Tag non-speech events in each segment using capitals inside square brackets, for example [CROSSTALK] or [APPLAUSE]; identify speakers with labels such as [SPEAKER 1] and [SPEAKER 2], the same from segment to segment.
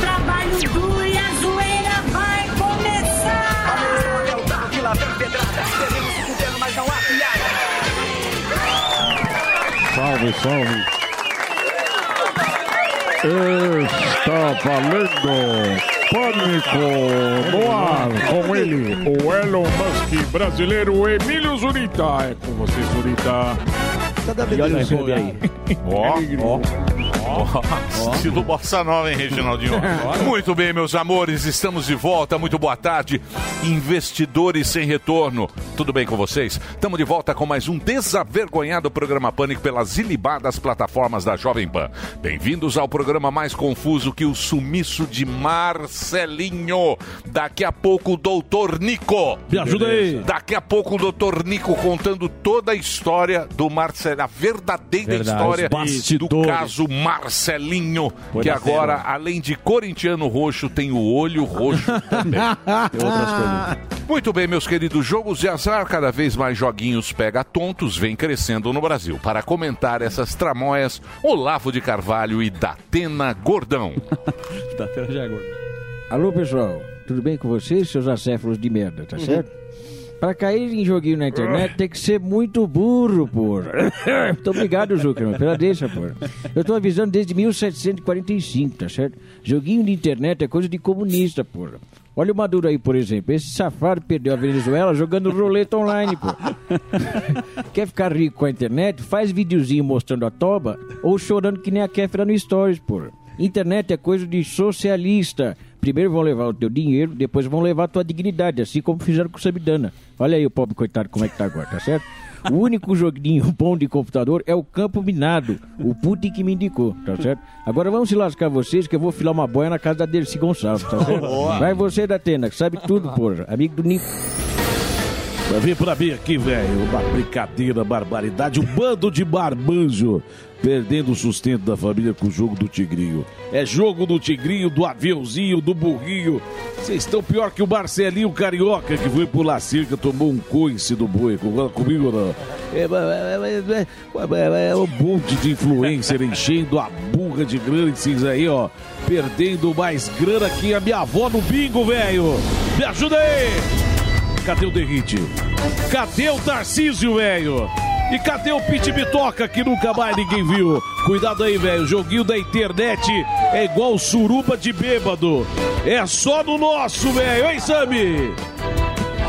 [SPEAKER 1] trabalho duro e a zoeira vai começar.
[SPEAKER 2] Até o tarde lá tem pedrada. Teremos se fudendo, mas não há piada.
[SPEAKER 3] Salve, salve. Está valendo Pânico no ar com ele, o Elon Musk brasileiro Emílio Zurita. É com você, Zurita.
[SPEAKER 4] E olha o clube aí. É
[SPEAKER 5] Ó, ó. Ó, estilo bossa nova, hein, Reginaldinho? Muito bem, meus amores, estamos de volta. Muito boa tarde, investidores sem retorno. Tudo bem com vocês? Estamos de volta com mais um desavergonhado programa Pânico pelas ilibadas plataformas da Jovem Pan. Bem-vindos ao programa mais confuso que o sumiço de Marcelinho. Daqui a pouco, o Doutor Nico.
[SPEAKER 3] Me ajuda aí.
[SPEAKER 5] Daqui a pouco, o Doutor Nico contando toda a história do Marcelo, a verdadeira
[SPEAKER 3] Verdade,
[SPEAKER 5] história
[SPEAKER 3] os
[SPEAKER 5] do
[SPEAKER 3] bastidores.
[SPEAKER 5] caso Marcelinho,
[SPEAKER 3] Pois
[SPEAKER 5] que
[SPEAKER 3] é.
[SPEAKER 5] agora, além de corintiano roxo, tem o
[SPEAKER 4] [LAUGHS]
[SPEAKER 5] olho roxo também. Muito bem, meus queridos, jogos de azar, cada vez mais joguinhos pega tontos, vem crescendo no Brasil. Para comentar essas tramóias, Olavo de Carvalho e Datena Gordão.
[SPEAKER 4] Datena já é gordo.
[SPEAKER 6] Alô, pessoal. Tudo bem com vocês, seus acéfalos de merda, tá certo? Pra cair em joguinho na internet tem que ser muito burro, porra. [COUGHS] Muito obrigado, Zuckerman, pela deixa, porra. Eu tô avisando desde 1745, tá certo? Joguinho de internet é coisa de comunista, porra. Olha o Maduro aí, por exemplo. Esse safado perdeu a Venezuela jogando roleta online, pô. Quer ficar rico com a internet? Faz videozinho mostrando a toba ou chorando que nem a Kéfera no Stories, porra. Internet é coisa de socialista. Primeiro vão levar o teu dinheiro, depois vão levar a tua dignidade, assim como fizeram com o Sabidana. Olha aí o pobre coitado como é que tá agora, tá certo? O único joguinho [LAUGHS] bom de computador é o Campo Minado, o Putin que me indicou, tá certo? Agora vamos se lascar vocês que eu vou filar uma boia na casa da Dercy Gonçalves, tá certo? Vai você da Atena, que sabe tudo, porra. Amigo do Nico.
[SPEAKER 4] Vai vir pra mim aqui, velho. Uma brincadeira, barbaridade. Um bando de barbanjo [LAUGHS] perdendo o sustento da família com o jogo do Tigrinho. É jogo do Tigrinho, do aviãozinho, do burrinho. Vocês estão pior que o Marcelinho Carioca, que foi pular cerca, tomou um coice do boi. Concorda comigo ou não? É, é, é, é, é, é um monte de influencer enchendo a burra de grana esses aí, ó. Perdendo mais grana que a minha avó no bingo, velho. Me ajuda aí! Cadê o Derrite? Cadê o Tarcísio, velho? E cadê o Pit Bitoca que nunca mais ninguém viu? Cuidado aí, velho. Joguinho da internet é igual suruba de bêbado. É só no nosso, velho. Hein, Sami?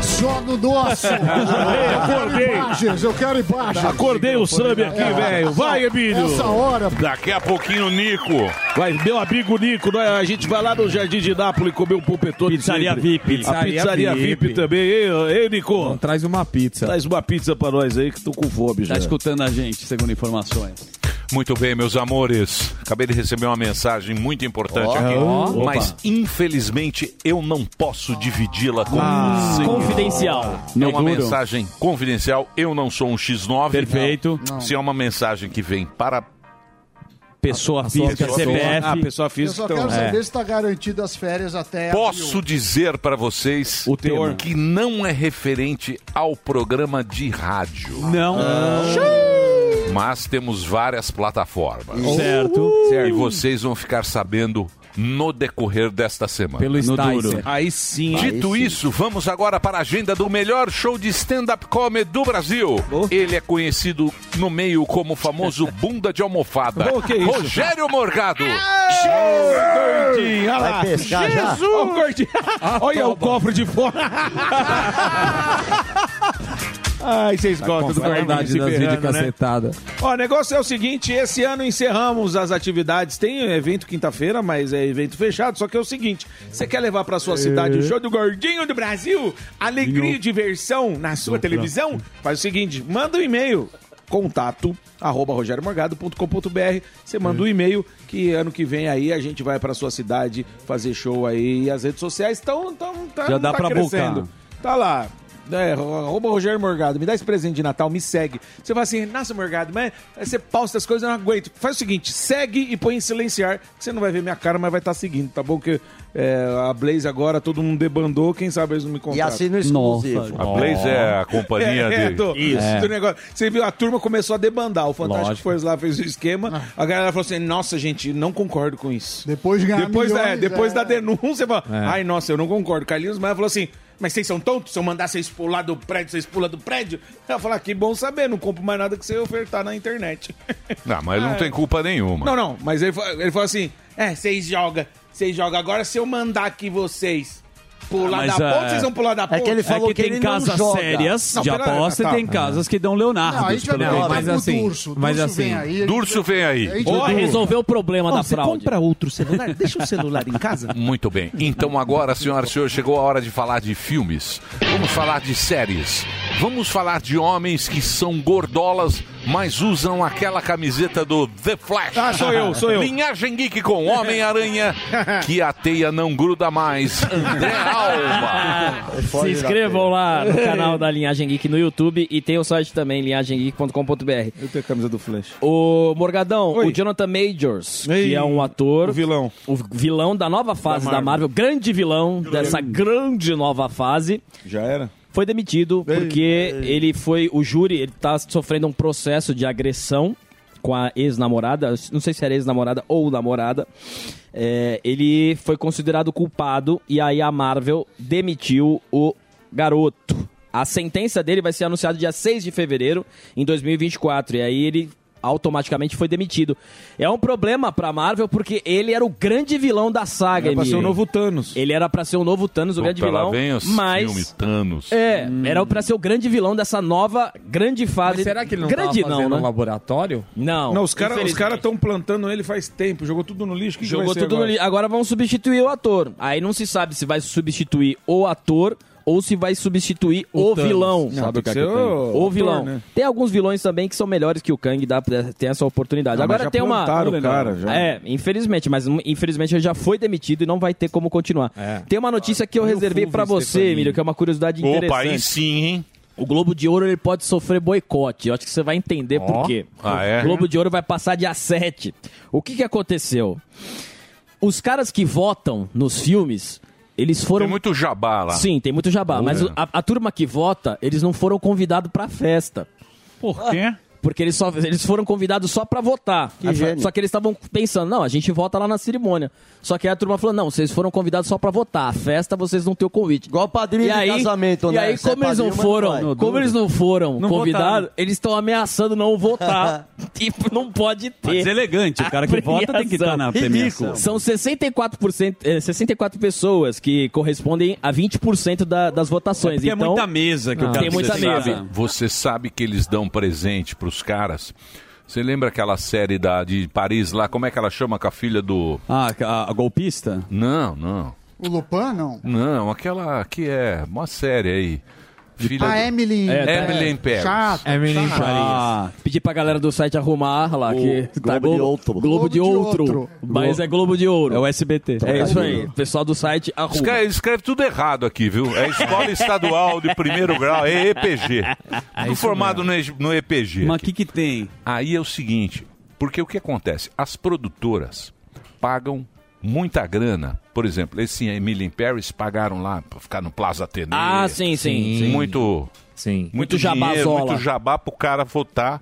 [SPEAKER 7] Só
[SPEAKER 4] [LAUGHS]
[SPEAKER 7] no nosso.
[SPEAKER 4] Acordei, acordei.
[SPEAKER 7] Imagens, eu quero imagens.
[SPEAKER 4] Acordei o Sami aqui, velho. Vai, Emílio.
[SPEAKER 7] É. Essa hora,
[SPEAKER 5] Daqui a pouquinho, Nico.
[SPEAKER 4] Vai, meu amigo Nico, nós- a gente vai lá no Jardim de Nápoles comer um pulpetone. de
[SPEAKER 8] Pizzaria
[SPEAKER 4] sempre.
[SPEAKER 8] VIP.
[SPEAKER 4] A pizzaria
[SPEAKER 8] Pizzaria
[SPEAKER 4] VIP
[SPEAKER 8] VIP
[SPEAKER 4] também. Ei, ô, ei,
[SPEAKER 8] Então
[SPEAKER 4] Nico.
[SPEAKER 8] traz uma pizza.
[SPEAKER 4] Traz uma pizza pra nós aí que tô com fome já.
[SPEAKER 8] Tá escutando a gente, segundo informações.
[SPEAKER 5] Muito bem, meus amores. Acabei de receber uma mensagem muito
[SPEAKER 8] Tá,
[SPEAKER 5] importante aqui.
[SPEAKER 8] Ó.
[SPEAKER 5] Mas, infelizmente, eu não posso dividi-la com
[SPEAKER 8] Ah.
[SPEAKER 5] vocês.
[SPEAKER 8] Confidencial.
[SPEAKER 5] É uma mensagem confidencial. Eu não sou um X9.
[SPEAKER 8] Perfeito.
[SPEAKER 5] Não. Se é uma mensagem que vem para.
[SPEAKER 8] Pessoa física,
[SPEAKER 5] pessoa-
[SPEAKER 8] CPF.
[SPEAKER 4] Ah,
[SPEAKER 5] Tá
[SPEAKER 4] pessoa
[SPEAKER 7] eu
[SPEAKER 4] física.
[SPEAKER 7] só
[SPEAKER 4] então.
[SPEAKER 7] quero
[SPEAKER 4] É.
[SPEAKER 7] saber se tá garantido as férias
[SPEAKER 9] É
[SPEAKER 7] até.
[SPEAKER 5] Posso dizer para vocês
[SPEAKER 8] O teor.
[SPEAKER 5] que não é referente ao programa de rádio.
[SPEAKER 8] Não.
[SPEAKER 5] Mas temos várias plataformas.
[SPEAKER 8] Certo.
[SPEAKER 5] E vocês vão ficar sabendo no decorrer desta semana.
[SPEAKER 8] Pelo Sticer.
[SPEAKER 4] Aí sim.
[SPEAKER 5] Dito isso, vamos agora para a agenda do melhor show de stand-up comedy do Brasil.
[SPEAKER 8] Oh.
[SPEAKER 5] Ele é conhecido no meio como
[SPEAKER 8] [LAUGHS]
[SPEAKER 5] o famoso bunda de almofada.
[SPEAKER 8] Oh,
[SPEAKER 4] Bom, que isso?
[SPEAKER 5] Rogério Morgado.
[SPEAKER 4] Gordinho, olha lá.
[SPEAKER 9] pescar já? Oh.
[SPEAKER 4] Jesus! Olha o [LAUGHS] gordinho. Olha o cofre de fora. [LAUGHS] Ai, vocês gostam do
[SPEAKER 8] Com a
[SPEAKER 4] gordinho
[SPEAKER 8] qualidade
[SPEAKER 4] se
[SPEAKER 8] das vídeo
[SPEAKER 4] ferrando, né?
[SPEAKER 8] cacetada.
[SPEAKER 4] Ó, o negócio é o seguinte, esse ano encerramos as atividades. Tem evento quinta-feira, mas é evento fechado, só que é o seguinte, você quer levar pra sua
[SPEAKER 8] É.
[SPEAKER 4] cidade o show do Gordinho do Brasil? Alegria e diversão na sua televisão? Faz o seguinte, manda um e-mail contato arroba rogeriomorgado.com.br você manda
[SPEAKER 8] É.
[SPEAKER 4] um e-mail que ano que vem aí a gente vai pra sua cidade fazer show aí e as redes sociais estão tão, tá,
[SPEAKER 8] Já dá
[SPEAKER 4] tá
[SPEAKER 8] pra
[SPEAKER 4] crescendo.
[SPEAKER 8] bocar.
[SPEAKER 4] Tá lá. É, ro- arroba Rogério Morgado, me dá esse presente de Natal, me segue. Você fala assim, nossa, Morgado, mas aí você pausa as coisas, eu não aguento. Faz o seguinte, segue e põe em silenciar, que você não vai ver minha cara, mas vai estar seguindo, tá bom? Porque é, a Blaze agora, todo mundo debandou, quem sabe eles não me contratam.
[SPEAKER 10] assina o exclusivo. Nossa,
[SPEAKER 5] A Blaze é a companhia
[SPEAKER 4] [LAUGHS] É,
[SPEAKER 5] de-
[SPEAKER 4] do,
[SPEAKER 5] Isso.
[SPEAKER 4] do negócio. Você viu, a turma começou a debandar. O Fantástico
[SPEAKER 8] Lógico.
[SPEAKER 4] foi lá, fez o esquema. A galera falou assim: nossa, gente, não concordo com isso.
[SPEAKER 7] Depois de ganhar
[SPEAKER 4] Depois, da-
[SPEAKER 7] milhões,
[SPEAKER 4] depois
[SPEAKER 7] é.
[SPEAKER 4] da denúncia, fala,
[SPEAKER 8] É.
[SPEAKER 4] ai, nossa, eu não concordo. Carlinhos Maia falou assim. Mas vocês são tontos? Se eu mandar vocês pular do prédio, vocês pulam do prédio? Ela fala, que bom saber, não compro mais nada que você ofertar na internet.
[SPEAKER 5] Não, mas
[SPEAKER 8] Ah.
[SPEAKER 5] ele não tem culpa nenhuma.
[SPEAKER 4] Não, não, mas ele, fa- ele falou assim: é, vocês jogam, vocês jogam. Agora se eu mandar aqui vocês pular
[SPEAKER 8] Ah, mas,
[SPEAKER 4] da ponte,
[SPEAKER 8] é-
[SPEAKER 4] vocês vão pular da ponte.
[SPEAKER 10] É que ele falou
[SPEAKER 8] é que,
[SPEAKER 10] que
[SPEAKER 8] tem
[SPEAKER 10] ele não
[SPEAKER 8] casas
[SPEAKER 10] joga.
[SPEAKER 8] sérias
[SPEAKER 4] Não,
[SPEAKER 8] de
[SPEAKER 4] pera-
[SPEAKER 8] aposta
[SPEAKER 4] tá.
[SPEAKER 8] e tem casas que dão Leonardo.
[SPEAKER 7] Não, a gente vai
[SPEAKER 10] pelo
[SPEAKER 7] falar
[SPEAKER 10] menos.
[SPEAKER 7] mas
[SPEAKER 8] mas
[SPEAKER 7] com
[SPEAKER 8] assim,
[SPEAKER 7] o Durso. O
[SPEAKER 8] mas
[SPEAKER 7] Durso
[SPEAKER 8] assim,
[SPEAKER 7] vem aí. ele-
[SPEAKER 5] Durso vem aí.
[SPEAKER 7] A gente-
[SPEAKER 8] Ou resolver o problema da fraude.
[SPEAKER 4] outro celular, deixa o celular em
[SPEAKER 8] [LAUGHS]
[SPEAKER 4] casa.
[SPEAKER 5] Muito bem. Então agora, senhoras e senhores, chegou a hora de falar de filmes. Vamos falar de séries. Vamos falar de homens que são gordolas, mas usam aquela camiseta do The Flash.
[SPEAKER 4] Ah, sou eu, sou eu.
[SPEAKER 5] Linhagem Geek com Homem-Aranha, que a teia não gruda mais. André Alba.
[SPEAKER 10] Fora
[SPEAKER 11] Se
[SPEAKER 10] da
[SPEAKER 11] inscrevam lá
[SPEAKER 4] [LAUGHS]
[SPEAKER 11] no canal da Linhagem Geek no YouTube e tem o site também, linhagemgeek.com.br.
[SPEAKER 4] Eu tenho a camisa do Flash.
[SPEAKER 11] O Morgadão,
[SPEAKER 4] Oi.
[SPEAKER 11] o Jonathan Majors,
[SPEAKER 4] Ei,
[SPEAKER 11] que é um ator,
[SPEAKER 4] O vilão.
[SPEAKER 11] o vilão da nova fase da
[SPEAKER 4] Marvel.
[SPEAKER 11] Marvel, grande vilão dessa grande nova fase,
[SPEAKER 4] Já era?
[SPEAKER 11] foi demitido porque ele foi, o júri, ele tá sofrendo um processo de agressão com a ex-namorada, não sei se era ex-namorada ou namorada, É, ele foi considerado culpado e aí a Marvel demitiu o garoto. A sentença dele vai ser anunciada dia 6 de fevereiro em 2024 e aí ele automaticamente foi demitido. É um problema pra Marvel porque ele era o grande vilão da saga,
[SPEAKER 4] Vai ser o
[SPEAKER 11] Emílio.
[SPEAKER 4] novo Thanos.
[SPEAKER 11] Ele era pra ser o novo Thanos, o grande
[SPEAKER 5] Puta, lá
[SPEAKER 11] vilão,
[SPEAKER 5] vem os
[SPEAKER 11] mas
[SPEAKER 5] filmes Thanos.
[SPEAKER 11] é, era pra ser o grande vilão dessa nova grande fase.
[SPEAKER 8] Mas será que ele não
[SPEAKER 11] grande
[SPEAKER 8] tava fazendo
[SPEAKER 11] não,
[SPEAKER 8] um
[SPEAKER 11] né?
[SPEAKER 8] laboratório?
[SPEAKER 11] Não.
[SPEAKER 4] Não, os caras
[SPEAKER 11] infelizmente.
[SPEAKER 4] estão plantando ele faz tempo. Jogou tudo no lixo. Que que
[SPEAKER 11] jogou
[SPEAKER 4] vai ser
[SPEAKER 11] tudo
[SPEAKER 4] agora?
[SPEAKER 11] no lixo. Agora vão substituir o ator. Aí não se sabe se vai substituir o ator ou se vai substituir o,
[SPEAKER 8] Thanos.
[SPEAKER 11] vilão.
[SPEAKER 4] Não, tem
[SPEAKER 11] sabe o que é
[SPEAKER 4] que
[SPEAKER 11] que
[SPEAKER 4] ser
[SPEAKER 11] tem?
[SPEAKER 4] o
[SPEAKER 11] O
[SPEAKER 4] ator,
[SPEAKER 11] vilão.
[SPEAKER 4] né?
[SPEAKER 11] Tem alguns vilões também que são melhores que o Kang, dá, pra- tem essa oportunidade.
[SPEAKER 4] Ah, mas
[SPEAKER 11] Agora
[SPEAKER 4] já
[SPEAKER 11] tem uma.
[SPEAKER 4] plantaram o cara, já.
[SPEAKER 11] É, infelizmente, mas hum, infelizmente ele já foi demitido e não vai ter como continuar.
[SPEAKER 4] É.
[SPEAKER 11] Tem uma notícia que eu
[SPEAKER 8] Olha o
[SPEAKER 11] reservei
[SPEAKER 8] Fulvio
[SPEAKER 11] pra você,
[SPEAKER 8] Stefanini.
[SPEAKER 11] Emílio, que é uma curiosidade interessante.
[SPEAKER 5] Opa, aí sim, hein?
[SPEAKER 11] O Globo de Ouro ele pode sofrer boicote. Eu acho que você vai entender por quê.
[SPEAKER 5] Ah, é?
[SPEAKER 11] O Globo de Ouro vai passar dia 7. O que, que aconteceu? Os caras que votam nos filmes, eles
[SPEAKER 5] Tem
[SPEAKER 11] foram.
[SPEAKER 5] muito jabá lá.
[SPEAKER 11] Sim, tem muito jabá, mas o- a, a turma que vota, eles não foram convidados pra festa.
[SPEAKER 8] Por quê?
[SPEAKER 11] [LAUGHS] Porque eles, só, eles foram convidados só pra votar. Aí fa-
[SPEAKER 10] gênio.
[SPEAKER 11] Só que eles estavam pensando, não, a gente vota lá na cerimônia. Só que aí a turma falou, não, vocês foram convidados só pra votar. A festa vocês não têm o convite.
[SPEAKER 10] Igual padrinho
[SPEAKER 11] E
[SPEAKER 10] de
[SPEAKER 11] aí,
[SPEAKER 10] casamento,
[SPEAKER 11] e
[SPEAKER 10] né?
[SPEAKER 11] aí
[SPEAKER 10] Você é
[SPEAKER 11] como eles não
[SPEAKER 10] padrinho, mas
[SPEAKER 11] foram,
[SPEAKER 10] vai.
[SPEAKER 11] como eles não foram
[SPEAKER 8] Não
[SPEAKER 11] convidados,
[SPEAKER 8] votaram.
[SPEAKER 11] eles estão ameaçando
[SPEAKER 8] Tá.
[SPEAKER 11] não
[SPEAKER 10] [LAUGHS]
[SPEAKER 11] votar. tipo, não pode ter.
[SPEAKER 8] Mas elegante, o cara que vota tem que estar na
[SPEAKER 10] Ridículo.
[SPEAKER 8] premiação.
[SPEAKER 11] São 64%, eh, 64 pessoas que correspondem a 20% da- das votações.
[SPEAKER 8] Porque é
[SPEAKER 11] então,
[SPEAKER 8] muita mesa que o cara
[SPEAKER 11] tem muita
[SPEAKER 8] precisa
[SPEAKER 11] mesa.
[SPEAKER 8] saber.
[SPEAKER 5] Você sabe que eles dão presente pros caras. Você lembra aquela série da, de Paris lá? Como é que ela chama com a filha do.
[SPEAKER 8] Ah, a, a golpista?
[SPEAKER 5] Não, não.
[SPEAKER 7] O Lupin, não.
[SPEAKER 5] Não, aquela que é uma série aí. Filha
[SPEAKER 7] A
[SPEAKER 5] do-
[SPEAKER 7] Emily.
[SPEAKER 5] tá- Emily in Paris.
[SPEAKER 7] Chato. chato.
[SPEAKER 8] Ah,
[SPEAKER 11] pedir pra galera do site arrumar lá que tá
[SPEAKER 10] Globo de Outro.
[SPEAKER 11] Globo, de Outro. Mas é Globo de Ouro.
[SPEAKER 8] é o SBT.
[SPEAKER 11] É isso aí. Pessoal do site
[SPEAKER 5] Os caras
[SPEAKER 11] arruma.
[SPEAKER 5] eles escrevem tudo errado aqui, viu? É Escola Estadual de Primeiro Grau, é EPG. Tudo formado no E- no EPG.
[SPEAKER 8] Mas o que que tem?
[SPEAKER 5] Aí é o seguinte, porque o que acontece? As produtoras pagam muita grana. Por exemplo, esse Emily in Paris pagaram lá pra ficar no Plaza Atene.
[SPEAKER 11] Ah, sim, sim, sim.
[SPEAKER 5] Muito,
[SPEAKER 11] Sim.
[SPEAKER 5] muito dinheiro,
[SPEAKER 11] jabazola.
[SPEAKER 5] muito jabá pro cara votar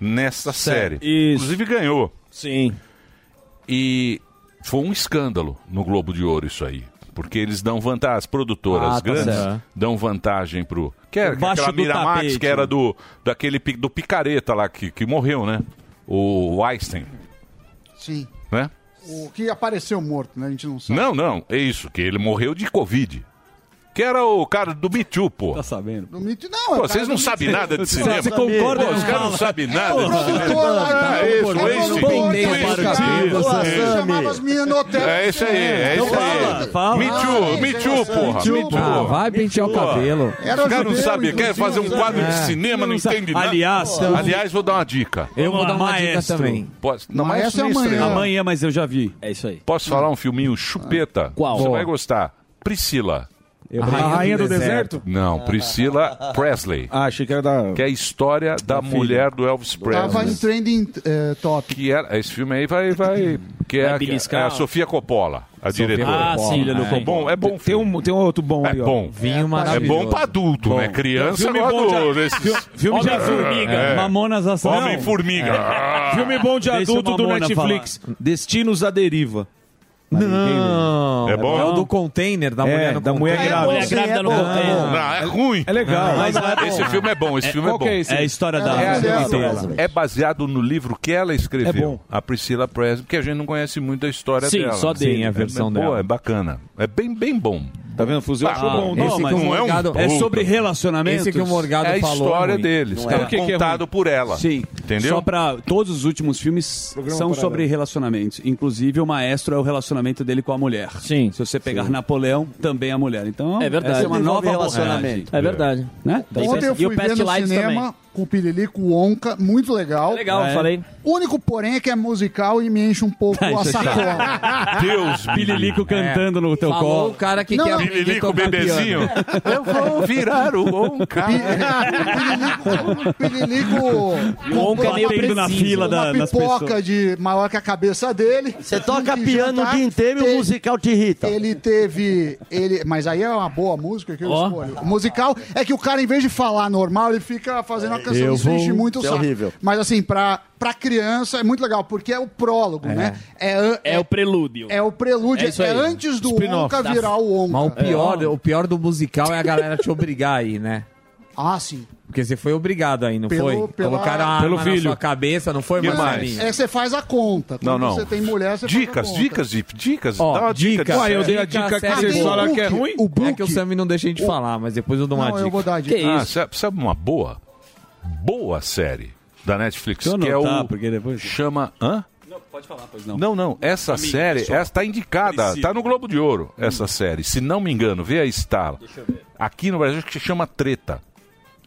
[SPEAKER 5] nessa série.
[SPEAKER 11] Isso.
[SPEAKER 5] Inclusive ganhou.
[SPEAKER 11] Sim.
[SPEAKER 5] E foi um escândalo no Globo de Ouro isso aí. Porque eles dão vantagem, as produtoras
[SPEAKER 11] Ah, tá
[SPEAKER 5] grandes
[SPEAKER 11] certo.
[SPEAKER 5] dão vantagem pro. Que era
[SPEAKER 8] Embaixo
[SPEAKER 5] aquela
[SPEAKER 8] do
[SPEAKER 5] Miramax,
[SPEAKER 8] tapete,
[SPEAKER 5] que era
[SPEAKER 8] né?
[SPEAKER 5] do, daquele, pi- do picareta lá que, que morreu, né? O Einstein,
[SPEAKER 7] Sim.
[SPEAKER 5] né?
[SPEAKER 7] O que apareceu morto, né? A gente não sabe.
[SPEAKER 5] Não, não, é isso, que ele morreu de Covid. Que era o cara do Me Too, pô.
[SPEAKER 8] Tá sabendo?
[SPEAKER 7] Não, mito, não. é o
[SPEAKER 5] Pô,
[SPEAKER 7] cara
[SPEAKER 5] vocês não
[SPEAKER 7] do-
[SPEAKER 5] sabem nada de cinema.
[SPEAKER 8] Você concorda?
[SPEAKER 5] Pô, os
[SPEAKER 8] Não,
[SPEAKER 5] caras não sabem nada. de cinema.
[SPEAKER 7] Produtor lá,
[SPEAKER 5] É isso,
[SPEAKER 7] é
[SPEAKER 5] esse
[SPEAKER 7] produtor,
[SPEAKER 5] bem
[SPEAKER 7] tá
[SPEAKER 5] desse
[SPEAKER 7] ligado?
[SPEAKER 5] cabelo,
[SPEAKER 7] Pô,
[SPEAKER 10] esse.
[SPEAKER 7] você Chamava as meninas no hotel.
[SPEAKER 5] É isso aí, é isso aí.
[SPEAKER 8] fala.
[SPEAKER 5] Me Too,
[SPEAKER 7] Ah,
[SPEAKER 5] Me
[SPEAKER 7] isso é
[SPEAKER 5] Too,
[SPEAKER 7] engraçado.
[SPEAKER 5] porra.
[SPEAKER 7] Me Too,
[SPEAKER 5] Me Too.
[SPEAKER 12] "Ah,
[SPEAKER 7] porra.
[SPEAKER 11] vai pentear o cabelo.
[SPEAKER 7] Era
[SPEAKER 5] Os caras não
[SPEAKER 7] judeu, né?
[SPEAKER 5] sabem, quer
[SPEAKER 7] inclusive,
[SPEAKER 5] fazer um
[SPEAKER 7] usava-
[SPEAKER 5] quadro de cinema, não entende nada.
[SPEAKER 8] Aliás,
[SPEAKER 5] Aliás, vou dar uma dica.
[SPEAKER 8] eu vou dar uma
[SPEAKER 11] dica também.
[SPEAKER 5] Posso, um não,
[SPEAKER 7] Mas
[SPEAKER 5] mas
[SPEAKER 7] essa é
[SPEAKER 5] isso não
[SPEAKER 7] amanhã.
[SPEAKER 5] estreou.
[SPEAKER 8] Amanhã, mas eu já vi.
[SPEAKER 11] É isso aí.
[SPEAKER 5] Posso falar um filminho chupeta?
[SPEAKER 11] Qual?
[SPEAKER 5] Você vai gostar. Priscila.
[SPEAKER 4] A rainha, do, deserto?
[SPEAKER 5] Não, Priscila Presley.
[SPEAKER 4] Ah, achei que era da.
[SPEAKER 5] Que é a história da, mulher do
[SPEAKER 4] Ah,
[SPEAKER 5] Elvis
[SPEAKER 7] Tava
[SPEAKER 5] Presley.
[SPEAKER 7] em trending eh, top.
[SPEAKER 5] Que era, esse filme aí vai. vai que é,
[SPEAKER 7] Vai
[SPEAKER 5] a-
[SPEAKER 7] beliscar.
[SPEAKER 5] é a Sofia Coppola, a diretora.
[SPEAKER 7] Coppola. Ah, sim,
[SPEAKER 5] É
[SPEAKER 7] sim.
[SPEAKER 5] bom, é bom. Tem
[SPEAKER 4] um, tem um outro bom
[SPEAKER 5] é
[SPEAKER 4] ali, ó.
[SPEAKER 5] Bom.
[SPEAKER 4] Vinho
[SPEAKER 5] é
[SPEAKER 4] maravilhoso.
[SPEAKER 5] bom pra adulto, né? Criança
[SPEAKER 4] Filme
[SPEAKER 5] não
[SPEAKER 4] bom de-
[SPEAKER 5] adulto.
[SPEAKER 4] fi- filme de formiga. Mamonas Assassino.
[SPEAKER 5] é. Homem-formiga. [LAUGHS] Ah.
[SPEAKER 4] Filme bom de
[SPEAKER 8] Deixa
[SPEAKER 4] adulto
[SPEAKER 8] o
[SPEAKER 4] do
[SPEAKER 8] Mamona
[SPEAKER 4] Netflix. Destinos à deriva. Não.
[SPEAKER 8] É bom?
[SPEAKER 4] o do container,
[SPEAKER 5] É,
[SPEAKER 4] da
[SPEAKER 8] mulher no
[SPEAKER 4] da mulher
[SPEAKER 8] container.
[SPEAKER 4] grávida.
[SPEAKER 8] É bom, sim, é bom, é bom. Não, é
[SPEAKER 5] ruim.
[SPEAKER 4] É legal.
[SPEAKER 5] Mas esse filme é bom, esse filme é
[SPEAKER 4] qual
[SPEAKER 5] bom.
[SPEAKER 4] que esse?
[SPEAKER 5] É,
[SPEAKER 4] É,
[SPEAKER 5] a-
[SPEAKER 4] dela.
[SPEAKER 5] é baseado no livro que ela escreveu,
[SPEAKER 4] É bom.
[SPEAKER 5] a Priscila Presley, porque a gente não conhece muito a história
[SPEAKER 13] Sim,
[SPEAKER 5] dela.
[SPEAKER 13] só dele. né? Sim, a
[SPEAKER 5] É-
[SPEAKER 13] versão
[SPEAKER 5] é boa,
[SPEAKER 13] dela.
[SPEAKER 5] É bacana. É bem, bem bom.
[SPEAKER 13] Tá vendo? Fuzil achou bom.
[SPEAKER 5] Não,
[SPEAKER 13] Esse
[SPEAKER 5] mas
[SPEAKER 13] que o
[SPEAKER 5] não Ah, é um
[SPEAKER 13] Morgado- é
[SPEAKER 5] puta.
[SPEAKER 13] sobre relacionamentos? Esse que o Morgado
[SPEAKER 5] é
[SPEAKER 13] falou,
[SPEAKER 5] a história
[SPEAKER 13] ruim.
[SPEAKER 5] deles.
[SPEAKER 13] Não é.
[SPEAKER 5] É,
[SPEAKER 13] Por que que é
[SPEAKER 5] contado
[SPEAKER 13] ruim?
[SPEAKER 5] por ela.
[SPEAKER 8] Sim.
[SPEAKER 5] Entendeu?
[SPEAKER 8] Só pra. Todos os últimos filmes
[SPEAKER 5] Programa
[SPEAKER 8] são
[SPEAKER 5] paralelo.
[SPEAKER 8] sobre relacionamentos. Inclusive, o maestro é o relacionamento dele com a mulher. Sim. Se você pegar Napoleão, também é a mulher. Então,
[SPEAKER 11] É verdade.
[SPEAKER 8] essa é uma nova
[SPEAKER 11] Envolve
[SPEAKER 8] relacionamento.
[SPEAKER 11] relacionamento. É verdade.
[SPEAKER 8] Né?
[SPEAKER 7] Ontem eu
[SPEAKER 11] E o
[SPEAKER 7] [LAUGHS] fui ver
[SPEAKER 11] Past
[SPEAKER 7] no
[SPEAKER 11] Lives
[SPEAKER 7] cinema
[SPEAKER 11] também.
[SPEAKER 7] com o Pirilico, o Onca, muito legal.
[SPEAKER 11] legal, Ah, é? falei.
[SPEAKER 7] O único porém é que é musical e me enche
[SPEAKER 8] [LAUGHS]
[SPEAKER 7] um pouco a
[SPEAKER 8] isso é chato.
[SPEAKER 7] sacola.
[SPEAKER 5] Deus,
[SPEAKER 8] [LAUGHS] Pililico cantando no teu
[SPEAKER 7] Falou
[SPEAKER 8] colo.
[SPEAKER 7] o cara que Não, quer não. aprender a Pililico, tocar bebezinho.
[SPEAKER 5] Eu vou um virar o [LAUGHS] Onca.
[SPEAKER 7] Pirilico
[SPEAKER 10] Um
[SPEAKER 7] comprou
[SPEAKER 8] Onca
[SPEAKER 7] uma
[SPEAKER 8] meio
[SPEAKER 7] pri-
[SPEAKER 8] indo na fila da-
[SPEAKER 7] uma
[SPEAKER 8] das
[SPEAKER 7] pipoca
[SPEAKER 8] pessoas.
[SPEAKER 7] de maior que a cabeça dele. Um Você
[SPEAKER 10] toca piano o dia inteiro e o musical te irrita.
[SPEAKER 7] Ele teve. Ele, mas aí é uma boa música que eu
[SPEAKER 10] Ó.
[SPEAKER 7] escolho. O musical é que o cara, em vez de falar normal, ele fica fazendo uma canção
[SPEAKER 10] Eu
[SPEAKER 7] isso enche
[SPEAKER 10] vou-
[SPEAKER 7] muito o
[SPEAKER 10] Isso é
[SPEAKER 7] saco.
[SPEAKER 10] horrível.
[SPEAKER 7] Mas assim, pra, pra criança é muito legal, porque é o prólogo, né? É,
[SPEAKER 11] É o prelúdio.
[SPEAKER 7] É o prelúdio,
[SPEAKER 12] É
[SPEAKER 7] é,
[SPEAKER 12] isso aí.
[SPEAKER 7] antes do
[SPEAKER 12] Spin-off. Tá.
[SPEAKER 7] Onca virar o É. Onca.
[SPEAKER 12] Mas o pior, é o pior do musical é a galera te obrigar aí, né?
[SPEAKER 7] Ah, sim.
[SPEAKER 12] Porque você foi obrigado aí, não
[SPEAKER 7] Pelo-
[SPEAKER 12] foi?
[SPEAKER 7] pela-
[SPEAKER 12] Colocaram a arma
[SPEAKER 7] Pelo
[SPEAKER 12] na
[SPEAKER 7] filho.
[SPEAKER 12] sua cabeça, não foi,
[SPEAKER 5] Que
[SPEAKER 12] Marcelinho?
[SPEAKER 7] É que você faz a conta. Quando
[SPEAKER 5] Não, não.
[SPEAKER 7] você tem mulher, você
[SPEAKER 5] Dicas,
[SPEAKER 7] faz a conta.
[SPEAKER 5] dicas, di- dicas.
[SPEAKER 12] Ó,
[SPEAKER 5] Dá uma dica.
[SPEAKER 12] dica.
[SPEAKER 5] de-
[SPEAKER 12] Ué, eu dei a
[SPEAKER 7] dica que
[SPEAKER 12] vocês falaram
[SPEAKER 7] que é ruim?
[SPEAKER 12] O É que o Sammy não deixa a gente falar, mas depois eu dou uma
[SPEAKER 7] Não, eu
[SPEAKER 12] dica.
[SPEAKER 7] vou dar a dica.
[SPEAKER 5] Ah, sabe, sabe uma boa? Boa série da Netflix,
[SPEAKER 8] Deixa eu
[SPEAKER 5] que é
[SPEAKER 8] anotar,
[SPEAKER 5] o. Chama. Hã?
[SPEAKER 8] Não, pode falar, pois
[SPEAKER 5] Não, não. Essa
[SPEAKER 8] Amiga,
[SPEAKER 5] série
[SPEAKER 8] só. Hum.
[SPEAKER 5] está indicada,
[SPEAKER 8] Precisa.
[SPEAKER 5] está no Globo de Ouro, essa série. Se não me engano, vê aí Star. Aqui no Brasil acho que se chama Treta.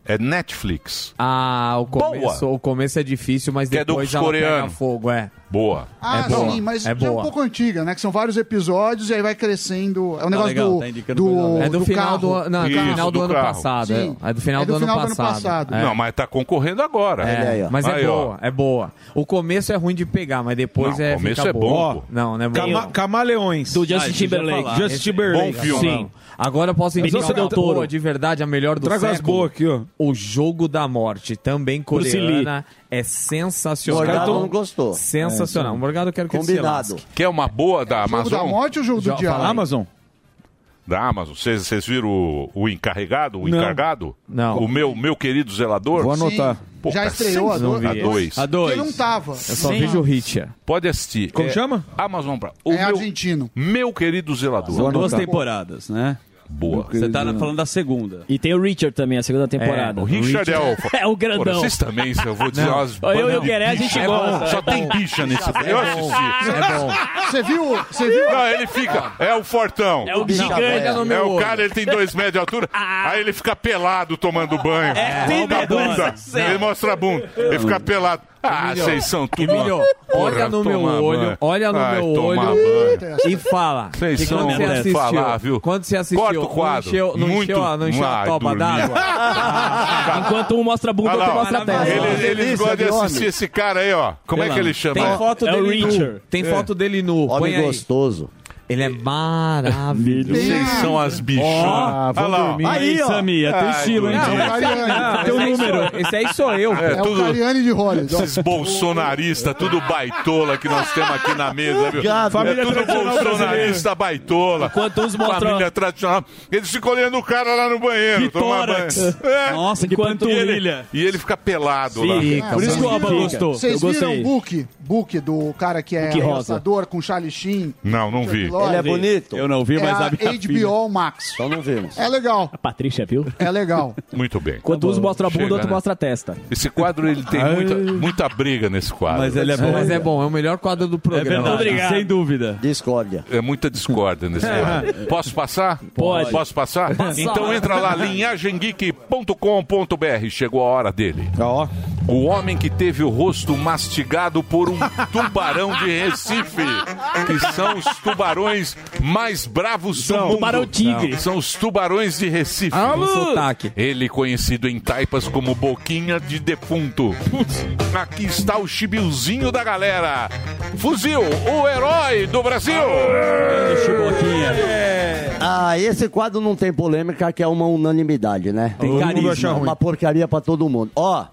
[SPEAKER 5] É Netflix.
[SPEAKER 12] Ah, o começo, o começo é difícil, mas
[SPEAKER 5] Que é do
[SPEAKER 12] depois ela pega
[SPEAKER 5] coreano.
[SPEAKER 12] fogo, é.
[SPEAKER 5] Boa.
[SPEAKER 7] Ah,
[SPEAKER 12] é boa.
[SPEAKER 7] sim, mas
[SPEAKER 12] é
[SPEAKER 7] já é um
[SPEAKER 12] boa.
[SPEAKER 7] pouco antiga, né? Que são vários episódios e aí vai crescendo. É um negócio
[SPEAKER 12] legal,
[SPEAKER 7] do,
[SPEAKER 12] tá indicando coisa
[SPEAKER 7] do.
[SPEAKER 12] nova. É do final do
[SPEAKER 7] carro.
[SPEAKER 12] an- não, é do
[SPEAKER 5] Isso,
[SPEAKER 12] final do
[SPEAKER 5] do
[SPEAKER 12] ano
[SPEAKER 5] carro.
[SPEAKER 12] passado,
[SPEAKER 7] Sim.
[SPEAKER 12] é. É do final do ano passado. É.
[SPEAKER 5] Não, mas tá concorrendo agora.
[SPEAKER 12] É, mas é
[SPEAKER 5] Aí, ó.
[SPEAKER 12] boa, é boa. O começo é ruim de pegar, mas depois
[SPEAKER 5] Não,
[SPEAKER 12] é.
[SPEAKER 5] o começo
[SPEAKER 12] fica
[SPEAKER 5] é bom, pô. Ah,
[SPEAKER 12] Não, não é bom.
[SPEAKER 4] Cama- Camaleões.
[SPEAKER 12] Do Justin Timberlake.
[SPEAKER 4] Justin
[SPEAKER 5] é
[SPEAKER 4] Timberlake.
[SPEAKER 12] Bom filme. Sim. Agora eu posso
[SPEAKER 4] Mas
[SPEAKER 12] indicar
[SPEAKER 4] você
[SPEAKER 12] uma
[SPEAKER 4] deu touro.
[SPEAKER 12] boa, de verdade, a melhor do
[SPEAKER 4] Traga as
[SPEAKER 12] século.
[SPEAKER 4] boas aqui, ó.
[SPEAKER 12] O Jogo da Morte, também
[SPEAKER 4] Bruce
[SPEAKER 12] coreana, é sensacional.
[SPEAKER 10] Morgado não gostou.
[SPEAKER 12] Sensacional.
[SPEAKER 10] É, sim.
[SPEAKER 12] Morgado, eu quero que ele se
[SPEAKER 10] Combinado.
[SPEAKER 12] lasque.
[SPEAKER 5] Quer uma boa da
[SPEAKER 7] É O jogo
[SPEAKER 5] Amazon?
[SPEAKER 7] da morte ou o jogo do diabo?
[SPEAKER 5] Amazon. Da Amazon. Vocês vocês viram o, o encarregado, o
[SPEAKER 7] Não.
[SPEAKER 5] encargado?
[SPEAKER 12] Não.
[SPEAKER 5] O meu, meu querido zelador?
[SPEAKER 7] Vou anotar. Sim. Já estreou a
[SPEAKER 5] sensacional. A
[SPEAKER 7] dois?
[SPEAKER 5] dois.
[SPEAKER 12] A dois.
[SPEAKER 7] Eu não tava.
[SPEAKER 12] Eu só vejo o Richa.
[SPEAKER 5] Pode assistir.
[SPEAKER 12] Como
[SPEAKER 5] É
[SPEAKER 12] chama?
[SPEAKER 5] Amazon Prime. O meu,
[SPEAKER 7] É argentino.
[SPEAKER 5] Meu querido zelador.
[SPEAKER 8] São duas temporadas, né?
[SPEAKER 5] Boa.
[SPEAKER 8] Você tá falando da segunda.
[SPEAKER 11] E tem o Richard também, a segunda temporada.
[SPEAKER 5] o Richard é o...
[SPEAKER 11] [LAUGHS] É
[SPEAKER 5] Porra,
[SPEAKER 11] o grandão.
[SPEAKER 5] vocês também, se eu vou dizer
[SPEAKER 11] Não.
[SPEAKER 5] umas...
[SPEAKER 11] Eu e o
[SPEAKER 5] bandas de
[SPEAKER 11] Gueré, a
[SPEAKER 5] bicha.
[SPEAKER 11] gente
[SPEAKER 5] É
[SPEAKER 11] gosta,
[SPEAKER 5] bom,
[SPEAKER 11] é
[SPEAKER 5] Só tem
[SPEAKER 11] bom.
[SPEAKER 5] bicha nesse... Eu assisti.
[SPEAKER 7] Você viu? Você viu?
[SPEAKER 5] Não, ele fica. É o fortão.
[SPEAKER 11] É o gigante.
[SPEAKER 5] É,
[SPEAKER 11] No meu
[SPEAKER 5] o
[SPEAKER 11] olho.
[SPEAKER 5] cara, ele tem dois metros de
[SPEAKER 12] [LAUGHS]
[SPEAKER 5] altura.
[SPEAKER 12] Ah.
[SPEAKER 5] aí ele fica pelado tomando banho.
[SPEAKER 11] É, tem
[SPEAKER 5] Mostra a
[SPEAKER 11] vergonha
[SPEAKER 12] né?
[SPEAKER 5] bunda.
[SPEAKER 11] essa série.
[SPEAKER 5] Ele mostra a bunda. Ele fica pelado. Ah,
[SPEAKER 12] Emílio,
[SPEAKER 5] vocês são tudo.
[SPEAKER 12] Emílio,
[SPEAKER 5] uma
[SPEAKER 12] olha
[SPEAKER 5] porra,
[SPEAKER 12] no meu
[SPEAKER 5] tomar
[SPEAKER 12] olho,
[SPEAKER 5] banho. Ah, então,
[SPEAKER 12] olha no
[SPEAKER 5] Ai,
[SPEAKER 12] meu
[SPEAKER 5] tomar
[SPEAKER 12] olho
[SPEAKER 5] banho.
[SPEAKER 12] e fala.
[SPEAKER 5] Vocês
[SPEAKER 12] E
[SPEAKER 5] são
[SPEAKER 12] quando você assistiu,
[SPEAKER 5] falar, viu?
[SPEAKER 12] quando você assistiu,
[SPEAKER 5] Corta o quadro.
[SPEAKER 12] não encheu, não
[SPEAKER 5] Muito...
[SPEAKER 12] encheu, a- não encheu a
[SPEAKER 5] Ai,
[SPEAKER 12] toba
[SPEAKER 5] dormi.
[SPEAKER 12] d'água?
[SPEAKER 11] Enquanto um mostra a bunda,
[SPEAKER 5] Olha lá,
[SPEAKER 11] outro
[SPEAKER 5] ó.
[SPEAKER 11] mostra a testa.
[SPEAKER 5] Ele- Eles gostam de assistir esse cara aí, ó. Como é que ele chama?
[SPEAKER 12] Tem foto
[SPEAKER 11] É o
[SPEAKER 12] dele nu.
[SPEAKER 11] Richard.
[SPEAKER 12] Tem
[SPEAKER 11] É.
[SPEAKER 12] foto dele nu. Põe
[SPEAKER 10] Homem
[SPEAKER 12] aí.
[SPEAKER 10] gostoso.
[SPEAKER 12] Ele é maravilhoso.
[SPEAKER 5] Vocês são as bichonas. Olha lá, ó.
[SPEAKER 8] Aí, ó. Samir, é teu estilo, hein?
[SPEAKER 5] Não,
[SPEAKER 8] Diego?
[SPEAKER 12] Ah,
[SPEAKER 8] Teu
[SPEAKER 12] esse aí
[SPEAKER 8] número.
[SPEAKER 12] sou- Esse aí sou eu.
[SPEAKER 5] um É,
[SPEAKER 7] É o
[SPEAKER 5] tudo-
[SPEAKER 7] Cariani de Hollywood. ó.
[SPEAKER 5] Esses bolsonaristas, tudo baitola que nós temos aqui na mesa, viu?
[SPEAKER 10] Gado.
[SPEAKER 5] é tudo bolsonarista, baitola.
[SPEAKER 11] Enquanto uns mostram-
[SPEAKER 5] Família tradicional. Eles ficam olhando o cara lá no banheiro.
[SPEAKER 8] Que
[SPEAKER 5] tomar
[SPEAKER 8] tórax.
[SPEAKER 5] banho. É.
[SPEAKER 8] Nossa, que
[SPEAKER 5] Enquanto ele-
[SPEAKER 8] panturrilha.
[SPEAKER 5] E ele fica pelado lá.
[SPEAKER 8] Fica, Por isso que o Alba
[SPEAKER 7] Viram-
[SPEAKER 8] gostou.
[SPEAKER 7] É, Vocês viram o book? Book do cara que é
[SPEAKER 8] Book rosa.
[SPEAKER 7] arrastador com Charlie Sheen.
[SPEAKER 5] Não, não vi.
[SPEAKER 7] Ele é
[SPEAKER 10] bonito.
[SPEAKER 8] Eu não vi,
[SPEAKER 7] é
[SPEAKER 8] mas tá
[SPEAKER 7] a
[SPEAKER 8] a minha filha.
[SPEAKER 7] HBO Max.
[SPEAKER 10] Só não vemos.
[SPEAKER 7] É legal,
[SPEAKER 11] A Patrícia, viu?
[SPEAKER 7] é legal.
[SPEAKER 5] Muito bem.
[SPEAKER 12] Tá
[SPEAKER 11] Enquanto uns mostra a bunda,
[SPEAKER 5] Chega,
[SPEAKER 11] outro
[SPEAKER 5] né?
[SPEAKER 11] mostra a testa.
[SPEAKER 5] Esse quadro, ele tem muita, muita briga nesse quadro.
[SPEAKER 8] Mas ele é bom.
[SPEAKER 12] Mas é bom, é o melhor quadro do programa.
[SPEAKER 11] Obrigado.
[SPEAKER 8] Sem dúvida.
[SPEAKER 10] Discórdia.
[SPEAKER 5] É muita discórdia
[SPEAKER 11] [LAUGHS]
[SPEAKER 5] nesse quadro. Posso passar?
[SPEAKER 11] É. Pode.
[SPEAKER 5] Posso passar? Então entra lá, linhagemgeek.com.br. Chegou a hora dele.
[SPEAKER 4] Ó.
[SPEAKER 5] O homem que teve o rosto mastigado por um tubarão de Recife, que são os tubarões mais bravos do mundo.
[SPEAKER 11] tubarão tigre.
[SPEAKER 5] São os tubarões de Recife.
[SPEAKER 11] Alô!
[SPEAKER 4] um
[SPEAKER 11] Com Um sotaque.
[SPEAKER 5] Ele conhecido em taipas como Boquinha de Defunto. Aqui está o chibiozinho da galera. Fuzil, o herói do Brasil.
[SPEAKER 11] é.
[SPEAKER 10] Ah, esse quadro não tem polêmica, que é uma unanimidade, né?
[SPEAKER 5] Tem
[SPEAKER 10] Todo mundo
[SPEAKER 5] carisma.
[SPEAKER 10] acha ruim. Uma porcaria pra todo mundo. Ó,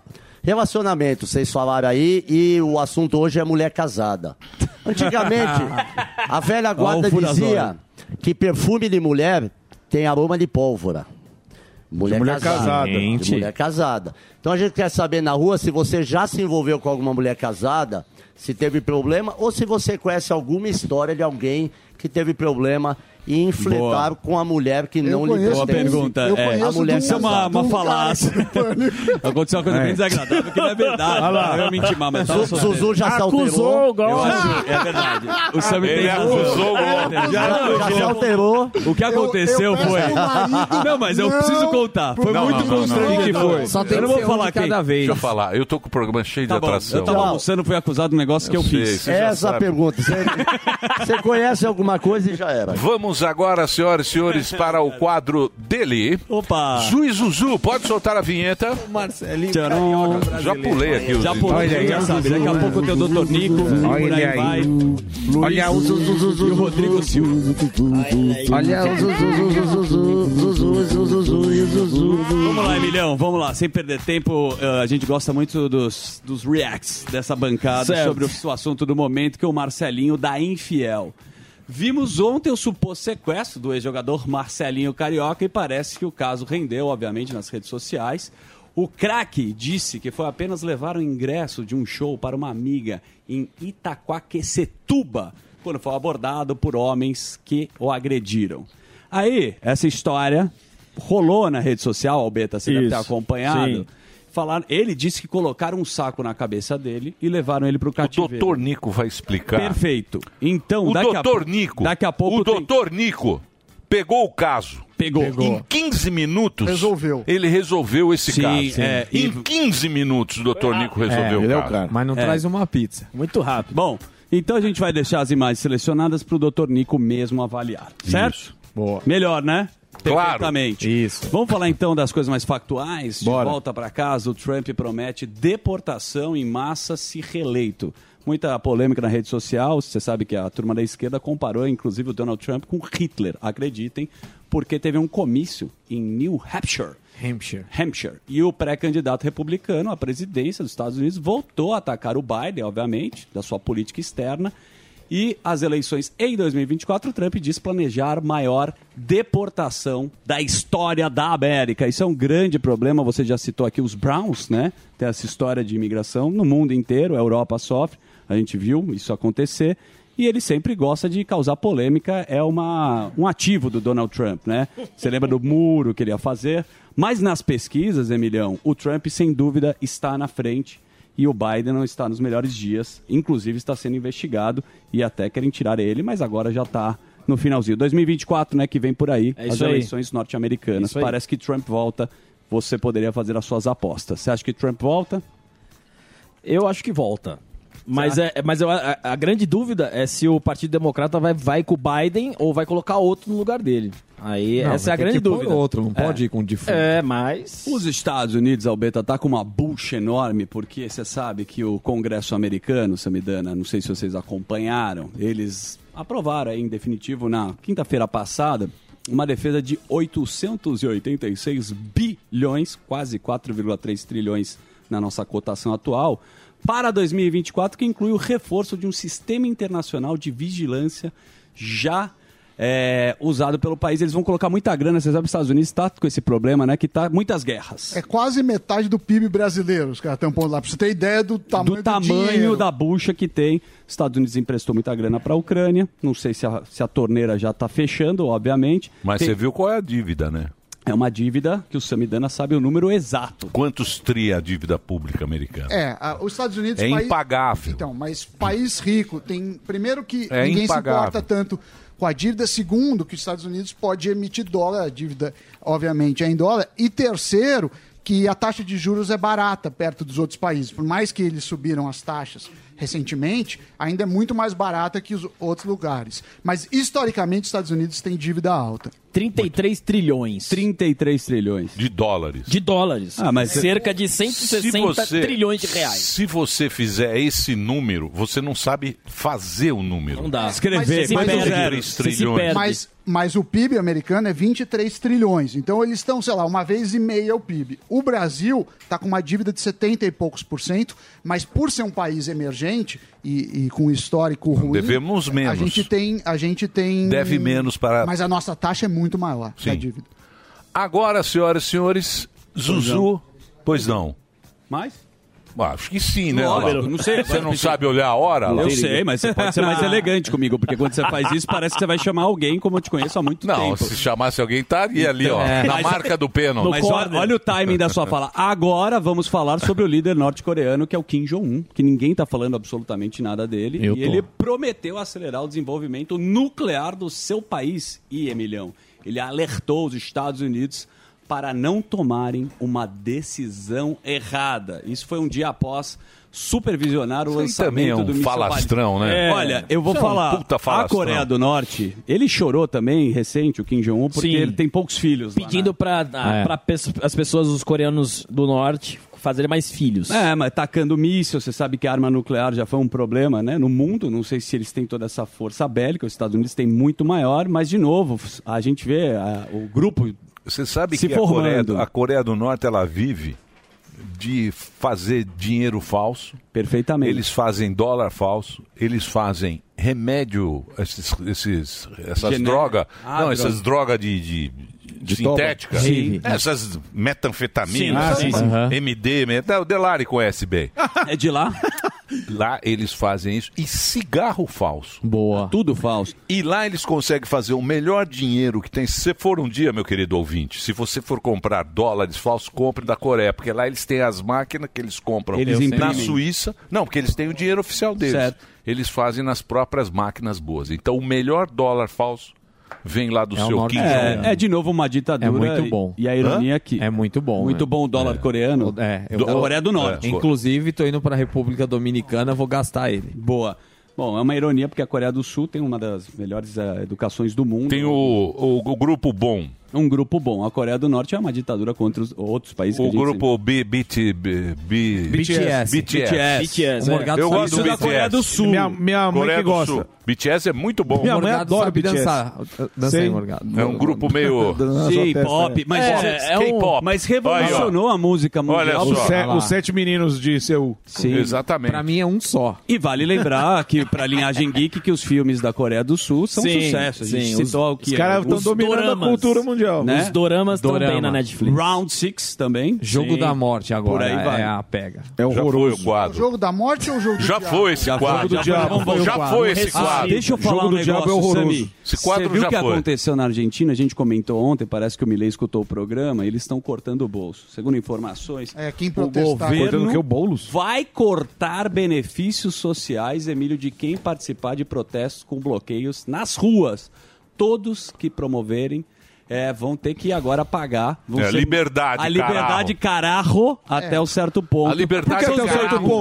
[SPEAKER 10] relacionamento, vocês falaram aí, e o assunto hoje é mulher casada.
[SPEAKER 8] [LAUGHS]
[SPEAKER 10] Antigamente,
[SPEAKER 8] Ah.
[SPEAKER 10] a velha guarda
[SPEAKER 14] Ó, o furador.
[SPEAKER 10] dizia que perfume de mulher tem aroma de pólvora. Mulher,
[SPEAKER 14] De mulher casada.
[SPEAKER 10] casada.
[SPEAKER 14] Gente.
[SPEAKER 10] De mulher casada. Então a gente quer saber na rua se você já se envolveu com alguma mulher casada, se teve problema, ou se você conhece alguma história de alguém que teve problema e infletar com a mulher que não lhe
[SPEAKER 8] Boa
[SPEAKER 10] pertence.
[SPEAKER 8] pergunta. é, a mulher isso é uma, uma falácia.
[SPEAKER 5] [LAUGHS]
[SPEAKER 8] Aconteceu uma coisa
[SPEAKER 10] É.
[SPEAKER 8] bem desagradável, que não é verdade.
[SPEAKER 10] Olha lá.
[SPEAKER 8] Eu ia me intimar,
[SPEAKER 5] Tá
[SPEAKER 8] mas tava
[SPEAKER 10] Zu-
[SPEAKER 8] solteiro.
[SPEAKER 10] Zuzu já se
[SPEAKER 8] Acusou
[SPEAKER 10] alterou.
[SPEAKER 8] o golpe. Eu acho- é verdade. O Samir
[SPEAKER 10] Ele
[SPEAKER 8] tem razão.
[SPEAKER 10] acusou o golpe.
[SPEAKER 8] É verdade.
[SPEAKER 10] Já- já se alterou.
[SPEAKER 8] O que
[SPEAKER 10] Eu-
[SPEAKER 8] aconteceu
[SPEAKER 10] eu peço
[SPEAKER 8] foi.
[SPEAKER 10] pro marido-
[SPEAKER 8] Não, mas eu
[SPEAKER 10] Não,
[SPEAKER 8] preciso contar. Foi
[SPEAKER 5] Não,
[SPEAKER 8] muito
[SPEAKER 5] não, não,
[SPEAKER 8] constrangedor.
[SPEAKER 5] não.
[SPEAKER 8] que foi.
[SPEAKER 10] um
[SPEAKER 8] eu não vou falar quem.
[SPEAKER 5] Deixa eu falar, eu tô com o programa cheio
[SPEAKER 8] Tá
[SPEAKER 5] de
[SPEAKER 8] bom,
[SPEAKER 5] atração.
[SPEAKER 8] eu tava almoçando, fui acusado de um negócio que eu
[SPEAKER 5] sei,
[SPEAKER 8] fiz.
[SPEAKER 5] você já
[SPEAKER 10] Essa
[SPEAKER 5] sabe.
[SPEAKER 10] pergunta. Você, você conhece alguma coisa e já era.
[SPEAKER 5] Vamos agora, senhoras e
[SPEAKER 8] [LAUGHS]
[SPEAKER 5] senhores, para o quadro dele.
[SPEAKER 8] Opa!
[SPEAKER 5] Zui Zuzu, pode soltar a vinheta.
[SPEAKER 8] Marcelinho.
[SPEAKER 5] Já pulei aqui o
[SPEAKER 8] Já pulei,
[SPEAKER 5] Olha aí,
[SPEAKER 8] já sabe. Daqui a pouco tem o Dr. Nico. por aí vai.
[SPEAKER 15] Olha o Zuzu.
[SPEAKER 8] E o Rodrigo Silva.
[SPEAKER 15] Olha o
[SPEAKER 8] Vamos lá, Emilhão, vamos lá. Sem perder tempo, eh, a gente gosta muito dos, dos reacts dessa bancada
[SPEAKER 15] Certo.
[SPEAKER 8] sobre o assunto do momento, que é o Marcelinho da Infiel. Vimos ontem o suposto sequestro do ex-jogador Marcelinho Carioca e parece que o caso rendeu, obviamente, nas redes sociais. O craque disse que foi apenas levar o ingresso de um show para uma amiga em Itaquaquecetuba, quando foi abordado por homens que o agrediram. Aí, essa história rolou na rede social, Albeta, você deve
[SPEAKER 15] Isso,
[SPEAKER 8] ter acompanhado.
[SPEAKER 15] sim.
[SPEAKER 8] Falaram, ele disse que colocaram um saco na cabeça dele e levaram ele pro cativeiro.
[SPEAKER 5] doutor Nico vai explicar.
[SPEAKER 8] Perfeito. Então,
[SPEAKER 5] O
[SPEAKER 8] daqui a
[SPEAKER 5] doutor
[SPEAKER 8] pou-
[SPEAKER 5] Nico.
[SPEAKER 8] Daqui a pouco
[SPEAKER 5] O doutor Nico pegou o caso.
[SPEAKER 8] Pegou.
[SPEAKER 5] Em 15 minutos. Resolveu. Ele resolveu esse
[SPEAKER 15] Sim,
[SPEAKER 5] caso.
[SPEAKER 15] é,
[SPEAKER 5] em
[SPEAKER 15] e-
[SPEAKER 5] 15 minutos, o doutor Nico resolveu o caso.
[SPEAKER 15] Mas não
[SPEAKER 8] Ah, É.
[SPEAKER 15] traz um- uma pizza.
[SPEAKER 8] Muito rápido. Bom, então a gente vai deixar as imagens selecionadas pro doutor Nico mesmo avaliar, certo? Boa. Melhor, né?
[SPEAKER 15] Claro.
[SPEAKER 8] Perfeitamente. Isso. Vamos falar então das coisas mais factuais? De volta para casa, o Trump promete deportação em massa se reeleito. Muita polêmica na rede social, você sabe que a turma da esquerda comparou inclusive o Donald Trump com Hitler, acreditem, porque teve um comício em New Hampshire.
[SPEAKER 15] Hampshire.
[SPEAKER 8] Hampshire. E o pré-candidato republicano à presidência dos Estados Unidos voltou a atacar o Biden, obviamente, da sua política externa. E as eleições em 2024, o Trump diz planejar maior deportação da história da América. Isso é um grande problema. Você já citou aqui os Browns, né? Tem essa história de imigração no mundo inteiro, a Europa sofre. A gente viu isso acontecer. E ele sempre gosta de causar polêmica, é uma, um ativo do Donald Trump, né? Você lembra do muro que ele ia fazer? Mas nas pesquisas, Emilhão, o Trump sem dúvida está na frente e o Biden não está nos melhores dias. Inclusive está sendo investigado e até querem tirar ele, mas agora já está no finalzinho. 2024, né, que vem por aí,
[SPEAKER 11] É
[SPEAKER 8] as
[SPEAKER 11] isso aí.
[SPEAKER 8] eleições norte-americanas.
[SPEAKER 11] Isso aí.
[SPEAKER 8] Parece que Trump volta, você poderia fazer as suas apostas. Você acha que Trump volta?
[SPEAKER 11] Eu acho que volta. Mas, é, mas eu- a, a grande dúvida é se o Partido Democrata vai, vai com o Biden ou vai colocar outro no lugar dele. Aí
[SPEAKER 15] Não,
[SPEAKER 11] essa é
[SPEAKER 15] vai
[SPEAKER 11] a
[SPEAKER 15] ter
[SPEAKER 11] grande
[SPEAKER 15] que pôr
[SPEAKER 11] dúvida.
[SPEAKER 15] outro, não
[SPEAKER 11] É.
[SPEAKER 15] pode ir com defunto.
[SPEAKER 11] É, mas.
[SPEAKER 8] Os Estados Unidos, Albeta, tá com uma bucha enorme, porque você sabe que o Congresso americano, Samidana, não sei se vocês acompanharam, eles aprovaram aí, em definitivo na quinta-feira passada uma defesa de 886 bilhões, quase 4,3 trilhões na nossa cotação atual, para 2024, que inclui o reforço de um sistema internacional de vigilância já é, usado pelo país. Eles vão colocar muita grana. Você sabe que os Estados Unidos está com esse problema, né? Que tá muitas guerras.
[SPEAKER 7] É quase metade do PIB brasileiro, os caras estão pondo lá. Pra você ter ideia do tamanho do,
[SPEAKER 8] Tamanho
[SPEAKER 7] dinheiro.
[SPEAKER 8] da bucha que tem. Os Estados Unidos emprestou muita grana para a Ucrânia. Não sei se a, se a torneira já está fechando, obviamente.
[SPEAKER 5] Mas
[SPEAKER 8] Tem-
[SPEAKER 5] você viu qual é a dívida, né?
[SPEAKER 8] É uma dívida que o Samidana sabe o número exato.
[SPEAKER 5] Quantos tri a dívida pública americana?
[SPEAKER 7] É, a- os Estados Unidos...
[SPEAKER 5] É
[SPEAKER 7] país-
[SPEAKER 5] impagável.
[SPEAKER 7] Então, mas país rico tem... Primeiro que
[SPEAKER 5] É
[SPEAKER 7] ninguém
[SPEAKER 5] impagável.
[SPEAKER 7] se importa tanto com a dívida. Segundo, que os Estados Unidos pode emitir dólar, a dívida, obviamente, é em dólar. E terceiro, que a taxa de juros é barata perto dos outros países. Por mais que eles subiram as taxas recentemente, ainda é muito mais barata que os outros lugares. Mas, historicamente, os Estados Unidos têm dívida alta.
[SPEAKER 11] 33 trilhões.
[SPEAKER 8] 33 trilhões.
[SPEAKER 5] De dólares.
[SPEAKER 11] De dólares.
[SPEAKER 5] Ah, mas-
[SPEAKER 11] Cerca de 160 trilhões de reais.
[SPEAKER 5] Se você fizer esse número, você não sabe fazer o número. Não
[SPEAKER 11] dá.
[SPEAKER 5] Escrever,
[SPEAKER 7] mas,
[SPEAKER 5] mas, três
[SPEAKER 7] mas,
[SPEAKER 5] trilhões.
[SPEAKER 7] mas, mas o PIB americano é 23 trilhões. Então eles estão, sei lá, uma vez e meia o PIB. O Brasil está com uma dívida de 70 e poucos por cento, mas por ser um país emergente e, e com histórico ruim.
[SPEAKER 5] Devemos menos.
[SPEAKER 7] A gente tem. A gente tem
[SPEAKER 5] Deve menos para-
[SPEAKER 7] hum, Mas a nossa taxa é muito maior da
[SPEAKER 5] Sim.
[SPEAKER 7] dívida.
[SPEAKER 5] Agora, senhoras e senhores, Zuzu. Pois não.
[SPEAKER 8] Mais?
[SPEAKER 5] acho que sim, né?
[SPEAKER 8] Lógico,
[SPEAKER 5] Olha lá.
[SPEAKER 8] não sei.
[SPEAKER 5] Você não sabe olhar a hora?
[SPEAKER 8] Eu
[SPEAKER 5] lá?
[SPEAKER 8] sei, mas você pode ser [LAUGHS] mais
[SPEAKER 11] [LAUGHS]
[SPEAKER 8] elegante comigo, porque quando você faz isso, parece que você vai chamar alguém como eu te conheço há muito
[SPEAKER 5] Não,
[SPEAKER 8] tempo.
[SPEAKER 5] se chamasse alguém, estaria ali, ó.
[SPEAKER 8] É.
[SPEAKER 5] Na
[SPEAKER 8] Mas-
[SPEAKER 5] marca do pênalti.
[SPEAKER 8] Mas olha, olha o timing da sua [LAUGHS] fala. Agora vamos falar sobre
[SPEAKER 5] [LAUGHS]
[SPEAKER 8] o líder norte-coreano, que é o Kim Jong-un, que ninguém está falando absolutamente nada dele.
[SPEAKER 15] Eu
[SPEAKER 8] e
[SPEAKER 15] tô.
[SPEAKER 8] ele prometeu acelerar o desenvolvimento nuclear do seu país. E, Emilhão, ele alertou os Estados Unidos para não tomarem uma decisão errada. Isso foi um dia após supervisionar o
[SPEAKER 5] Isso aí
[SPEAKER 8] lançamento
[SPEAKER 5] também é um
[SPEAKER 8] do míssil
[SPEAKER 5] falastrão,
[SPEAKER 8] balístico.
[SPEAKER 5] né?
[SPEAKER 8] É. Olha, eu vou
[SPEAKER 5] Isso é um
[SPEAKER 8] falar,
[SPEAKER 5] puta
[SPEAKER 8] a
[SPEAKER 5] falastrão.
[SPEAKER 8] Coreia do Norte, ele chorou também, recente, o Kim Jong-un, porque
[SPEAKER 11] Sim.
[SPEAKER 8] ele tem poucos filhos lá,
[SPEAKER 11] Pedindo para
[SPEAKER 8] É.
[SPEAKER 11] as pessoas, os coreanos do norte, fazerem mais filhos.
[SPEAKER 8] É, mas tacando míssil, você sabe que a arma nuclear já foi um problema, né? No mundo, não sei se eles têm toda essa força bélica, os Estados Unidos têm muito maior, mas de novo, a gente vê a- o grupo
[SPEAKER 5] Você sabe
[SPEAKER 8] se
[SPEAKER 5] que a
[SPEAKER 8] formando.
[SPEAKER 5] Coreia, do- a Coreia do Norte ela vive de fazer dinheiro falso.
[SPEAKER 8] Perfeitamente.
[SPEAKER 5] Eles fazem dólar falso, eles fazem remédio, esses, esses- essas
[SPEAKER 8] Gené-
[SPEAKER 5] drogas.
[SPEAKER 8] Ah,
[SPEAKER 5] não,
[SPEAKER 8] droga.
[SPEAKER 5] essas drogas de. de-
[SPEAKER 8] De
[SPEAKER 5] sintética, É,
[SPEAKER 8] toba. Sim.
[SPEAKER 5] essas
[SPEAKER 8] Sim,
[SPEAKER 5] metanfetaminas,
[SPEAKER 8] Ah, sim,
[SPEAKER 5] essas
[SPEAKER 8] sim. Aham.
[SPEAKER 5] MD, meta- o Delari conhece bem.
[SPEAKER 8] é de lá.
[SPEAKER 5] [LAUGHS] Lá eles fazem isso e cigarro falso.
[SPEAKER 15] Boa.
[SPEAKER 8] Tudo falso.
[SPEAKER 5] E lá eles conseguem fazer o melhor dinheiro que tem. Se você for um dia, meu querido ouvinte, se você for comprar dólares falsos, compre da Coreia, porque lá eles têm as máquinas que eles compram
[SPEAKER 8] Eles
[SPEAKER 5] na
[SPEAKER 8] imprimem.
[SPEAKER 5] Suíça. Não, porque eles têm o dinheiro oficial deles.
[SPEAKER 8] Certo.
[SPEAKER 5] Eles fazem nas próprias máquinas boas. Então o melhor dólar falso vem lá do
[SPEAKER 8] É o
[SPEAKER 5] seu
[SPEAKER 8] norte
[SPEAKER 5] Kim
[SPEAKER 8] coreano.
[SPEAKER 5] Jong-un.
[SPEAKER 8] É, é de novo uma ditadura.
[SPEAKER 5] É muito bom.
[SPEAKER 8] E, e a ironia
[SPEAKER 5] Hã?
[SPEAKER 8] aqui.
[SPEAKER 15] É muito bom.
[SPEAKER 8] Muito
[SPEAKER 15] né?
[SPEAKER 8] bom o dólar coreano.
[SPEAKER 15] É, eu
[SPEAKER 8] da
[SPEAKER 15] vou-
[SPEAKER 8] Coreia do Norte.
[SPEAKER 15] É. Inclusive, tô indo pra República Dominicana, vou gastar ele.
[SPEAKER 8] Boa. Bom, é uma ironia porque a Coreia do Sul tem uma das melhores eh, educações do mundo.
[SPEAKER 5] Tem o, o, o grupo bom.
[SPEAKER 8] Um grupo bom. A Coreia do Norte é uma ditadura contra os outros países que
[SPEAKER 5] O
[SPEAKER 8] a gente
[SPEAKER 5] grupo B, BT, B, B-
[SPEAKER 8] BTS.
[SPEAKER 5] BTS.
[SPEAKER 8] BTS, é.
[SPEAKER 5] Eu gosto
[SPEAKER 8] Isso
[SPEAKER 5] do
[SPEAKER 8] da
[SPEAKER 5] BTS.
[SPEAKER 8] Coreia do Sul. Minha- minha mãe
[SPEAKER 5] Coreia
[SPEAKER 8] que
[SPEAKER 5] do
[SPEAKER 8] gosta.
[SPEAKER 5] Sul. BTS é muito bom.
[SPEAKER 15] Minha mãe Morgado adora sabe BTS. dançar. Dança aí,
[SPEAKER 5] Sim.
[SPEAKER 15] Morgado.
[SPEAKER 5] É um
[SPEAKER 8] [LAUGHS]
[SPEAKER 5] grupo meio...
[SPEAKER 8] Sim, pop, mas
[SPEAKER 5] É, é um-
[SPEAKER 8] K-pop. Mas revolucionou a música mundial.
[SPEAKER 5] Olha
[SPEAKER 4] Os,
[SPEAKER 5] só.
[SPEAKER 4] se-
[SPEAKER 5] Olha lá.
[SPEAKER 4] os sete meninos de Seul.
[SPEAKER 8] Sim. Exatamente. Pra
[SPEAKER 15] mim é um só.
[SPEAKER 8] E vale lembrar que, pra linhagem geek, que os filmes da Coreia do Sul são
[SPEAKER 11] Sim,
[SPEAKER 8] um sucesso. A gente
[SPEAKER 11] sim, os-
[SPEAKER 8] citou é
[SPEAKER 11] os caras tão dominando a cultura mundial. Os doramas tão bem na Netflix.
[SPEAKER 8] né? Round Six também.
[SPEAKER 15] Jogo da morte agora,
[SPEAKER 8] Por aí vai.
[SPEAKER 15] é a pega.
[SPEAKER 4] É
[SPEAKER 5] horroroso.
[SPEAKER 7] O jogo da morte ou o jogo do
[SPEAKER 5] Já
[SPEAKER 7] diabo?
[SPEAKER 5] foi esse quadro.
[SPEAKER 8] do diabo.
[SPEAKER 5] Foi, já foi esse quadro.
[SPEAKER 8] Deixa eu falar um
[SPEAKER 11] é
[SPEAKER 8] negócio, Sammy. Você
[SPEAKER 5] Esse quadro
[SPEAKER 8] viu o
[SPEAKER 5] já
[SPEAKER 8] que
[SPEAKER 5] foi.
[SPEAKER 8] aconteceu na Argentina? A gente comentou ontem, parece que o Milei escutou o programa, eles estão cortando o bolso. Segundo informações,
[SPEAKER 7] É, quem
[SPEAKER 8] o
[SPEAKER 7] protestar.
[SPEAKER 8] governo
[SPEAKER 5] é
[SPEAKER 15] Boulos?
[SPEAKER 8] vai cortar benefícios sociais, Emílio, de quem participar de protestos com bloqueios nas ruas. Todos que promoverem é, vão ter que agora pagar. vão
[SPEAKER 5] É,
[SPEAKER 8] ser-
[SPEAKER 5] liberdade,
[SPEAKER 8] A liberdade cararro, até
[SPEAKER 5] É.
[SPEAKER 8] um certo ponto.
[SPEAKER 5] A liberdade
[SPEAKER 8] Por que um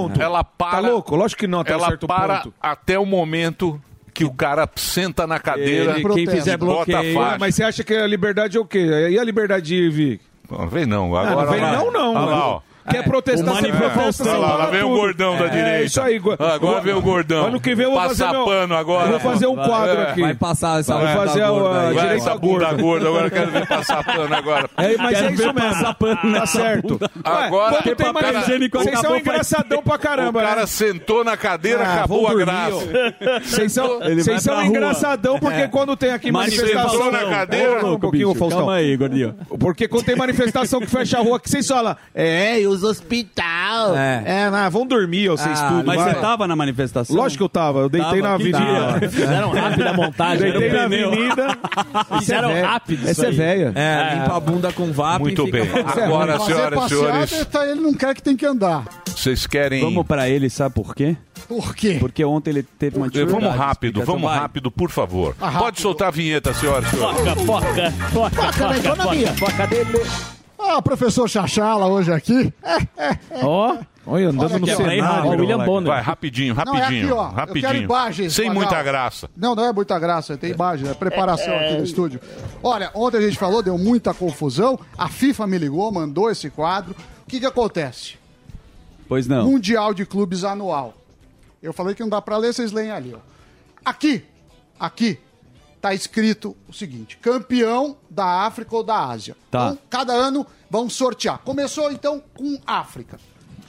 [SPEAKER 5] carro, Ela
[SPEAKER 15] Tá
[SPEAKER 5] para.
[SPEAKER 15] um
[SPEAKER 5] ela para
[SPEAKER 8] ponto.
[SPEAKER 5] até o momento que o cara senta na cadeira
[SPEAKER 4] Ele- quem fizer
[SPEAKER 5] e bota a
[SPEAKER 4] bloqueio.
[SPEAKER 5] faixa.
[SPEAKER 4] Ah, Mas você acha que a liberdade é o quê? E a liberdade de ir, Vic?
[SPEAKER 5] Não vem não.
[SPEAKER 4] não
[SPEAKER 5] Agora
[SPEAKER 4] vem
[SPEAKER 5] lá.
[SPEAKER 4] não, não.
[SPEAKER 5] Olha lá, ó. É.
[SPEAKER 4] Quer protestar,
[SPEAKER 5] O
[SPEAKER 4] você
[SPEAKER 5] Mani-
[SPEAKER 4] protesta,
[SPEAKER 5] Olha
[SPEAKER 4] você
[SPEAKER 5] lá,
[SPEAKER 4] para
[SPEAKER 5] lá vem o
[SPEAKER 4] tudo.
[SPEAKER 5] gordão da
[SPEAKER 4] É,
[SPEAKER 5] direita.
[SPEAKER 4] isso aí. go-
[SPEAKER 5] Agora vem o gordão.
[SPEAKER 4] Ano que vem eu vou
[SPEAKER 5] Passar
[SPEAKER 4] fazer meu-
[SPEAKER 5] pano agora.
[SPEAKER 4] Vou fazer um quadro
[SPEAKER 5] É.
[SPEAKER 4] aqui.
[SPEAKER 5] Vai
[SPEAKER 15] passar essa
[SPEAKER 4] Vou
[SPEAKER 15] bunda
[SPEAKER 4] fazer a,
[SPEAKER 15] gorda
[SPEAKER 4] a
[SPEAKER 5] Vai,
[SPEAKER 4] direita
[SPEAKER 5] essa bunda
[SPEAKER 4] gorda.
[SPEAKER 5] gorda, agora eu quero ver passar pano agora.
[SPEAKER 4] É, mas é isso mesmo. tá certo.
[SPEAKER 5] Agora
[SPEAKER 4] quando tem mais higiênico, vocês são engraçadeirão pra caramba,
[SPEAKER 5] [LAUGHS] O cara
[SPEAKER 4] né?
[SPEAKER 5] sentou na cadeira,
[SPEAKER 4] Ah,
[SPEAKER 5] acabou
[SPEAKER 4] vão
[SPEAKER 5] a
[SPEAKER 4] dormir,
[SPEAKER 5] graça.
[SPEAKER 4] ó. Vocês são, vocês são engraçadão porque quando tem aqui
[SPEAKER 5] Mas
[SPEAKER 4] manifestação...
[SPEAKER 5] sentou É. na cadeira.
[SPEAKER 4] Calma um pouquinho,
[SPEAKER 5] Bicho,
[SPEAKER 4] Faustão.
[SPEAKER 5] calma
[SPEAKER 8] aí, gordinho.
[SPEAKER 4] Porque quando tem manifestação que fecha a rua, que vocês falam, é, e os hospital. É, ah, vão dormir, ó, vocês tudo.
[SPEAKER 8] Mas
[SPEAKER 4] vai.
[SPEAKER 8] você tava na manifestação?
[SPEAKER 4] Lógico que eu tava, eu deitei
[SPEAKER 8] Tava,
[SPEAKER 4] na
[SPEAKER 8] que
[SPEAKER 4] avenida.
[SPEAKER 8] dia. Fizeram rápida
[SPEAKER 4] [LAUGHS]
[SPEAKER 8] montagem,
[SPEAKER 4] Deitei
[SPEAKER 8] era
[SPEAKER 4] na
[SPEAKER 8] um pneu. [LAUGHS]
[SPEAKER 4] avenida.
[SPEAKER 8] Fizeram
[SPEAKER 4] Isso é
[SPEAKER 8] rápido
[SPEAKER 4] velho.
[SPEAKER 8] isso
[SPEAKER 4] Essa é
[SPEAKER 8] aí.
[SPEAKER 4] velha.
[SPEAKER 15] É, limpa a bunda com vapo
[SPEAKER 5] Muito
[SPEAKER 15] e fica
[SPEAKER 5] bem.
[SPEAKER 15] falando.
[SPEAKER 5] Agora,
[SPEAKER 7] Fazer
[SPEAKER 5] senhoras e
[SPEAKER 7] passeada,
[SPEAKER 5] senhores,
[SPEAKER 7] tá, ele não quer que tem que andar.
[SPEAKER 5] vocês querem.
[SPEAKER 8] Vamos pra ele, sabe por quê?
[SPEAKER 7] Por quê?
[SPEAKER 8] Porque ontem ele teve uma dificuldade.
[SPEAKER 5] Vamos rápido,
[SPEAKER 8] Explicação,
[SPEAKER 5] vamos
[SPEAKER 8] vai.
[SPEAKER 5] rápido, por favor.
[SPEAKER 4] Ah,
[SPEAKER 5] Pode soltar a vinheta, senhoras e senhores.
[SPEAKER 3] Foca, foca, foca,
[SPEAKER 8] Foca na
[SPEAKER 3] foca,
[SPEAKER 8] economia.
[SPEAKER 3] foca, foca dele.
[SPEAKER 7] Ah, o professor Chachala hoje aqui.
[SPEAKER 11] Ó.
[SPEAKER 16] Olha, andando
[SPEAKER 7] Olha no aqui, ó. cenário,
[SPEAKER 5] o
[SPEAKER 7] William Bonner.
[SPEAKER 5] Vai, rapidinho,
[SPEAKER 7] Não, é
[SPEAKER 5] rapidinho.
[SPEAKER 7] aqui, ó. Eu quero
[SPEAKER 5] rapidinho.
[SPEAKER 7] imagens,
[SPEAKER 5] Sem
[SPEAKER 7] Magal.
[SPEAKER 5] muita graça.
[SPEAKER 7] Não, não é muita graça, tem imagem, é preparação aqui no estúdio. Olha, ontem a gente falou, deu muita confusão. A FIFA me ligou, mandou esse quadro. O que que acontece?
[SPEAKER 8] Pois não.
[SPEAKER 7] Mundial de Clubes Anual. Eu falei que não dá pra ler, vocês leem ali, ó. Aqui, aqui, tá escrito o seguinte: campeão da África ou da Ásia.
[SPEAKER 8] Tá.
[SPEAKER 7] Então, cada ano vão sortear. Começou então com África.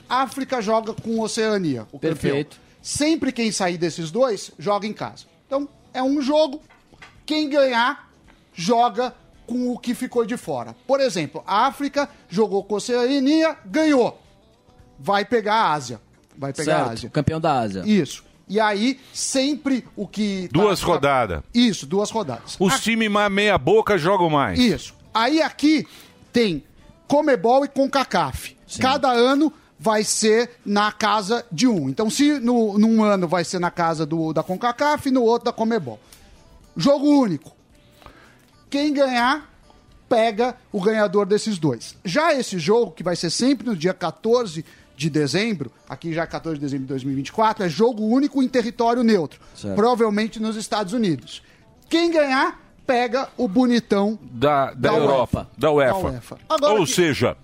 [SPEAKER 7] África joga com Oceania, o campeão.
[SPEAKER 6] Perfeito.
[SPEAKER 7] Sempre quem sair desses dois joga em casa. Então, é um jogo. Quem ganhar joga com o que ficou de fora. Por exemplo, a África jogou com Oceania, ganhou. Vai pegar a Ásia. Vai pegar a Ásia.
[SPEAKER 6] Certo, campeão da Ásia.
[SPEAKER 7] Isso. E aí, sempre o que. tá-
[SPEAKER 5] Duas rodadas.
[SPEAKER 7] Isso, duas rodadas.
[SPEAKER 5] Os times mais meia boca jogam mais.
[SPEAKER 7] Isso. Aí aqui tem Comebol e Concacaf. Cada ano vai ser na casa de um. Então, se no, num ano vai ser na casa do, da Concacaf, no outro da Comebol. Jogo único. Quem ganhar, pega o ganhador desses dois. Já esse jogo, que vai ser sempre no dia 14 de dezembro, aqui já é 14 de dezembro de 2024, é jogo único em território neutro.
[SPEAKER 5] Certo.
[SPEAKER 7] Provavelmente nos Estados Unidos. Quem ganhar, pega o bonitão
[SPEAKER 5] Da, da,
[SPEAKER 7] Da
[SPEAKER 5] Europa.
[SPEAKER 7] UEFA.
[SPEAKER 5] Da UEFA.
[SPEAKER 7] Da UEFA. Agora
[SPEAKER 5] ou
[SPEAKER 7] que-
[SPEAKER 5] seja,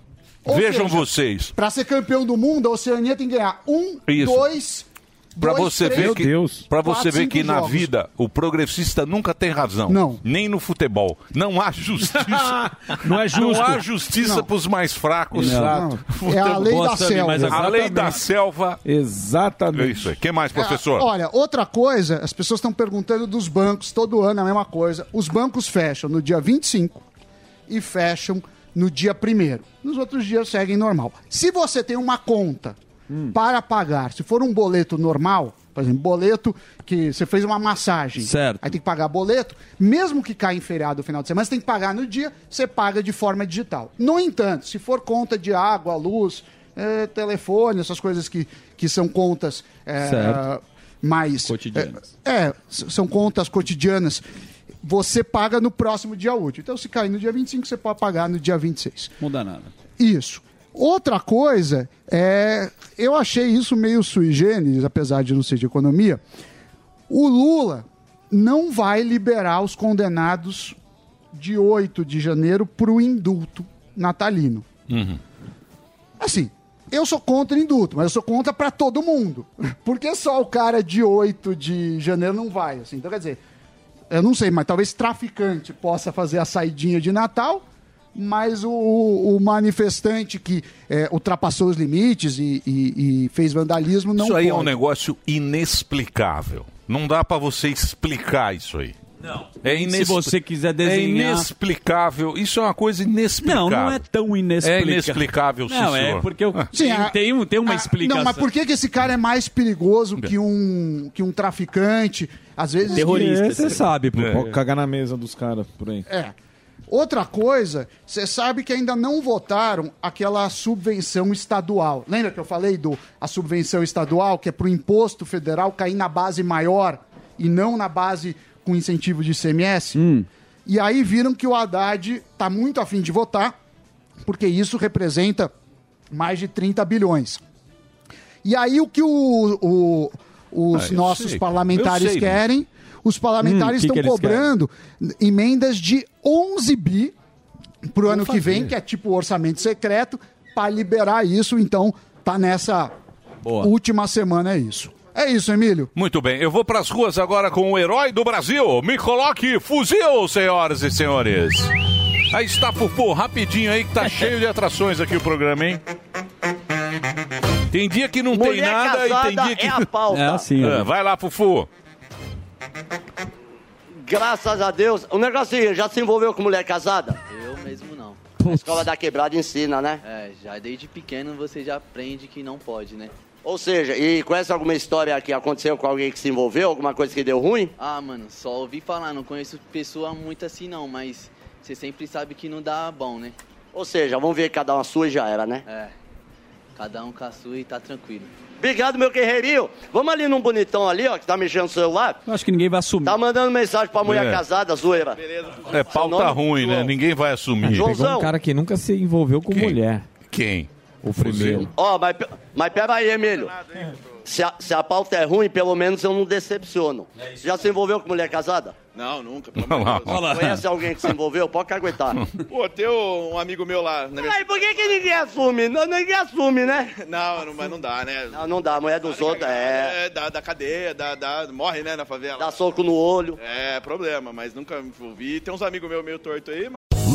[SPEAKER 7] Ou
[SPEAKER 5] vejam
[SPEAKER 7] seja,
[SPEAKER 5] vocês.
[SPEAKER 7] Pra ser campeão do mundo, a Oceania tem que ganhar um,
[SPEAKER 5] Isso.
[SPEAKER 7] dois,
[SPEAKER 5] Pra
[SPEAKER 7] dois,
[SPEAKER 5] você
[SPEAKER 7] três,
[SPEAKER 5] ver que, pra você
[SPEAKER 7] quatro,
[SPEAKER 5] ver
[SPEAKER 7] cinco
[SPEAKER 5] que na
[SPEAKER 7] jogos.
[SPEAKER 5] vida o progressista nunca tem razão.
[SPEAKER 7] Não.
[SPEAKER 5] Nem no futebol. Não há justiça.
[SPEAKER 16] Não é justo.
[SPEAKER 5] Não há justiça pros mais fracos.
[SPEAKER 16] Exato.
[SPEAKER 7] É a lei da
[SPEAKER 5] Bota-me
[SPEAKER 7] selva.
[SPEAKER 5] mais agora. A lei da
[SPEAKER 7] Exatamente.
[SPEAKER 5] selva.
[SPEAKER 16] Exatamente.
[SPEAKER 5] É isso aí. O que mais, professor?
[SPEAKER 7] Ah, Olha, outra coisa, as pessoas estão perguntando dos bancos, todo ano é a mesma coisa. Os bancos fecham no dia 25 e fecham no dia 1 Nos outros dias seguem normal. Se você tem uma conta
[SPEAKER 8] Hum.
[SPEAKER 7] para pagar, se for um boleto normal, por exemplo, boleto que você fez uma massagem,
[SPEAKER 8] Certo.
[SPEAKER 7] aí tem que pagar boleto, mesmo que caia em feriado no final de semana, você tem que pagar no dia, você paga de forma digital. No entanto, se for conta de água, luz, eh, telefone, essas coisas que, que são contas eh,
[SPEAKER 8] Certo.
[SPEAKER 7] mais.
[SPEAKER 8] Cotidianas.
[SPEAKER 7] É, é, s- são contas cotidianas. Você paga no próximo dia útil. Então, se cair no dia 25, você pode pagar no dia 26.
[SPEAKER 8] Muda nada.
[SPEAKER 7] Isso. Outra coisa é. Eu achei isso meio sui generis, apesar de não ser de economia. O Lula não vai liberar os condenados de 8 de janeiro para o indulto natalino.
[SPEAKER 3] Uhum.
[SPEAKER 7] Assim, eu sou contra indulto, mas eu sou contra pra todo mundo. [LAUGHS] Porque só o cara de 8 de janeiro não vai, assim. Então, quer dizer, eu não sei, mas talvez traficante possa fazer a saidinha de Natal, mas o, o- o manifestante que é, ultrapassou os limites e, e- e fez vandalismo não
[SPEAKER 5] isso aí é um
[SPEAKER 7] pode.
[SPEAKER 5] negócio inexplicável. Não dá pra você explicar isso aí. Não. É
[SPEAKER 8] Se
[SPEAKER 5] inexpli-
[SPEAKER 8] você quiser
[SPEAKER 5] É
[SPEAKER 8] desenhar...
[SPEAKER 5] inexplicável. Isso é uma coisa inexplicável.
[SPEAKER 8] Não, não é tão inexplicável.
[SPEAKER 5] É inexplicável, sim,
[SPEAKER 8] Não,
[SPEAKER 5] senhor.
[SPEAKER 8] é porque eu...
[SPEAKER 7] Ah. Sim,
[SPEAKER 8] tem,
[SPEAKER 7] a-
[SPEAKER 8] tem, um- tem uma
[SPEAKER 7] Ah,
[SPEAKER 8] explicação.
[SPEAKER 7] Não, mas por que, que esse cara é mais perigoso que um, que um traficante? Às vezes.
[SPEAKER 4] É, Você sabe, pô.
[SPEAKER 5] É.
[SPEAKER 4] Pode cagar na mesa dos caras por aí.
[SPEAKER 7] É. Outra coisa, você sabe que ainda não votaram aquela subvenção estadual. Lembra que eu falei do a subvenção estadual, que é para o imposto federal cair na base maior e não na base com incentivo de ICMS?
[SPEAKER 5] Hum.
[SPEAKER 7] E aí viram que o Haddad está muito afim de votar, porque isso representa mais de 30 bilhões. E aí o que o- o- os
[SPEAKER 5] Ah, eu
[SPEAKER 7] nossos
[SPEAKER 5] sei. Eu
[SPEAKER 7] parlamentares
[SPEAKER 5] sei.
[SPEAKER 7] querem? Os parlamentares
[SPEAKER 8] Hum, que
[SPEAKER 7] estão
[SPEAKER 8] que eles
[SPEAKER 7] cobrando emendas de 11 bi pro ano que vem, que é tipo orçamento secreto, para liberar isso. Então, tá nessa última semana, é isso. É isso, Emílio.
[SPEAKER 5] Muito bem, eu vou pras ruas agora com o herói do Brasil. Me coloque fuzil, senhoras e senhores. Aí está, Fufu, rapidinho
[SPEAKER 8] [LAUGHS]
[SPEAKER 5] aí que tá cheio de atrações aqui o programa, hein? Tem dia que não tem
[SPEAKER 10] Mulher
[SPEAKER 5] nada e tem
[SPEAKER 10] casada
[SPEAKER 5] dia que.
[SPEAKER 10] é a pauta.
[SPEAKER 8] É assim,
[SPEAKER 5] Ah,
[SPEAKER 8] ó.
[SPEAKER 5] vai lá, Fufu.
[SPEAKER 10] Graças a Deus. O negocinho, já se envolveu com mulher casada?
[SPEAKER 14] Eu mesmo não.
[SPEAKER 10] A escola da quebrada ensina, né?
[SPEAKER 14] É, já desde pequeno você já aprende que não pode, né?
[SPEAKER 10] Ou seja, e conhece alguma história que aconteceu com alguém que se envolveu, alguma coisa que deu ruim?
[SPEAKER 14] Ah, mano, só ouvi falar, não conheço pessoa muito assim não, mas você sempre sabe que não dá bom, né?
[SPEAKER 10] Ou seja, vamos ver cada uma sua e já era, né?
[SPEAKER 14] É.
[SPEAKER 11] Cada um com a sua e tá tranquilo.
[SPEAKER 10] Obrigado, meu guerreirinho. Vamos ali num bonitão ali, ó, que tá mexendo no celular.
[SPEAKER 8] Acho que ninguém vai assumir.
[SPEAKER 10] Tá mandando mensagem pra mulher
[SPEAKER 5] É.
[SPEAKER 10] casada, zoeira.
[SPEAKER 5] É pauta
[SPEAKER 10] nome?
[SPEAKER 5] ruim, né? Ninguém vai assumir.
[SPEAKER 12] Pegou um cara que nunca se envolveu com mulher.
[SPEAKER 5] Quem?
[SPEAKER 12] O primeiro.
[SPEAKER 10] Ó, mas, pe- mas peraí, Emílio. Se a, se a pauta é ruim, pelo menos eu não decepciono. Já se envolveu com mulher casada?
[SPEAKER 16] Não, nunca.
[SPEAKER 5] Olha lá.
[SPEAKER 10] Conhece alguém que se envolveu? Pode caguetar.
[SPEAKER 16] Pô, tem um amigo meu lá na minha...
[SPEAKER 10] Mas por que, que ninguém assume? Não, ninguém assume, né?
[SPEAKER 16] Não, não, mas não dá, né?
[SPEAKER 10] Não, não dá. A mulher dos outros é...
[SPEAKER 16] É, da, da cadeia, da, da, morre, né, na favela.
[SPEAKER 10] Dá soco no olho.
[SPEAKER 16] É, problema, mas nunca me envolvi. Tem uns amigos meus meio torto aí, mas...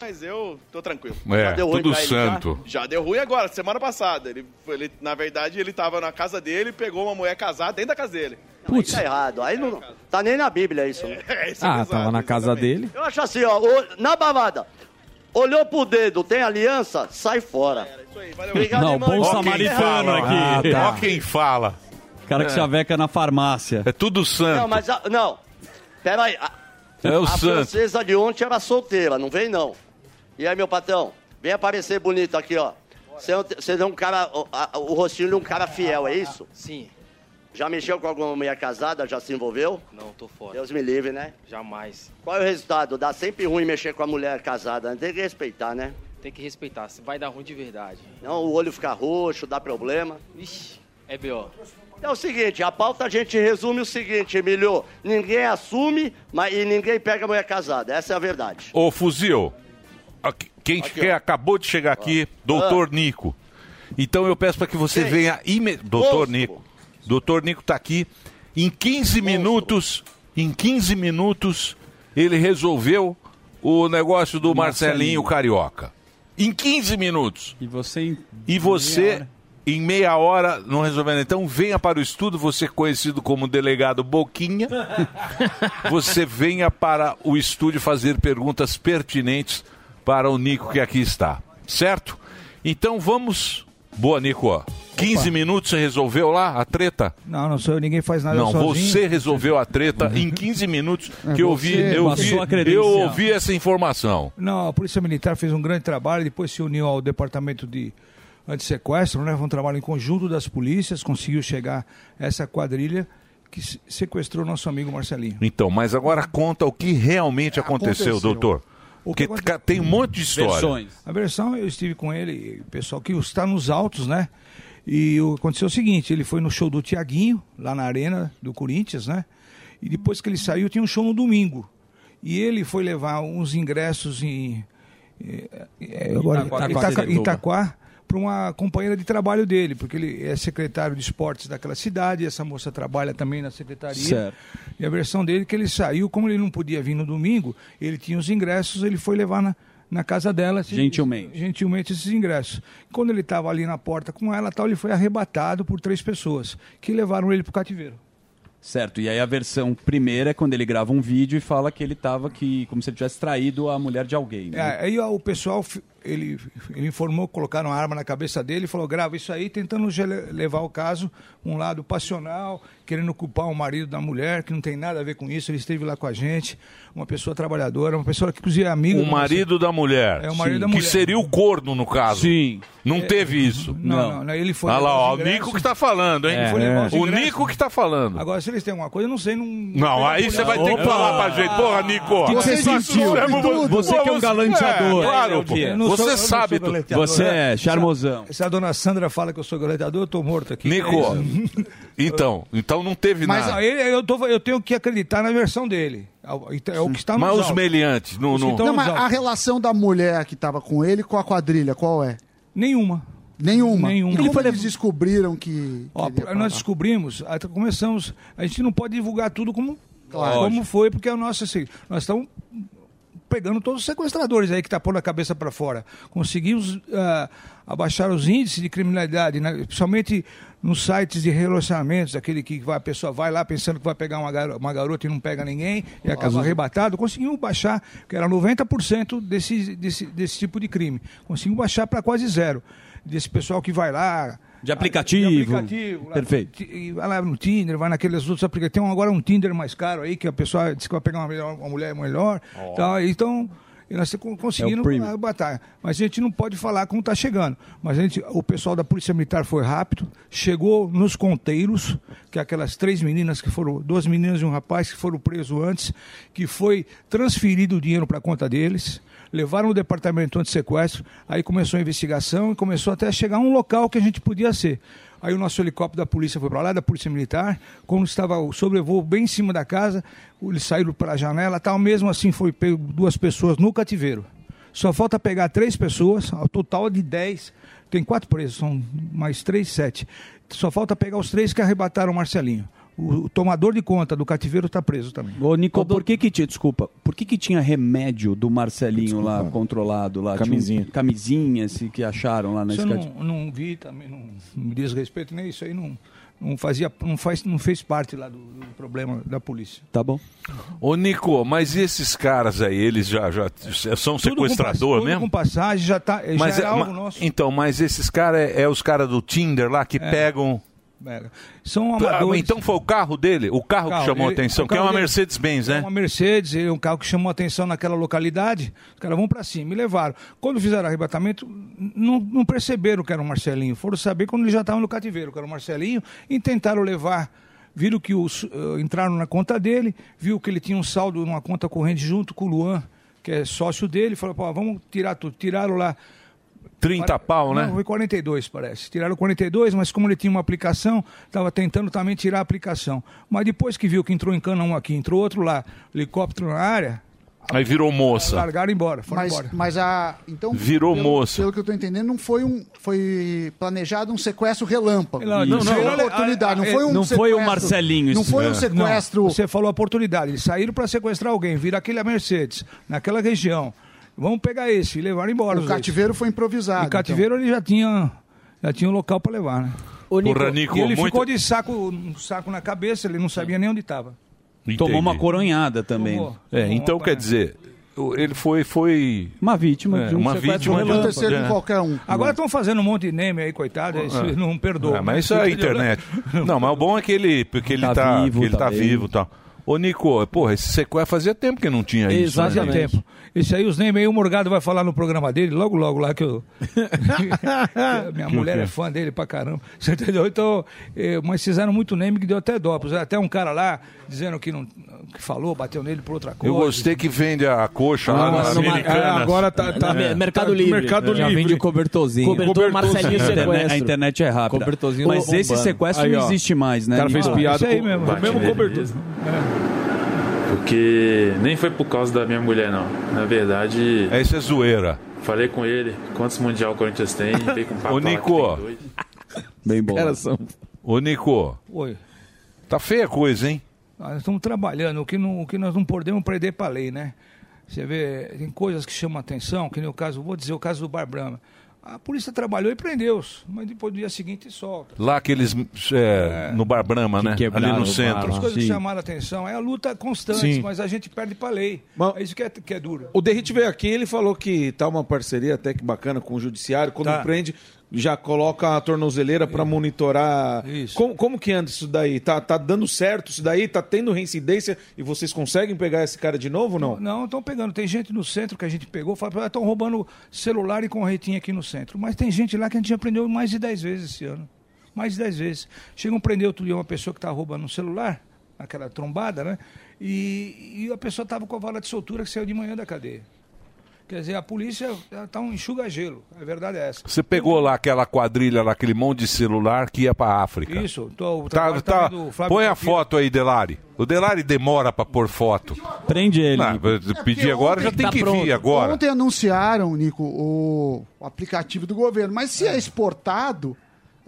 [SPEAKER 16] Mas eu tô tranquilo.
[SPEAKER 5] É,
[SPEAKER 16] Já deu ruim
[SPEAKER 5] tudo
[SPEAKER 16] pra ele, já?
[SPEAKER 5] santo.
[SPEAKER 16] Já, deu ruim agora, semana passada. Ele, ele, na verdade, ele tava na casa dele, pegou uma mulher casada dentro da casa dele.
[SPEAKER 10] Putz. Tá errado. Aí não... Tá nem na Bíblia isso.
[SPEAKER 16] É, isso
[SPEAKER 12] Ah, tava na casa dele.
[SPEAKER 10] Eu acho assim, ó, o- na babada. Olhou pro dedo, tem aliança? Sai fora. Obrigado,
[SPEAKER 8] Não,
[SPEAKER 10] irmão.
[SPEAKER 8] bom
[SPEAKER 10] Ó,
[SPEAKER 8] samaritano
[SPEAKER 10] quem fala. Ah,
[SPEAKER 8] aqui. Ah,
[SPEAKER 5] Ó quem fala.
[SPEAKER 8] Cara que
[SPEAKER 5] É.
[SPEAKER 8] chaveca na farmácia.
[SPEAKER 5] É tudo santo.
[SPEAKER 10] Não, mas a, não. Pera aí. A,
[SPEAKER 5] É o
[SPEAKER 10] a
[SPEAKER 5] santo.
[SPEAKER 10] princesa de ontem era solteira, não vem não. E aí, meu patrão, vem aparecer bonito aqui, ó. Você é um- Você é um cara, o, a- o rostinho de um cara fiel, é isso?
[SPEAKER 11] Sim.
[SPEAKER 10] Já mexeu com alguma mulher casada? Já se envolveu?
[SPEAKER 11] Não, tô fora.
[SPEAKER 10] Deus me livre, né?
[SPEAKER 11] Jamais.
[SPEAKER 10] Qual é o resultado? Dá sempre ruim mexer com a mulher casada, né? tem que respeitar, né?
[SPEAKER 11] Tem que respeitar, se vai dar ruim de verdade.
[SPEAKER 10] Não, o olho fica roxo, dá problema.
[SPEAKER 11] Ixi, é B.O.
[SPEAKER 10] É o seguinte, a pauta a gente resume o seguinte, Emílio. Ninguém assume mas, e ninguém pega mulher casada. Essa é a verdade.
[SPEAKER 5] Ô, Fuzil, aqui- Ah. quem quer, acabou de chegar aqui, doutor Nico. Então eu peço para que você venha imediatamente. Doutor Nico. Doutor Nico está aqui. Em 15 minutos, em 15 minutos, ele resolveu o negócio do
[SPEAKER 8] Marcelinho.
[SPEAKER 5] Marcelinho, Carioca. Em 15 minutos.
[SPEAKER 8] E você em
[SPEAKER 5] E você, em meia hora, não resolvendo. Então venha para o estudo, você é conhecido como
[SPEAKER 8] [LAUGHS]
[SPEAKER 5] delegado Boquinha. você venha para o estúdio fazer perguntas pertinentes para o Nico que aqui está, certo? Então vamos. Boa, Nico. ó. 15 minutos você resolveu lá a treta?
[SPEAKER 17] Não, não sou Ah, eu, ninguém faz nada
[SPEAKER 5] Não,
[SPEAKER 17] sozinho.
[SPEAKER 5] você resolveu a treta em 15 minutos
[SPEAKER 17] É,
[SPEAKER 5] que eu vi,
[SPEAKER 17] você
[SPEAKER 5] eu
[SPEAKER 17] passou
[SPEAKER 5] vi,
[SPEAKER 17] a credencial.
[SPEAKER 5] eu ouvi essa informação.
[SPEAKER 17] Não, a Polícia Militar fez um grande trabalho, depois se uniu ao Departamento de Antissequestro, né? Foi um trabalho em conjunto das polícias, conseguiu chegar a essa quadrilha que se- sequestrou nosso amigo Marcelinho.
[SPEAKER 5] Então, mas agora conta o que realmente aconteceu,
[SPEAKER 17] É, Aconteceu.
[SPEAKER 5] doutor.
[SPEAKER 17] O
[SPEAKER 5] Porque
[SPEAKER 17] que
[SPEAKER 5] ca- tem um monte de história.
[SPEAKER 17] A versão, eu estive com ele, pessoal que está nos altos, né? E o- aconteceu o seguinte, ele foi no show do Tiaguinho, lá na arena do Corinthians, né? E depois que ele saiu, tinha um show no domingo. E ele foi levar uns ingressos em... eh, eh, agora-
[SPEAKER 12] Itaquá,
[SPEAKER 17] Itaca-
[SPEAKER 12] Itaquá.
[SPEAKER 17] Itaquá para uma companheira de trabalho dele, porque ele é secretário de esportes daquela cidade, essa moça trabalha também na secretaria.
[SPEAKER 8] Certo.
[SPEAKER 17] E a versão dele é que ele saiu, como ele não podia vir no domingo, ele tinha os ingressos, ele foi levar na, na casa dela. esses-
[SPEAKER 8] Gentilmente.
[SPEAKER 17] gentilmente esses ingressos. Quando ele estava ali na porta com ela, tal, ele foi arrebatado por três pessoas, que levaram ele para o cativeiro.
[SPEAKER 8] Certo, e aí a versão primeira é quando ele grava um vídeo e fala que ele tava que como se ele tivesse traído a mulher de alguém. né?
[SPEAKER 17] É, aí ó, o pessoal, fi- ele, ele informou, colocaram a arma na cabeça dele e falou, grava isso aí, tentando gele- levar o caso um lado passional, querendo culpar o marido da mulher, que não tem nada a ver com isso, ele esteve lá com a gente, uma pessoa trabalhadora, uma pessoa que inclusive é amiga...
[SPEAKER 5] O
[SPEAKER 17] do
[SPEAKER 5] marido da mulher.
[SPEAKER 17] É, o marido
[SPEAKER 5] Sim.
[SPEAKER 17] da mulher. É,
[SPEAKER 5] Que seria o corno, no caso. Sim. Não teve isso.
[SPEAKER 17] Não, não, não, ele foi
[SPEAKER 5] Olha lá,
[SPEAKER 17] levar os
[SPEAKER 5] ó, o
[SPEAKER 17] ingressos.
[SPEAKER 5] Nico que tá falando, hein?
[SPEAKER 17] Ele foi levar os
[SPEAKER 5] O
[SPEAKER 17] ingressos.
[SPEAKER 5] Nico que tá falando.
[SPEAKER 17] Agora, se eles têm alguma coisa, eu não sei, não...
[SPEAKER 5] Não, aí você vai ter que falar pra gente. Porra, Nico. é ó.
[SPEAKER 17] Que que você
[SPEAKER 5] Vocês
[SPEAKER 17] sentiu?
[SPEAKER 5] fizeram-
[SPEAKER 17] Tudo. Você que é um galanteador.
[SPEAKER 5] É, claro,
[SPEAKER 17] Eu
[SPEAKER 5] pô.
[SPEAKER 17] não sou- eu
[SPEAKER 5] Você
[SPEAKER 17] não
[SPEAKER 5] sabe.
[SPEAKER 17] sou
[SPEAKER 5] tudo.
[SPEAKER 17] galanteador.
[SPEAKER 5] é.
[SPEAKER 8] charmosão.
[SPEAKER 17] Se a dona Sandra fala que eu sou galanteador, eu tô morto aqui.
[SPEAKER 5] Nico,
[SPEAKER 17] É isso.
[SPEAKER 5] [LAUGHS] então, então não teve
[SPEAKER 17] Mas
[SPEAKER 5] nada.
[SPEAKER 17] ó, ele, eu, tô- eu tenho que acreditar na versão dele. É o é o que está nos
[SPEAKER 5] Mas os
[SPEAKER 17] autos.
[SPEAKER 5] meliantes, não.
[SPEAKER 17] Os que
[SPEAKER 5] não-
[SPEAKER 17] estão
[SPEAKER 7] Não, mas
[SPEAKER 8] Então,
[SPEAKER 17] nos
[SPEAKER 7] a
[SPEAKER 17] autos.
[SPEAKER 7] relação da mulher que tava com ele com a quadrilha, qual é?
[SPEAKER 17] Nenhuma.
[SPEAKER 7] Nenhuma.
[SPEAKER 17] Nenhuma.
[SPEAKER 7] E
[SPEAKER 17] Ele
[SPEAKER 7] como
[SPEAKER 17] foi
[SPEAKER 7] eles descobriram que.
[SPEAKER 17] Ó,
[SPEAKER 7] que ele ia
[SPEAKER 17] nós
[SPEAKER 7] parar?
[SPEAKER 17] descobrimos, até começamos. A gente não pode divulgar tudo como,
[SPEAKER 7] Claro.
[SPEAKER 17] como foi, porque é o nosso. assim, nós estamos pegando todos os sequestradores aí que tá pondo a cabeça para fora. Conseguimos ah, abaixar os índices de criminalidade, né? principalmente nos sites de relacionamentos, aquele que vai, a pessoa vai lá pensando que vai pegar uma, garo- uma garota e não pega ninguém, e acaba
[SPEAKER 18] Olá.
[SPEAKER 17] arrebatado. Conseguimos baixar, que era 90% desse, desse, desse tipo de crime. Conseguimos baixar para quase zero. Desse pessoal que vai lá,
[SPEAKER 8] De
[SPEAKER 5] Ah,
[SPEAKER 8] aplicativo.
[SPEAKER 17] de aplicativo, lá-
[SPEAKER 8] Perfeito.
[SPEAKER 17] Ti- e Vai lá no Tinder, vai naqueles outros aplicativos. Tem um- agora um Tinder mais caro aí, que a pessoa diz que vai pegar uma, melhor- uma mulher melhor.
[SPEAKER 18] Ó.
[SPEAKER 17] tal. então, e nós con-
[SPEAKER 18] É o
[SPEAKER 17] conseguindo
[SPEAKER 18] premium.
[SPEAKER 17] a batalha. Mas a gente não pode falar como está chegando. Mas a gente, o pessoal da Polícia Militar foi rápido, chegou nos conteiros, que é aquelas três meninas que foram, duas meninas e um rapaz que foram presos antes, que foi transferido o dinheiro para a conta deles. Levaram o departamento anti-sequestro, aí começou a investigação e começou até a chegar um local que a gente podia ser. Aí o nosso helicóptero da polícia foi para lá, da polícia militar. Quando estava o sobrevoo bem em cima da casa, eles saíram pela janela tal. Mesmo assim, foi pego duas pessoas no cativeiro. Só falta pegar três pessoas, ao total de dez. Tem quatro presos, são mais três, sete. Só falta pegar os três que arrebataram o Marcelinho. O, o tomador de conta do cativeiro está preso também.
[SPEAKER 8] Ô, Nico, por que que tinha, desculpa, por que que tinha remédio do Marcelinho lá, controlado lá? Tinha um-
[SPEAKER 17] Camisinha.
[SPEAKER 8] Camisinha, assim, que acharam lá na
[SPEAKER 17] Isso eu
[SPEAKER 8] escadinha.
[SPEAKER 17] não, não vi também, não, não me diz respeito nem isso aí, não, não fazia, não, faz, não fez parte lá do- do problema da polícia.
[SPEAKER 8] Tá bom.
[SPEAKER 5] Ô, Nico, mas e esses caras aí, eles já, já são
[SPEAKER 17] Tudo com
[SPEAKER 5] sequestrador
[SPEAKER 17] pass- tudo
[SPEAKER 5] mesmo?
[SPEAKER 17] com passagem, já, tá, já
[SPEAKER 5] Mas
[SPEAKER 17] era
[SPEAKER 5] é-
[SPEAKER 17] algo
[SPEAKER 5] ma-
[SPEAKER 17] nosso.
[SPEAKER 5] Então, mas esses caras é, é os caras do Tinder lá que
[SPEAKER 17] É.
[SPEAKER 5] pegam.
[SPEAKER 17] Era. São
[SPEAKER 5] Ah,
[SPEAKER 17] amadores.
[SPEAKER 5] Então foi o carro dele? O carro
[SPEAKER 17] Carro,
[SPEAKER 5] que chamou a
[SPEAKER 17] ele-
[SPEAKER 5] atenção,
[SPEAKER 17] o
[SPEAKER 5] que é
[SPEAKER 17] carro
[SPEAKER 5] uma
[SPEAKER 17] dele-
[SPEAKER 5] Mercedes-Benz, né?
[SPEAKER 17] Uma Mercedes, é um carro que chamou atenção naquela localidade. Os caras vão pra cima, me levaram. Quando fizeram o arrebatamento, n- não, não perceberam que era o Marcelinho. Foram saber quando ele já estava no cativeiro, que era o Marcelinho, e tentaram levar. Viram que os, eh, entraram na conta dele, viu que ele tinha um saldo numa conta corrente junto com o Luan, que é sócio dele, falou, pô, vamos tirar tudo. Tiraram lá
[SPEAKER 5] 30 pau, né?
[SPEAKER 17] não, foi 42, parece. Tiraram 42, mas como ele tinha uma aplicação, estava tentando também tirar a aplicação. Mas depois que viu que entrou em cana um aqui, entrou outro lá, helicóptero na área,
[SPEAKER 5] Aí virou moça.
[SPEAKER 17] largaram embora, foram
[SPEAKER 7] Mas,
[SPEAKER 17] embora.
[SPEAKER 7] mas a. Então,
[SPEAKER 5] Virou
[SPEAKER 17] um
[SPEAKER 7] pelo,
[SPEAKER 5] moça.
[SPEAKER 7] Pelo que eu tô entendendo, não foi um. Foi planejado um sequestro relâmpago.
[SPEAKER 17] Não, não,
[SPEAKER 7] Isso. Foi
[SPEAKER 17] não. é,
[SPEAKER 7] uma oportunidade. Não foi um
[SPEAKER 17] Não
[SPEAKER 7] sequestro,
[SPEAKER 17] foi o Marcelinho,
[SPEAKER 7] Não
[SPEAKER 17] isso
[SPEAKER 7] foi
[SPEAKER 17] é.
[SPEAKER 7] um sequestro.
[SPEAKER 17] Não, você falou a oportunidade. Eles saíram para sequestrar alguém, viram aquele a Mercedes, naquela região. Vamos pegar esse e levaram embora.
[SPEAKER 7] O cativeiro foi improvisado. então.
[SPEAKER 17] O cativeiro ele já tinha, já tinha um local para levar, né?
[SPEAKER 5] Ô, Nico, Porra, Nico,
[SPEAKER 17] e ele
[SPEAKER 5] muito-
[SPEAKER 17] ficou de saco, um saco na cabeça, ele não sabia nem onde estava.
[SPEAKER 8] Tomou
[SPEAKER 5] Entendi.
[SPEAKER 8] uma coronhada também.
[SPEAKER 5] É, então quer dizer, o- ele foi. foi...
[SPEAKER 8] Uma vítima
[SPEAKER 5] é,
[SPEAKER 8] de um
[SPEAKER 5] uma
[SPEAKER 8] sequestro
[SPEAKER 5] vítima de um-
[SPEAKER 8] relâmpago.
[SPEAKER 5] é.
[SPEAKER 17] um. Agora estão fazendo um monte de meme aí, coitado, isso
[SPEAKER 5] É.
[SPEAKER 17] não perdoa. né?
[SPEAKER 5] É, mas isso é a internet. Não, mas o bom é que ele, porque ele
[SPEAKER 17] Tá
[SPEAKER 5] tá,
[SPEAKER 17] vivo,
[SPEAKER 5] vivo, ele
[SPEAKER 17] tá
[SPEAKER 5] tá,
[SPEAKER 17] bem.
[SPEAKER 5] vivo e tal. Ô, Nico, porra, esse sequestro fazia tempo que não tinha isso.
[SPEAKER 17] é Exato,
[SPEAKER 5] né?
[SPEAKER 17] tempo. Esse aí, os memes aí, o Morgado vai falar no programa dele, logo, logo lá
[SPEAKER 5] [LAUGHS]
[SPEAKER 17] que eu. que a minha
[SPEAKER 18] Que
[SPEAKER 17] mulher
[SPEAKER 18] o quê?
[SPEAKER 17] é fã dele pra caramba. Você entendeu? Então, eh, mas fizeram muito meme que deu até dó. Puseram Até um cara lá dizendo que não que falou, bateu nele por outra coisa.
[SPEAKER 5] Eu gostei que vende a coxa lá na Americanas.
[SPEAKER 17] É.
[SPEAKER 15] Tá,
[SPEAKER 8] Mercado
[SPEAKER 15] Já
[SPEAKER 8] Livre.
[SPEAKER 15] vende cobertorzinho.
[SPEAKER 8] Cobertor Marcelinho
[SPEAKER 15] A internet-
[SPEAKER 8] sequestro.
[SPEAKER 15] A internet é rápida.
[SPEAKER 8] Cobertorzinho Mas esse sequestro não existe mais, né,
[SPEAKER 19] cara
[SPEAKER 8] Nico?
[SPEAKER 19] fez
[SPEAKER 8] Ah,
[SPEAKER 19] piada
[SPEAKER 8] isso aí
[SPEAKER 19] com-
[SPEAKER 8] mesmo.
[SPEAKER 19] Bate
[SPEAKER 8] Mesmo
[SPEAKER 19] nele
[SPEAKER 8] cobertor.
[SPEAKER 19] mesmo. Porque nem foi por causa da minha mulher, não. Na verdade.
[SPEAKER 5] Essa é zoeira.
[SPEAKER 19] Falei com ele quantos Mundial o Corinthians
[SPEAKER 5] [LAUGHS]
[SPEAKER 19] tem. Veio com papo
[SPEAKER 5] Ô,
[SPEAKER 19] lá que
[SPEAKER 5] Nico.
[SPEAKER 19] tem dois.
[SPEAKER 8] Bem bom. né?
[SPEAKER 5] Ô, Nico,
[SPEAKER 17] Oi.
[SPEAKER 5] tá feia a coisa, hein?
[SPEAKER 17] Nós estamos trabalhando, o que, não, o que nós não podemos perder para a lei, né? Você vê, tem coisas que chamam atenção, que nem o caso, vou dizer o caso do Bar Brahma. A polícia trabalhou e prendeu-os, mas depois do dia seguinte solta.
[SPEAKER 5] Lá aqueles. é, No Bar Brahma, né? Ali no centro.
[SPEAKER 17] As coisas que chamaram atenção é a luta constante,
[SPEAKER 4] Sim.
[SPEAKER 17] mas a gente perde para a lei. é isso que é, que é duro.
[SPEAKER 4] O Derrit veio aqui, ele falou que tá uma parceria até que bacana com o judiciário. Quando
[SPEAKER 17] Tá.
[SPEAKER 4] prende, já coloca a tornozeleira para monitorar. Como, como que anda isso daí? Tá, tá dando certo isso daí? Tá tendo reincidência e vocês conseguem pegar esse cara de novo ou não?
[SPEAKER 17] Não, estão pegando. Tem gente no centro que a gente pegou, fala, estão roubando celular e corretinha aqui no centro. Mas tem gente lá que a gente já prendeu mais de 10 vezes esse ano. Mais de 10 vezes. Chegam a prender outro dia uma pessoa que está roubando um celular, aquela trombada, né? E, e a pessoa estava com a vara de soltura que saiu de manhã da cadeia. Quer dizer, a polícia está um enxuga-gelo. A verdade é essa.
[SPEAKER 5] Você pegou lá aquela quadrilha, lá, aquele monte de celular que ia pra África.
[SPEAKER 17] Isso. Tô, o
[SPEAKER 5] Tá,
[SPEAKER 17] trabalho
[SPEAKER 5] tá.
[SPEAKER 4] Ah,
[SPEAKER 17] também do Flávio
[SPEAKER 5] Põe a
[SPEAKER 17] Campilho.
[SPEAKER 5] foto aí, Delari. O Delari demora pra pôr foto.
[SPEAKER 8] Prende ele. tá
[SPEAKER 5] pedir agora, já tem que tá vir agora.
[SPEAKER 7] Ontem
[SPEAKER 5] É.
[SPEAKER 7] anunciaram, Nico, o aplicativo do governo. Mas se é exportado,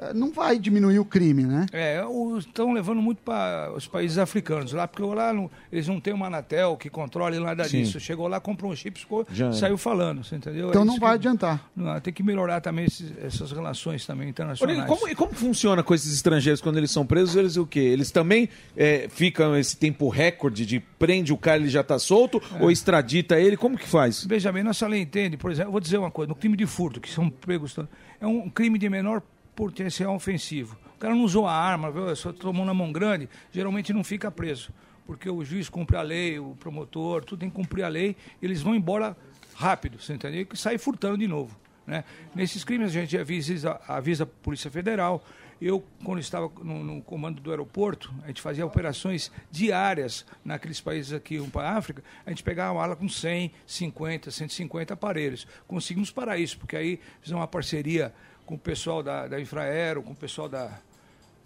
[SPEAKER 7] eh, não vai diminuir o crime, né?
[SPEAKER 17] É, o- estão levando muito para os países africanos lá, porque lá não- eles não têm uma Anatel que controle nada
[SPEAKER 7] Sim.
[SPEAKER 17] disso. Chegou lá, comprou um chip, ficou,
[SPEAKER 7] Já era.
[SPEAKER 17] saiu falando, você entendeu?
[SPEAKER 7] Então
[SPEAKER 17] É
[SPEAKER 7] não
[SPEAKER 17] isso
[SPEAKER 7] vai
[SPEAKER 17] que-
[SPEAKER 7] adiantar.
[SPEAKER 17] Não, ah, tem que melhorar também esses- essas relações também
[SPEAKER 4] Ô, Nilo,
[SPEAKER 17] internacionais.
[SPEAKER 4] como, e como funciona com esses estrangeiros quando eles são presos? Eles o quê? Eles também é, ficam esse tempo recorde de prende o cara ele já tá solto
[SPEAKER 5] É.
[SPEAKER 4] ou extradita ele? Como que faz?
[SPEAKER 17] Veja bem, nossa lei entende, por exemplo, eu vou dizer uma coisa, no crime de furto, que são pegos, tanto, é um crime de menor potencial ofensivo. O cara não usou a arma, viu? só tomou na mão grande, geralmente não fica preso, porque o juiz cumpre a lei, o promotor, tudo tem que cumprir a lei, eles vão embora rápido, você entendeu? E sai furtando de novo. Né? Nesses crimes a gente avisa, avisa a Polícia Federal. Eu, quando estava no, no comando do aeroporto, a gente fazia operações diárias naqueles países aqui, um para a África, a gente pegava uma ala com 100, 50, 150 aparelhos. Conseguimos parar isso, porque aí fizemos uma parceria com o pessoal da, da Infraero, com o pessoal da,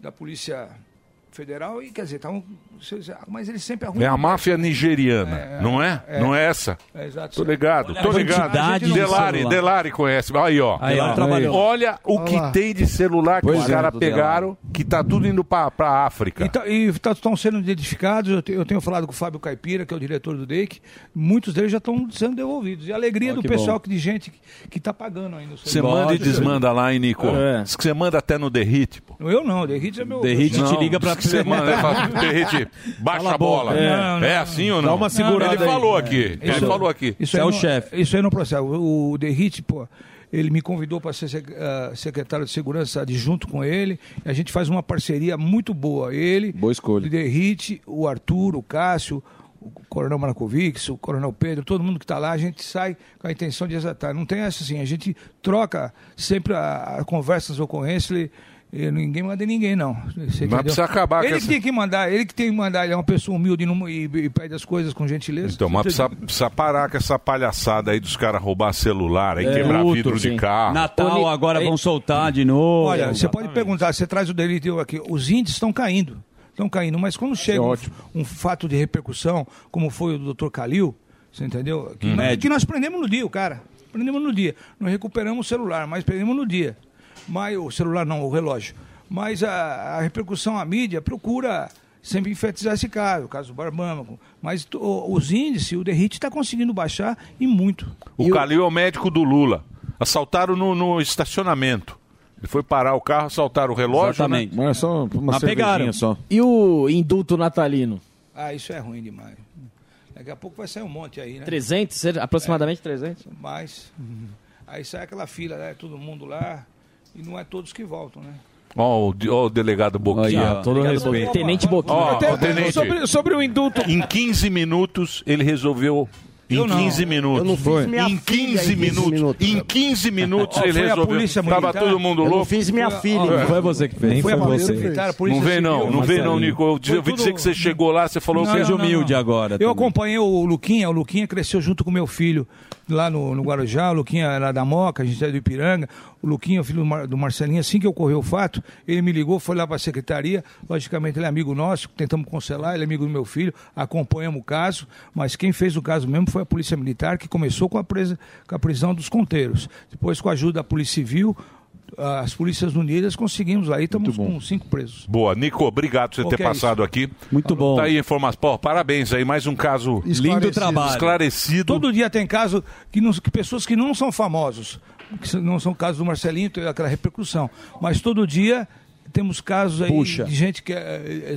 [SPEAKER 17] da Polícia Federal, e quer dizer, tavam, mas eles sempre arrumam.
[SPEAKER 5] É a máfia nigeriana,
[SPEAKER 17] É, é,
[SPEAKER 5] não é?
[SPEAKER 17] é.
[SPEAKER 5] Não é essa?
[SPEAKER 17] É, exato.
[SPEAKER 5] Tô ligado,
[SPEAKER 17] Olha
[SPEAKER 5] tô
[SPEAKER 17] a
[SPEAKER 5] ligado.
[SPEAKER 17] quantidade de
[SPEAKER 5] Delari,
[SPEAKER 17] celular.
[SPEAKER 5] Delari conhece. Aí, ó.
[SPEAKER 17] Aí, ó.
[SPEAKER 5] Olha, Olha o
[SPEAKER 17] Olha
[SPEAKER 5] que
[SPEAKER 17] lá.
[SPEAKER 5] tem de celular que
[SPEAKER 17] Pois
[SPEAKER 5] os
[SPEAKER 17] é,
[SPEAKER 5] caras
[SPEAKER 17] do
[SPEAKER 5] pegaram, que tá tudo indo pra, pra África.
[SPEAKER 17] E tá- E estão sendo identificados, eu, te- eu tenho falado com o Fábio Caipira, que é o diretor do DEIC, muitos deles já estão sendo devolvidos. E a alegria
[SPEAKER 5] Ó,
[SPEAKER 17] do
[SPEAKER 5] que
[SPEAKER 17] pessoal,
[SPEAKER 5] bom.
[SPEAKER 17] que, de gente que- que está pagando ainda. o
[SPEAKER 5] Você
[SPEAKER 17] serviço.
[SPEAKER 5] manda e desmanda lá, hein, Nico?
[SPEAKER 17] É.
[SPEAKER 5] Diz que você manda até no Derrite. pô.
[SPEAKER 17] Eu não, Derrite é meu...
[SPEAKER 5] Não, diz que você [LAUGHS] manda, ele fala, Derrite, baixa a bola. É,
[SPEAKER 17] Não, não,
[SPEAKER 5] assim ou não?
[SPEAKER 17] Dá uma segurada
[SPEAKER 5] Ele
[SPEAKER 17] aí. É.
[SPEAKER 5] falou aqui. Ele
[SPEAKER 17] Isso-
[SPEAKER 5] falou aqui.
[SPEAKER 17] Isso aí não- Isso aí não processa. O, o Derrite, pô, ele me convidou para ser sec- ah, secretário de segurança adjunto com ele. A gente faz uma parceria muito boa. Ele, boa escolha. o Derrite, o Arthur, o Cássio, o Coronel Marcovics, o Coronel Pedro, todo mundo que está lá, a gente sai com a intenção de exatar. Não tem essa assim, a gente troca sempre a, a conversa, as ocorrências. Ele, ele- ninguém manda em ninguém, não. Você
[SPEAKER 5] Mas
[SPEAKER 17] entendeu?
[SPEAKER 5] precisa acabar com
[SPEAKER 17] Ele
[SPEAKER 5] essa-
[SPEAKER 17] tem é que mandar, ele que tem que mandar, ele é uma pessoa humilde e, não- e- e pede as coisas com gentileza.
[SPEAKER 5] Então, mas precisa, precisa parar com essa palhaçada aí dos caras roubar celular, aí
[SPEAKER 17] É,
[SPEAKER 5] quebrar
[SPEAKER 17] outro,
[SPEAKER 5] vidro de
[SPEAKER 17] sim.
[SPEAKER 5] carro.
[SPEAKER 17] Natal, Ô, Ni- agora vão
[SPEAKER 5] soltar de novo.
[SPEAKER 17] Olha, você pode perguntar, você traz o delírio deu aqui, os índices estão caindo, estão caindo, mas quando chega um, um fato de repercussão, como foi o doutor Calil, você entendeu? Que,
[SPEAKER 4] Hum.
[SPEAKER 17] nós,
[SPEAKER 4] Médico.
[SPEAKER 17] que nós prendemos no dia, o cara. Prendemos no dia. Não recuperamos o celular, mas prendemos no dia. Mas, o celular não, o relógio. Mas a, a repercussão, a mídia procura sempre enfatizar esse caso, o caso do Barbama. Mas to- os índices, o derrite está conseguindo baixar e muito.
[SPEAKER 5] O Calil é o médico do Lula. Assaltaram no, no estacionamento. Ele foi parar o carro, assaltaram o relógio.
[SPEAKER 6] Exatamente.
[SPEAKER 5] Né?
[SPEAKER 6] Mas só
[SPEAKER 5] uma Mas cervejinha pegaram. só.
[SPEAKER 6] E o indulto natalino?
[SPEAKER 17] Ah, isso é ruim demais. Daqui a pouco vai sair um monte aí, né?
[SPEAKER 6] 300? Seja Aproximadamente 300?
[SPEAKER 17] Mas aí sai aquela fila, né? Todo mundo lá. E não é todos que voltam, né?
[SPEAKER 5] Ó, o, de- ó o delegado Boquinha.
[SPEAKER 6] Aí, ó, todo Delegado respeito. Boquinha. Tenente Boquinha.
[SPEAKER 5] Ó,
[SPEAKER 6] Até-
[SPEAKER 5] o tenente.
[SPEAKER 6] sobre-
[SPEAKER 4] o indulto.
[SPEAKER 5] Em 15 minutos, ele resolveu. Em
[SPEAKER 17] Eu não.
[SPEAKER 5] 15 minutos.
[SPEAKER 17] Eu não fiz
[SPEAKER 5] Foi.
[SPEAKER 17] minha
[SPEAKER 5] em
[SPEAKER 17] filha em
[SPEAKER 5] 15
[SPEAKER 17] 15
[SPEAKER 5] minutos.
[SPEAKER 17] minutos.
[SPEAKER 5] Em 15 minutos
[SPEAKER 17] Ó,
[SPEAKER 5] ele
[SPEAKER 17] foi a
[SPEAKER 5] resolveu.
[SPEAKER 17] polícia
[SPEAKER 5] Tava
[SPEAKER 17] militar.
[SPEAKER 5] todo mundo
[SPEAKER 17] Eu não
[SPEAKER 5] louco. é.
[SPEAKER 17] fiz minha Foi a- filha. Não foi você que fez,
[SPEAKER 5] Nem
[SPEAKER 17] foi
[SPEAKER 5] foi
[SPEAKER 17] você.
[SPEAKER 5] você.
[SPEAKER 17] Militar, a polícia
[SPEAKER 5] Não vem não,
[SPEAKER 17] civil,
[SPEAKER 5] não vem não,
[SPEAKER 17] Marcelinho.
[SPEAKER 5] Nico. Eu
[SPEAKER 17] Foi
[SPEAKER 5] ouvi
[SPEAKER 17] tudo- um-
[SPEAKER 5] dizer que você chegou lá, você falou...
[SPEAKER 17] Não,
[SPEAKER 5] que-
[SPEAKER 17] não, não, não. Eu acompanhei o Luquinha, o Luquinha cresceu junto com meu filho lá no, no Guarujá, o Luquinha era da Moca, a gente é do Ipiranga, o Luquinha, o filho do, Mar- do Marcelinho, assim que ocorreu o fato, ele me ligou, foi lá para a secretaria, logicamente ele é amigo nosso, tentamos conselhar, ele é amigo do meu filho, acompanhamos o caso, mas quem fez o caso mesmo foi a Polícia Militar, que começou com a, presa, com a prisão dos conteiros, depois com a ajuda da Polícia Civil, ah, as Polícias Unidas conseguimos aí, estamos com cinco presos.
[SPEAKER 5] Boa, Nico, obrigado por você
[SPEAKER 17] Pô,
[SPEAKER 5] ter
[SPEAKER 17] que é
[SPEAKER 5] passado
[SPEAKER 17] isso.
[SPEAKER 5] aqui.
[SPEAKER 17] Muito bom.
[SPEAKER 5] Tá aí a informação. Pô, parabéns aí, mais um caso...
[SPEAKER 17] Esclarecido.
[SPEAKER 5] Esclarecido.
[SPEAKER 17] Todo dia tem caso que, não- que pessoas que não são famosos, que não são casos do Marcelinho, tem aquela repercussão, mas todo dia temos casos aí
[SPEAKER 4] Puxa.
[SPEAKER 17] de gente que é, é,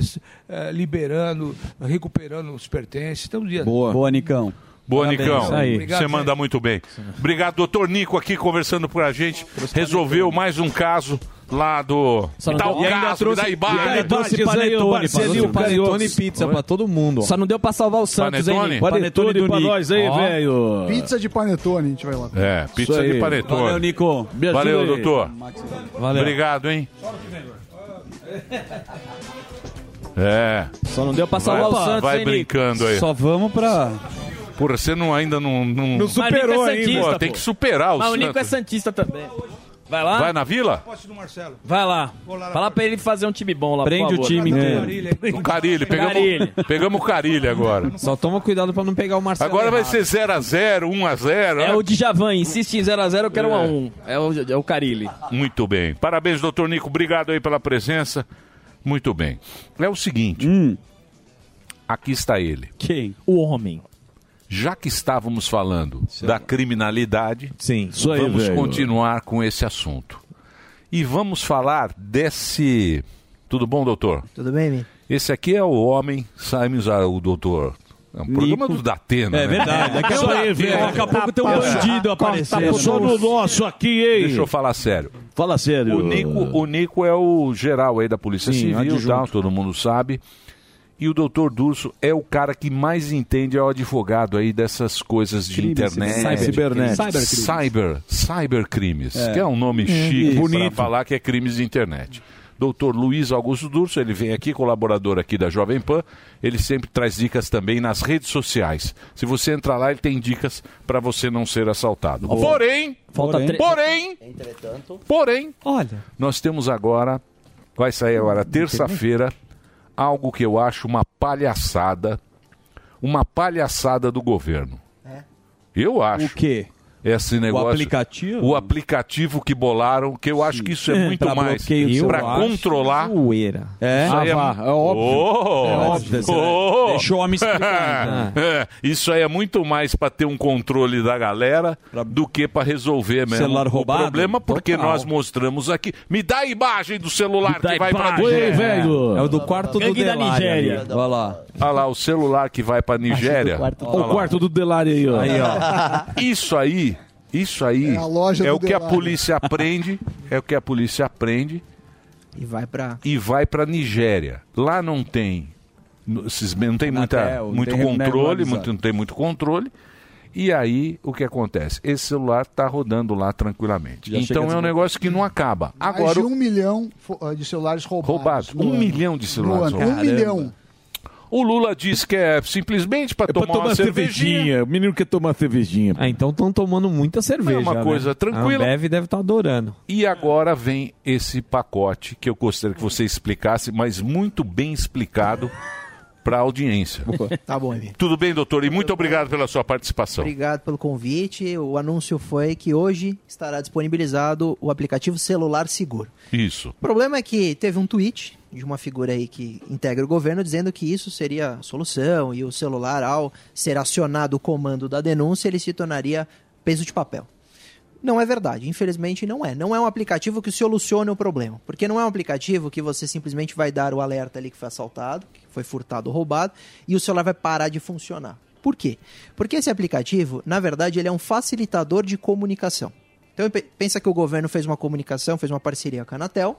[SPEAKER 17] é, liberando, recuperando os pertences, Então, todo dia.
[SPEAKER 8] Boa, Nicão.
[SPEAKER 5] Boa,
[SPEAKER 8] Parabéns.
[SPEAKER 5] Nicão.
[SPEAKER 8] Isso aí.
[SPEAKER 5] você
[SPEAKER 8] Obrigado,
[SPEAKER 5] manda muito bem. Obrigado, doutor Nico, aqui conversando com a gente. Resolveu mais um caso lá do.
[SPEAKER 11] Só não
[SPEAKER 5] Tal
[SPEAKER 11] deu- e ainda
[SPEAKER 5] caso,
[SPEAKER 11] trouxe-
[SPEAKER 5] tá da Ibarra. Tá
[SPEAKER 11] e ainda trouxe Diz aí, panetone, ô, parceiro, parceiro, o Carioca. panetone e pizza pra todo mundo, ó. Só não deu pra salvar o Santos,
[SPEAKER 5] Panetone?
[SPEAKER 11] hein, Nico?
[SPEAKER 5] Panetone do Nico. Ó.
[SPEAKER 7] Pizza de panetone, a gente vai lá.
[SPEAKER 5] É, pizza de panetone.
[SPEAKER 7] Valeu, Nico. Me ajuda
[SPEAKER 5] Valeu,
[SPEAKER 7] aí.
[SPEAKER 5] doutor.
[SPEAKER 7] Valeu.
[SPEAKER 5] Obrigado, hein? É.
[SPEAKER 11] Só não deu pra
[SPEAKER 5] Vai-
[SPEAKER 11] salvar o Santos,
[SPEAKER 5] Vai
[SPEAKER 11] hein, Nico?
[SPEAKER 5] brincando aí.
[SPEAKER 11] Só
[SPEAKER 5] vamos pra. Porra, você não, ainda não. Não,
[SPEAKER 11] Mas o Nico é santista,
[SPEAKER 5] Pô, Tem
[SPEAKER 11] pô.
[SPEAKER 5] que superar o
[SPEAKER 11] Mas o
[SPEAKER 5] Santos.
[SPEAKER 11] Nico é Santista também. Vai lá?
[SPEAKER 5] Vai na vila?
[SPEAKER 17] Posse do Marcelo.
[SPEAKER 11] Vai
[SPEAKER 12] Ah,
[SPEAKER 11] lá.
[SPEAKER 17] Vou lá na
[SPEAKER 11] Fala pra ele fazer um time bom lá,
[SPEAKER 15] Prende
[SPEAKER 11] por
[SPEAKER 15] o
[SPEAKER 11] favor.
[SPEAKER 15] time inteiro.
[SPEAKER 5] O Carilho, pegamos,
[SPEAKER 11] Carilli.
[SPEAKER 5] pegamos o Carilho agora.
[SPEAKER 15] Só toma cuidado pra não pegar o Marcelo.
[SPEAKER 5] Agora vai
[SPEAKER 15] errado.
[SPEAKER 5] ser 0x0, 1x0.
[SPEAKER 11] É o Djavan, insiste em 0x0, eu quero 1x1. É o, é o Carilli.
[SPEAKER 5] Muito bem. Parabéns, doutor Nico. Obrigado aí pela presença. Muito bem. É o seguinte. Aqui está ele.
[SPEAKER 11] Hum. Quem? O homem.
[SPEAKER 5] Já que estávamos falando da criminalidade,
[SPEAKER 15] Sim. Isso aí,
[SPEAKER 5] vamos
[SPEAKER 15] velho.
[SPEAKER 5] continuar com esse assunto. E vamos falar desse. Tudo bom, doutor?
[SPEAKER 18] Tudo bem, Mi?
[SPEAKER 5] Esse aqui é o homem Simon Zar- o doutor. É um programa do Datena.
[SPEAKER 16] É
[SPEAKER 5] né?
[SPEAKER 16] verdade, daqui a
[SPEAKER 5] É o
[SPEAKER 16] pouco-
[SPEAKER 5] Datena.
[SPEAKER 16] daqui a pouco tem um bandido aparecendo. Só no nosso aqui, hein?
[SPEAKER 5] Deixa eu falar sério.
[SPEAKER 16] Fala sério.
[SPEAKER 5] O Nico, o Nico é o geral aí da Polícia
[SPEAKER 16] Sim,
[SPEAKER 5] Civil,
[SPEAKER 16] adjunto.
[SPEAKER 5] tal, todo mundo sabe. E o doutor Durso é o cara que mais entende, é o advogado aí dessas coisas de
[SPEAKER 16] Crimes,
[SPEAKER 5] internet.
[SPEAKER 16] ciber- cibernéticos.
[SPEAKER 5] Cyber, cybercrimes,
[SPEAKER 16] É.
[SPEAKER 5] que é um nome
[SPEAKER 16] Hum,
[SPEAKER 5] chique para
[SPEAKER 16] bonito.
[SPEAKER 5] falar que é crimes de internet. Doutor Luiz Augusto Durso, ele vem aqui, colaborador aqui da Jovem Pan, ele sempre traz dicas também nas redes sociais. Se você entrar lá, ele tem dicas para você não ser assaltado. Porém,
[SPEAKER 11] Falta tre-
[SPEAKER 5] porém, porém,
[SPEAKER 15] olha,
[SPEAKER 5] nós temos agora, vai sair agora terça-feira, algo que eu acho uma palhaçada, uma palhaçada do governo. Eu acho. O
[SPEAKER 15] É? quê?
[SPEAKER 5] Esse negócio.
[SPEAKER 15] aplicativo?
[SPEAKER 5] O aplicativo que bolaram, que eu acho que isso é muito
[SPEAKER 15] [LAUGHS] Pra
[SPEAKER 5] mais
[SPEAKER 15] bloqueio do
[SPEAKER 5] para
[SPEAKER 15] celular.
[SPEAKER 5] controlar.
[SPEAKER 11] Zoeira.
[SPEAKER 15] É?
[SPEAKER 5] Isso aí é-
[SPEAKER 15] Ah, vá, é óbvio.
[SPEAKER 5] Oh!
[SPEAKER 15] É óbvio, você
[SPEAKER 5] Oh!
[SPEAKER 15] vai- Deixa o
[SPEAKER 5] [LAUGHS]
[SPEAKER 15] homem explicar,
[SPEAKER 5] É, Isso aí é muito mais para ter um controle da galera do que para resolver mesmo
[SPEAKER 16] Celular roubado?
[SPEAKER 5] o problema, porque
[SPEAKER 16] Total.
[SPEAKER 5] nós mostramos aqui. Me dá a imagem do celular
[SPEAKER 16] dá
[SPEAKER 5] que vai para
[SPEAKER 16] imagem. Oi, velho. É o do
[SPEAKER 15] quarto do Gangue da Delari Nigéria. ali. Olha lá.
[SPEAKER 5] Olha lá, o celular que vai para Nigéria. Olha
[SPEAKER 16] O
[SPEAKER 5] lá.
[SPEAKER 16] é quarto do Delari aí, ó.
[SPEAKER 17] [LAUGHS]
[SPEAKER 5] [LAUGHS] Isso aí, isso aí
[SPEAKER 16] É a loja
[SPEAKER 5] é
[SPEAKER 16] do
[SPEAKER 5] o que a
[SPEAKER 16] Delari.
[SPEAKER 5] polícia aprende, é o que a polícia aprende
[SPEAKER 18] E vai pra.
[SPEAKER 5] e vai para Nigéria. Lá não tem n- esses- não tem muita,
[SPEAKER 7] é,
[SPEAKER 18] Anatel,
[SPEAKER 5] muito
[SPEAKER 18] tem
[SPEAKER 5] controle,
[SPEAKER 18] regularizado.
[SPEAKER 5] muito, não tem muito controle. E aí o que acontece? Esse celular está rodando lá tranquilamente. então é
[SPEAKER 18] Já chega
[SPEAKER 5] um
[SPEAKER 7] assim.
[SPEAKER 18] desbloqueado.
[SPEAKER 5] negócio que não acaba.
[SPEAKER 7] Mais
[SPEAKER 5] Agora
[SPEAKER 7] de um milhão fo- ah, de celulares roubados.
[SPEAKER 5] roubados,
[SPEAKER 7] no
[SPEAKER 5] um
[SPEAKER 7] ano.
[SPEAKER 5] milhão de celulares.
[SPEAKER 7] No ano, Um
[SPEAKER 5] roubados.
[SPEAKER 7] milhão.
[SPEAKER 5] O Lula diz que é simplesmente para tomar, uma cervejinha.
[SPEAKER 15] O menino quer tomar cervejinha. Ah, então estão tomando muita cerveja.
[SPEAKER 5] é uma coisa
[SPEAKER 12] Ah,
[SPEAKER 15] né?
[SPEAKER 5] tranquila.
[SPEAKER 15] A Ambev deve estar adorando.
[SPEAKER 5] E agora vem esse pacote que eu gostaria que você explicasse, mas muito bem explicado para a audiência.
[SPEAKER 18] [LAUGHS] Tá bom, Emi.
[SPEAKER 5] Tudo bem, doutor? E muito obrigado pela sua participação.
[SPEAKER 18] Obrigado pelo convite. O anúncio foi que hoje estará disponibilizado o aplicativo Celular Seguro.
[SPEAKER 5] Isso.
[SPEAKER 18] O problema é que teve um tweet de uma figura aí que integra o governo dizendo que isso seria a solução e o celular, ao ser acionado o comando da denúncia, ele se tornaria peso de papel. Não é verdade, infelizmente não é. Não é um aplicativo que solucione o problema. Porque não é um aplicativo que você simplesmente vai dar o alerta ali que foi assaltado, que foi furtado ou roubado, e o celular vai parar de funcionar. Por quê? Porque esse aplicativo, na verdade, ele é um facilitador de comunicação. Então pe- pensa que o governo fez uma comunicação, fez uma parceria com a Anatel,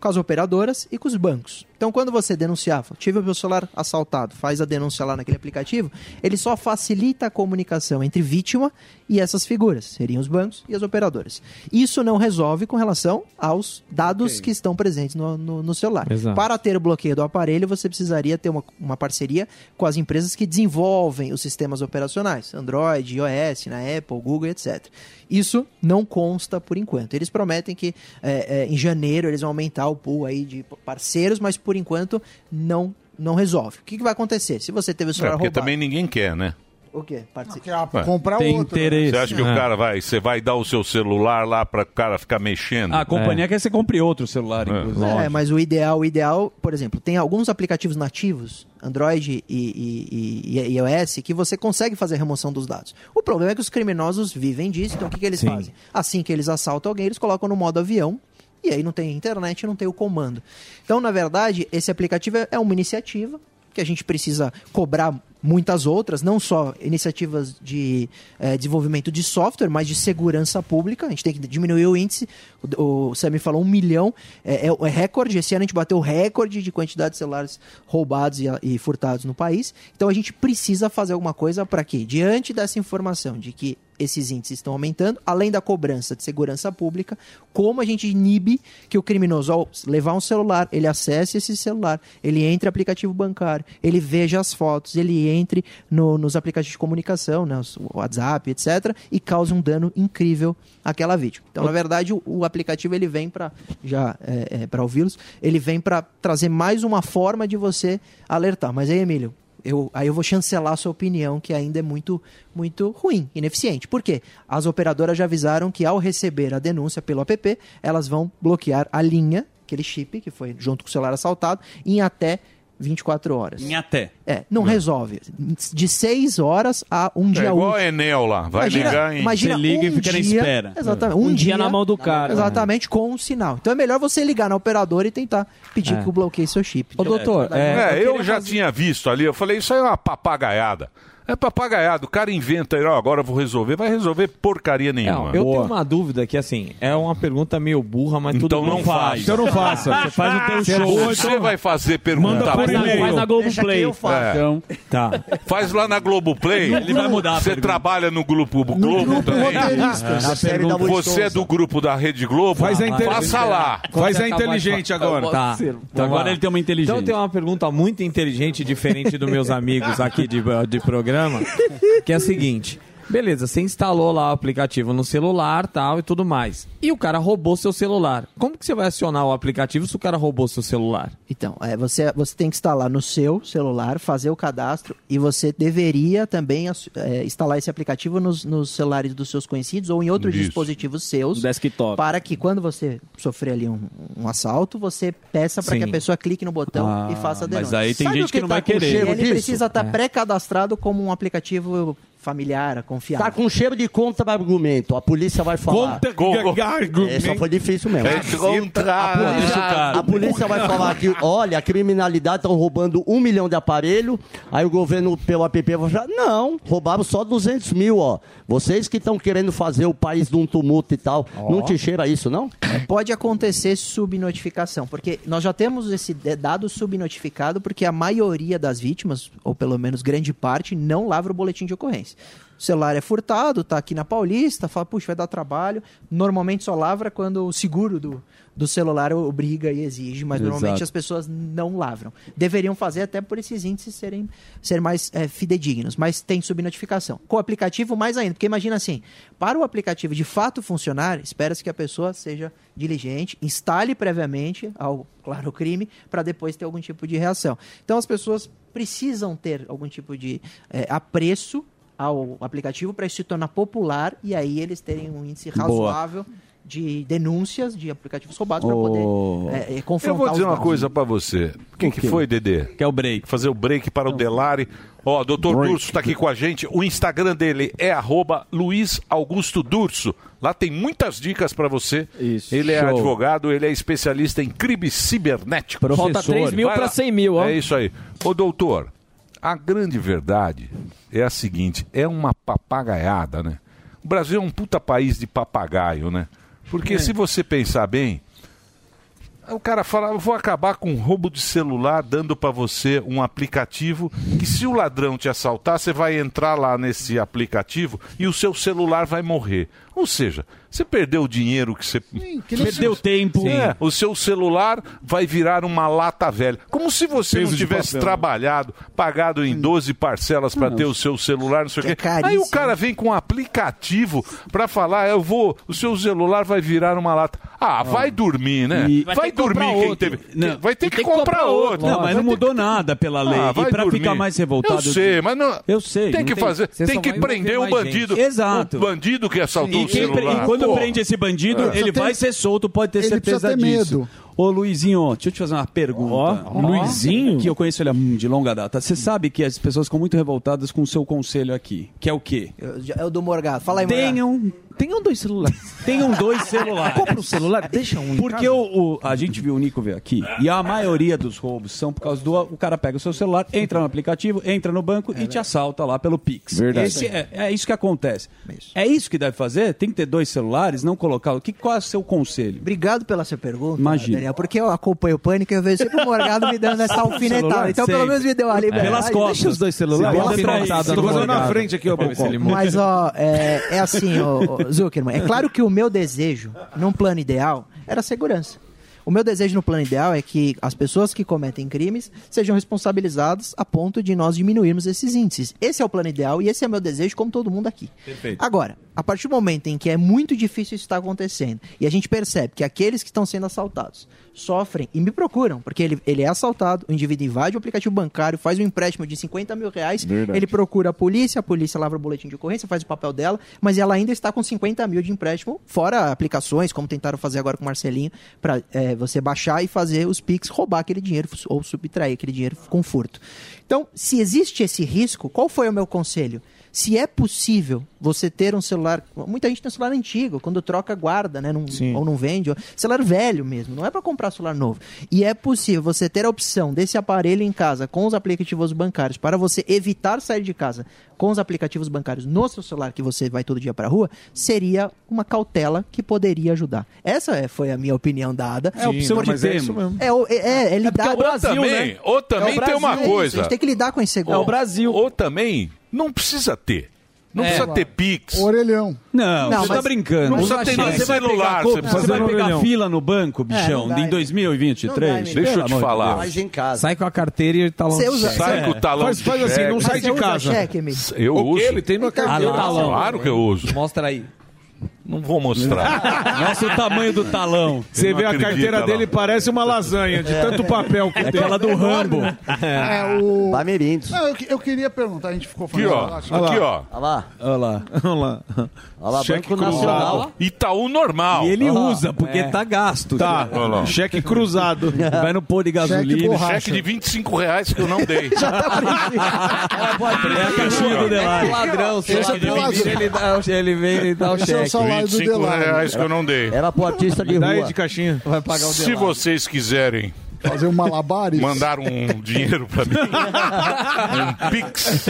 [SPEAKER 18] com as operadoras e com os bancos. Então, quando você denunciar, fala, tive o meu celular assaltado, faz a denúncia lá naquele aplicativo, ele só facilita a comunicação entre vítima e essas figuras, seriam os bancos e as operadoras. Isso não resolve com relação aos dados que estão presentes no, no- no celular.
[SPEAKER 15] Exato.
[SPEAKER 18] Para ter o bloqueio do aparelho, você precisaria ter uma, uma parceria com as empresas que desenvolvem os sistemas operacionais, Android, iOS, na Apple, Google, etc. Isso não consta por enquanto. Eles prometem que é, é, em janeiro eles vão aumentar o pool aí de parceiros, mas por enquanto não não resolve. O que, que vai acontecer? Se você teve o
[SPEAKER 5] É,
[SPEAKER 18] celular
[SPEAKER 5] porque
[SPEAKER 18] roubado...
[SPEAKER 5] também ninguém quer, né?
[SPEAKER 18] O quê? Parceiro.
[SPEAKER 5] Ué.
[SPEAKER 18] né?
[SPEAKER 5] Você acha
[SPEAKER 8] né?
[SPEAKER 5] que o cara vai, você vai dar o seu celular lá para o cara ficar mexendo?
[SPEAKER 8] A companhia quer que você compre outro celular,
[SPEAKER 5] inclusive.
[SPEAKER 18] É, mas o ideal, o ideal, por exemplo, tem alguns aplicativos nativos, Android e, e- e- e iOS, que você consegue fazer a remoção dos dados. O problema é que os criminosos vivem disso, então o que, que eles
[SPEAKER 15] Sim.
[SPEAKER 18] fazem? Assim que eles assaltam alguém, eles colocam no modo avião, e aí não tem internet, não tem o comando. Então, na verdade, esse aplicativo é- é uma iniciativa que a gente precisa cobrar muitas outras, não só iniciativas de eh, desenvolvimento de software, mas de segurança pública. A gente tem que diminuir o índice. O, o Sam falou um milhão, é, é, é recorde. Esse ano a gente bateu o recorde de quantidade de celulares roubados e, a- e furtados no país. Então a gente precisa fazer alguma coisa para que, diante dessa informação de que esses índices estão aumentando, além da cobrança de segurança pública, como a gente inibe que o criminoso, ao levar um celular, ele acesse esse celular, ele entre no aplicativo bancário, ele veja as fotos, ele entre no- nos aplicativos de comunicação, né, os- o WhatsApp, etc., e cause um dano incrível àquela vítima. Então, na verdade, o, o aplicativo ele vem para já é, para ouvi-los, ele vem para trazer mais uma forma de você alertar. Mas aí, Emílio, eu, aí eu vou chancelar a sua opinião, que ainda é muito, muito ruim, ineficiente. Por quê? As operadoras já avisaram que ao receber a denúncia pelo app, elas vão bloquear a linha, aquele chip que foi junto com o celular assaltado, em até 24 horas.
[SPEAKER 8] Em até.
[SPEAKER 18] É, não, resolve. De 6 horas a um
[SPEAKER 5] É
[SPEAKER 18] dia
[SPEAKER 5] igual
[SPEAKER 18] útil.
[SPEAKER 5] a Enel lá. Ah, Vai
[SPEAKER 18] Imagina-
[SPEAKER 5] ligar É. em.
[SPEAKER 18] imagina um dia-
[SPEAKER 8] É.
[SPEAKER 18] Exatamente. Um, dia,
[SPEAKER 11] na mão do cara.
[SPEAKER 18] Exatamente, com um sinal. Então é melhor você ligar na operadora e tentar pedir
[SPEAKER 11] É.
[SPEAKER 18] que bloqueie seu chip. Ô,
[SPEAKER 5] É, eu, já tinha visto ali, eu falei, isso aí é uma papagaiada. É papagaiada, o cara inventa, ó, agora eu vou resolver. Vai resolver porcaria nenhuma.
[SPEAKER 12] eu tenho uma dúvida que, assim, é uma pergunta meio burra, mas tudo
[SPEAKER 5] Então
[SPEAKER 12] bem.
[SPEAKER 5] não faz.
[SPEAKER 12] Então não faça. Você faz o teu
[SPEAKER 5] [LAUGHS] Você é então
[SPEAKER 12] show.
[SPEAKER 5] Você vai fazer pergunta
[SPEAKER 12] Manda por
[SPEAKER 5] boa.
[SPEAKER 12] e-mail. Faz na Globoplay.
[SPEAKER 5] É.
[SPEAKER 12] Então, tá.
[SPEAKER 5] Faz lá na Globoplay.
[SPEAKER 12] Ele vai mudar a
[SPEAKER 5] Você
[SPEAKER 12] pergunta.
[SPEAKER 5] trabalha no Globo, Globo também.
[SPEAKER 12] Roteirista. É, na série da Luiz
[SPEAKER 5] Você é do grupo da Rede Globo?
[SPEAKER 12] Faz a inteligente.
[SPEAKER 5] Ah, Passa lá.
[SPEAKER 12] Tá. Então agora ele tem uma inteligente. Então tem uma pergunta muito inteligente, diferente dos meus amigos aqui de, de programa, que é a seguinte. Beleza, você instalou lá o aplicativo no celular tal e tudo mais. E o cara roubou seu celular. Como que você vai acionar o aplicativo se o cara roubou seu celular?
[SPEAKER 18] Então, é, você, você tem que instalar no seu celular, fazer o cadastro e você deveria também assu- é, instalar esse aplicativo nos, nos celulares dos seus conhecidos ou em outros
[SPEAKER 11] Isso.
[SPEAKER 18] dispositivos seus.
[SPEAKER 11] Desktop.
[SPEAKER 18] Para que quando você sofrer ali um, um assalto, você peça para
[SPEAKER 11] Sim.
[SPEAKER 18] que a pessoa clique no botão
[SPEAKER 11] Ah,
[SPEAKER 18] e faça a
[SPEAKER 11] mas
[SPEAKER 18] denúncia.
[SPEAKER 11] aí tem
[SPEAKER 18] o
[SPEAKER 11] gente
[SPEAKER 18] tá
[SPEAKER 11] que não vai
[SPEAKER 18] com
[SPEAKER 11] querer.
[SPEAKER 18] cheiro Ele
[SPEAKER 11] disso?
[SPEAKER 18] precisa estar
[SPEAKER 11] É.
[SPEAKER 18] pré-cadastrado como um aplicativo familiar, confiável.
[SPEAKER 10] Tá com cheiro de contra-argumento. A polícia vai falar.
[SPEAKER 18] Contra- Go- go- argumento.
[SPEAKER 10] Essa foi difícil mesmo.
[SPEAKER 18] É contra-
[SPEAKER 10] a polícia, a polícia vai falar que, olha, a criminalidade estão roubando um milhão de aparelho. Aí o governo, pelo app, vai falar, não, roubaram só 200 mil, ó. Vocês que estão querendo fazer o país de um tumulto e tal. Não te cheira isso, não?
[SPEAKER 18] pode acontecer subnotificação, porque nós já temos esse de- dado subnotificado, porque a maioria das vítimas, ou pelo menos grande parte, não lavra o boletim de ocorrência. O celular é furtado, tá aqui na Paulista, fala, puxa, vai dar trabalho. Normalmente só lavra quando o seguro do, do celular obriga e exige, mas normalmente é
[SPEAKER 20] Exato.
[SPEAKER 18] as pessoas não lavram. Deveriam fazer até por esses índices serem ser mais é, fidedignos, mas tem subnotificação. Com o aplicativo, mais ainda, porque imagina assim: para o aplicativo de fato funcionar, espera-se que a pessoa seja diligente, instale previamente ao claro crime, para depois ter algum tipo de reação. Então as pessoas precisam ter algum tipo de é, apreço ao aplicativo para isso se tornar popular e aí eles terem um índice
[SPEAKER 5] Boa.
[SPEAKER 18] razoável. De denúncias de aplicativos roubados para
[SPEAKER 5] Ô,
[SPEAKER 18] poder é, é,
[SPEAKER 5] Eu
[SPEAKER 18] confrontar
[SPEAKER 5] vou dizer
[SPEAKER 18] os
[SPEAKER 5] uma
[SPEAKER 18] dados.
[SPEAKER 5] coisa pra você. Quem que foi, Dedê? Que
[SPEAKER 12] é o break.
[SPEAKER 5] Fazer o break para o Delari. Ó, doutor Durso tá aqui com a gente. O Instagram dele é arroba Luiz Augusto Durso. Lá tem muitas dicas pra você. Isso. Ele é
[SPEAKER 11] Show.
[SPEAKER 5] advogado, ele é especialista em crimes cibernéticos.
[SPEAKER 11] Professor. Falta 3 mil
[SPEAKER 5] Vai
[SPEAKER 11] pra
[SPEAKER 5] lá.
[SPEAKER 11] 100 mil, ó.
[SPEAKER 5] É isso aí. Ô, doutor, a grande verdade é a seguinte, é uma papagaiada, né? O Brasil é um puta país de papagaio, né? Porque se você pensar bem, Aí O cara fala, eu vou acabar com o roubo de celular dando pra você um aplicativo que se o ladrão te assaltar, você vai entrar lá nesse aplicativo e o seu celular vai morrer. Ou seja, você perdeu o dinheiro que você...
[SPEAKER 12] que nem Perdeu se- tempo.
[SPEAKER 5] É, o seu celular vai virar uma lata velha. Como se você
[SPEAKER 12] Peso
[SPEAKER 5] não
[SPEAKER 12] de
[SPEAKER 5] tivesse
[SPEAKER 12] papel.
[SPEAKER 5] trabalhado, pagado em 12 parcelas pra ter o seu celular, não sei o
[SPEAKER 12] É
[SPEAKER 5] quê. Aí o cara vem com um aplicativo pra falar, eu vou, o seu celular vai virar uma lata. Ah, vai dormir, né?
[SPEAKER 12] E-
[SPEAKER 5] Vai,
[SPEAKER 12] Vai ter que
[SPEAKER 5] dormir
[SPEAKER 12] comprar
[SPEAKER 5] quem
[SPEAKER 12] outro.
[SPEAKER 5] teve.
[SPEAKER 12] Não.
[SPEAKER 5] Vai ter
[SPEAKER 12] E
[SPEAKER 5] que,
[SPEAKER 12] tem que
[SPEAKER 5] comprar,
[SPEAKER 12] comprar
[SPEAKER 5] outro.
[SPEAKER 12] outro. Não, mas não mudou nada pela lei. E pra ficar mais revoltado-
[SPEAKER 5] Ah, Eu sei, mas não.
[SPEAKER 12] Eu sei,
[SPEAKER 5] Tem
[SPEAKER 12] não
[SPEAKER 5] que
[SPEAKER 12] tem-
[SPEAKER 5] fazer.
[SPEAKER 12] você
[SPEAKER 5] Tem
[SPEAKER 12] só
[SPEAKER 5] que
[SPEAKER 12] vai
[SPEAKER 5] prender o
[SPEAKER 12] envolver mais
[SPEAKER 5] bandido.
[SPEAKER 12] gente. Exato.
[SPEAKER 5] O bandido que assaltou
[SPEAKER 12] E,
[SPEAKER 5] o
[SPEAKER 12] quem pre-
[SPEAKER 5] celular.
[SPEAKER 12] e quando
[SPEAKER 5] Pô.
[SPEAKER 12] prende esse bandido,
[SPEAKER 5] É.
[SPEAKER 12] ele vai ser solto, pode ter
[SPEAKER 5] Ele
[SPEAKER 12] certeza
[SPEAKER 5] precisa ter
[SPEAKER 12] disso.
[SPEAKER 5] medo.
[SPEAKER 12] Ô, Luizinho, deixa eu te fazer uma pergunta.
[SPEAKER 8] Ó. Luizinho?
[SPEAKER 12] Que
[SPEAKER 8] eu conheço ele há, hum, de longa data. Você sabe que as pessoas ficam muito revoltadas com o seu conselho aqui, que é o quê?
[SPEAKER 18] Eu já- É o do Morgado. Fala aí,
[SPEAKER 8] Tenham
[SPEAKER 4] Tenham dois celulares.
[SPEAKER 8] Tenham
[SPEAKER 18] [LAUGHS]
[SPEAKER 8] dois celulares.
[SPEAKER 4] Compra um celular, deixa um. em
[SPEAKER 8] Porque
[SPEAKER 4] casa.
[SPEAKER 8] o, o- a gente viu o Nico ver aqui, e a maioria dos roubos são por causa do. O cara pega o seu celular, entra no aplicativo, entra no banco e te assalta lá pelo Pix.
[SPEAKER 16] Verdade.
[SPEAKER 8] Esse é, é isso que acontece. É isso que deve fazer? Tem que ter dois celulares, não colocar. O que, qual é o seu conselho?
[SPEAKER 18] Obrigado pela sua pergunta,
[SPEAKER 8] Imagina.
[SPEAKER 18] Daniel, porque eu acompanho o pânico e eu vejo sempre o Morgado me
[SPEAKER 4] [LAUGHS]
[SPEAKER 18] dando essa alfinetada. Então, pelo
[SPEAKER 4] Sempre.
[SPEAKER 18] menos me deu a liberdade.
[SPEAKER 4] É, Pelas costas.
[SPEAKER 18] Deixa os dois celulares.
[SPEAKER 4] Você
[SPEAKER 18] Pelas
[SPEAKER 4] bota na-
[SPEAKER 18] costas.
[SPEAKER 4] Você tá fazendo na frente aqui, ó, Bocó.
[SPEAKER 18] Mas, ó, é, é assim, ó, ó, Zuckerman. É claro que o meu desejo, num plano ideal, era segurança. O meu desejo no plano ideal é que as pessoas que cometem crimes sejam responsabilizadas a ponto de nós diminuirmos esses índices. Esse é o plano ideal e esse é o meu desejo, como todo mundo aqui.
[SPEAKER 3] Perfeito.
[SPEAKER 18] Agora, a partir do momento em que é muito difícil isso estar acontecendo, e a gente percebe que aqueles que estão sendo assaltados sofrem e me procuram, porque ele, ele é assaltado, o indivíduo invade o aplicativo bancário, faz um empréstimo de 50 mil reais,
[SPEAKER 3] Verdade.
[SPEAKER 18] ele procura a polícia, a polícia lavra o boletim de ocorrência, faz o papel dela, mas ela ainda está com 50 mil de empréstimo, fora aplicações, como tentaram fazer agora com o Marcelinho, para você baixar e fazer os PIX roubar aquele dinheiro ou subtrair aquele dinheiro com furto. Então, se existe esse risco, qual foi o meu conselho? Se é possível você ter um celular. Muita gente tem um celular antigo, quando troca, guarda, né? Não- ou não vende. ou- celular velho mesmo, não é para comprar celular novo. E é possível você ter a opção desse aparelho em casa com os aplicativos bancários para você evitar sair de casa com os aplicativos bancários no seu celular que você vai todo dia para rua, seria uma cautela que poderia ajudar. Essa é- foi a minha opinião dada.
[SPEAKER 5] É a opção
[SPEAKER 18] Porque-
[SPEAKER 5] de termo.
[SPEAKER 18] É, o- é, é, é lidar
[SPEAKER 5] Ou também, né? ou também
[SPEAKER 18] É o
[SPEAKER 5] tem uma
[SPEAKER 18] Brasil, é isso,
[SPEAKER 5] coisa.
[SPEAKER 18] A gente tem que lidar com a insegurança.
[SPEAKER 5] Brasil. É Ou também não precisa ter. Não
[SPEAKER 18] É.
[SPEAKER 5] precisa ter Pix.
[SPEAKER 7] Orelhão.
[SPEAKER 8] Não,
[SPEAKER 5] Não,
[SPEAKER 8] você tá
[SPEAKER 5] mas-
[SPEAKER 8] brincando.
[SPEAKER 5] Não precisa ter nem
[SPEAKER 8] Você vai
[SPEAKER 5] celular,
[SPEAKER 8] pegar,
[SPEAKER 5] você
[SPEAKER 8] você
[SPEAKER 5] precisa
[SPEAKER 8] vai
[SPEAKER 5] fazer
[SPEAKER 8] pegar
[SPEAKER 5] reunião.
[SPEAKER 8] fila no banco, bichão, em 2023?
[SPEAKER 5] Deixa eu te falar.
[SPEAKER 12] Sai com a carteira e tá o talão
[SPEAKER 8] Você usa-
[SPEAKER 12] de cheque.
[SPEAKER 5] Sai com o talão
[SPEAKER 12] Faz,
[SPEAKER 5] de
[SPEAKER 12] faz assim,
[SPEAKER 5] cheque.
[SPEAKER 12] não sai de casa.
[SPEAKER 5] Eu
[SPEAKER 12] O
[SPEAKER 5] uso.
[SPEAKER 12] quê? Ele tem no
[SPEAKER 8] um
[SPEAKER 5] Então,
[SPEAKER 12] carteira.
[SPEAKER 5] claro,
[SPEAKER 12] Ah, no talão.
[SPEAKER 5] Claro que eu uso.
[SPEAKER 12] Mostra aí.
[SPEAKER 5] Não vou mostrar.
[SPEAKER 8] [LAUGHS] Nossa, o tamanho do talão.
[SPEAKER 4] Você vê a carteira dele parece uma lasanha de tanto papel
[SPEAKER 8] É
[SPEAKER 4] que tem.
[SPEAKER 7] É, o...
[SPEAKER 10] Bamerindos.
[SPEAKER 7] Não, eu, que- eu queria perguntar, a gente ficou
[SPEAKER 5] Aqui,
[SPEAKER 7] falando.
[SPEAKER 5] ó.
[SPEAKER 7] relaxa.
[SPEAKER 5] Aqui, ó.
[SPEAKER 10] Olha lá.
[SPEAKER 5] Olha lá. Olha lá.
[SPEAKER 10] lá, Banco Nacional.
[SPEAKER 5] Itaú normal. Ah. É.
[SPEAKER 8] E ele usa, porque tá gasto.
[SPEAKER 5] Tá.
[SPEAKER 8] Já.
[SPEAKER 5] Olha lá.
[SPEAKER 8] Cheque cruzado. Vai no pôr de
[SPEAKER 5] Cheque,
[SPEAKER 8] gasolina.
[SPEAKER 5] de 25 reais que eu não dei.
[SPEAKER 12] [LAUGHS] É a caixinha do Delari. Ladrão, se
[SPEAKER 5] Deixa
[SPEAKER 12] ele
[SPEAKER 5] pro
[SPEAKER 12] vir,
[SPEAKER 5] ladrão.
[SPEAKER 12] ele dá o- ele vem e dá o
[SPEAKER 5] Deixa o
[SPEAKER 12] cheque.
[SPEAKER 5] salário do 25 Delari. reais que eu não dei.
[SPEAKER 10] Era pro artista de
[SPEAKER 12] Me dá
[SPEAKER 10] rua.
[SPEAKER 12] aí de
[SPEAKER 4] caixinha.
[SPEAKER 12] Vai pagar o
[SPEAKER 5] Se
[SPEAKER 12] Delari.
[SPEAKER 5] vocês quiserem
[SPEAKER 7] Fazer um malabares.
[SPEAKER 5] mandar um dinheiro pra mim, um Pix,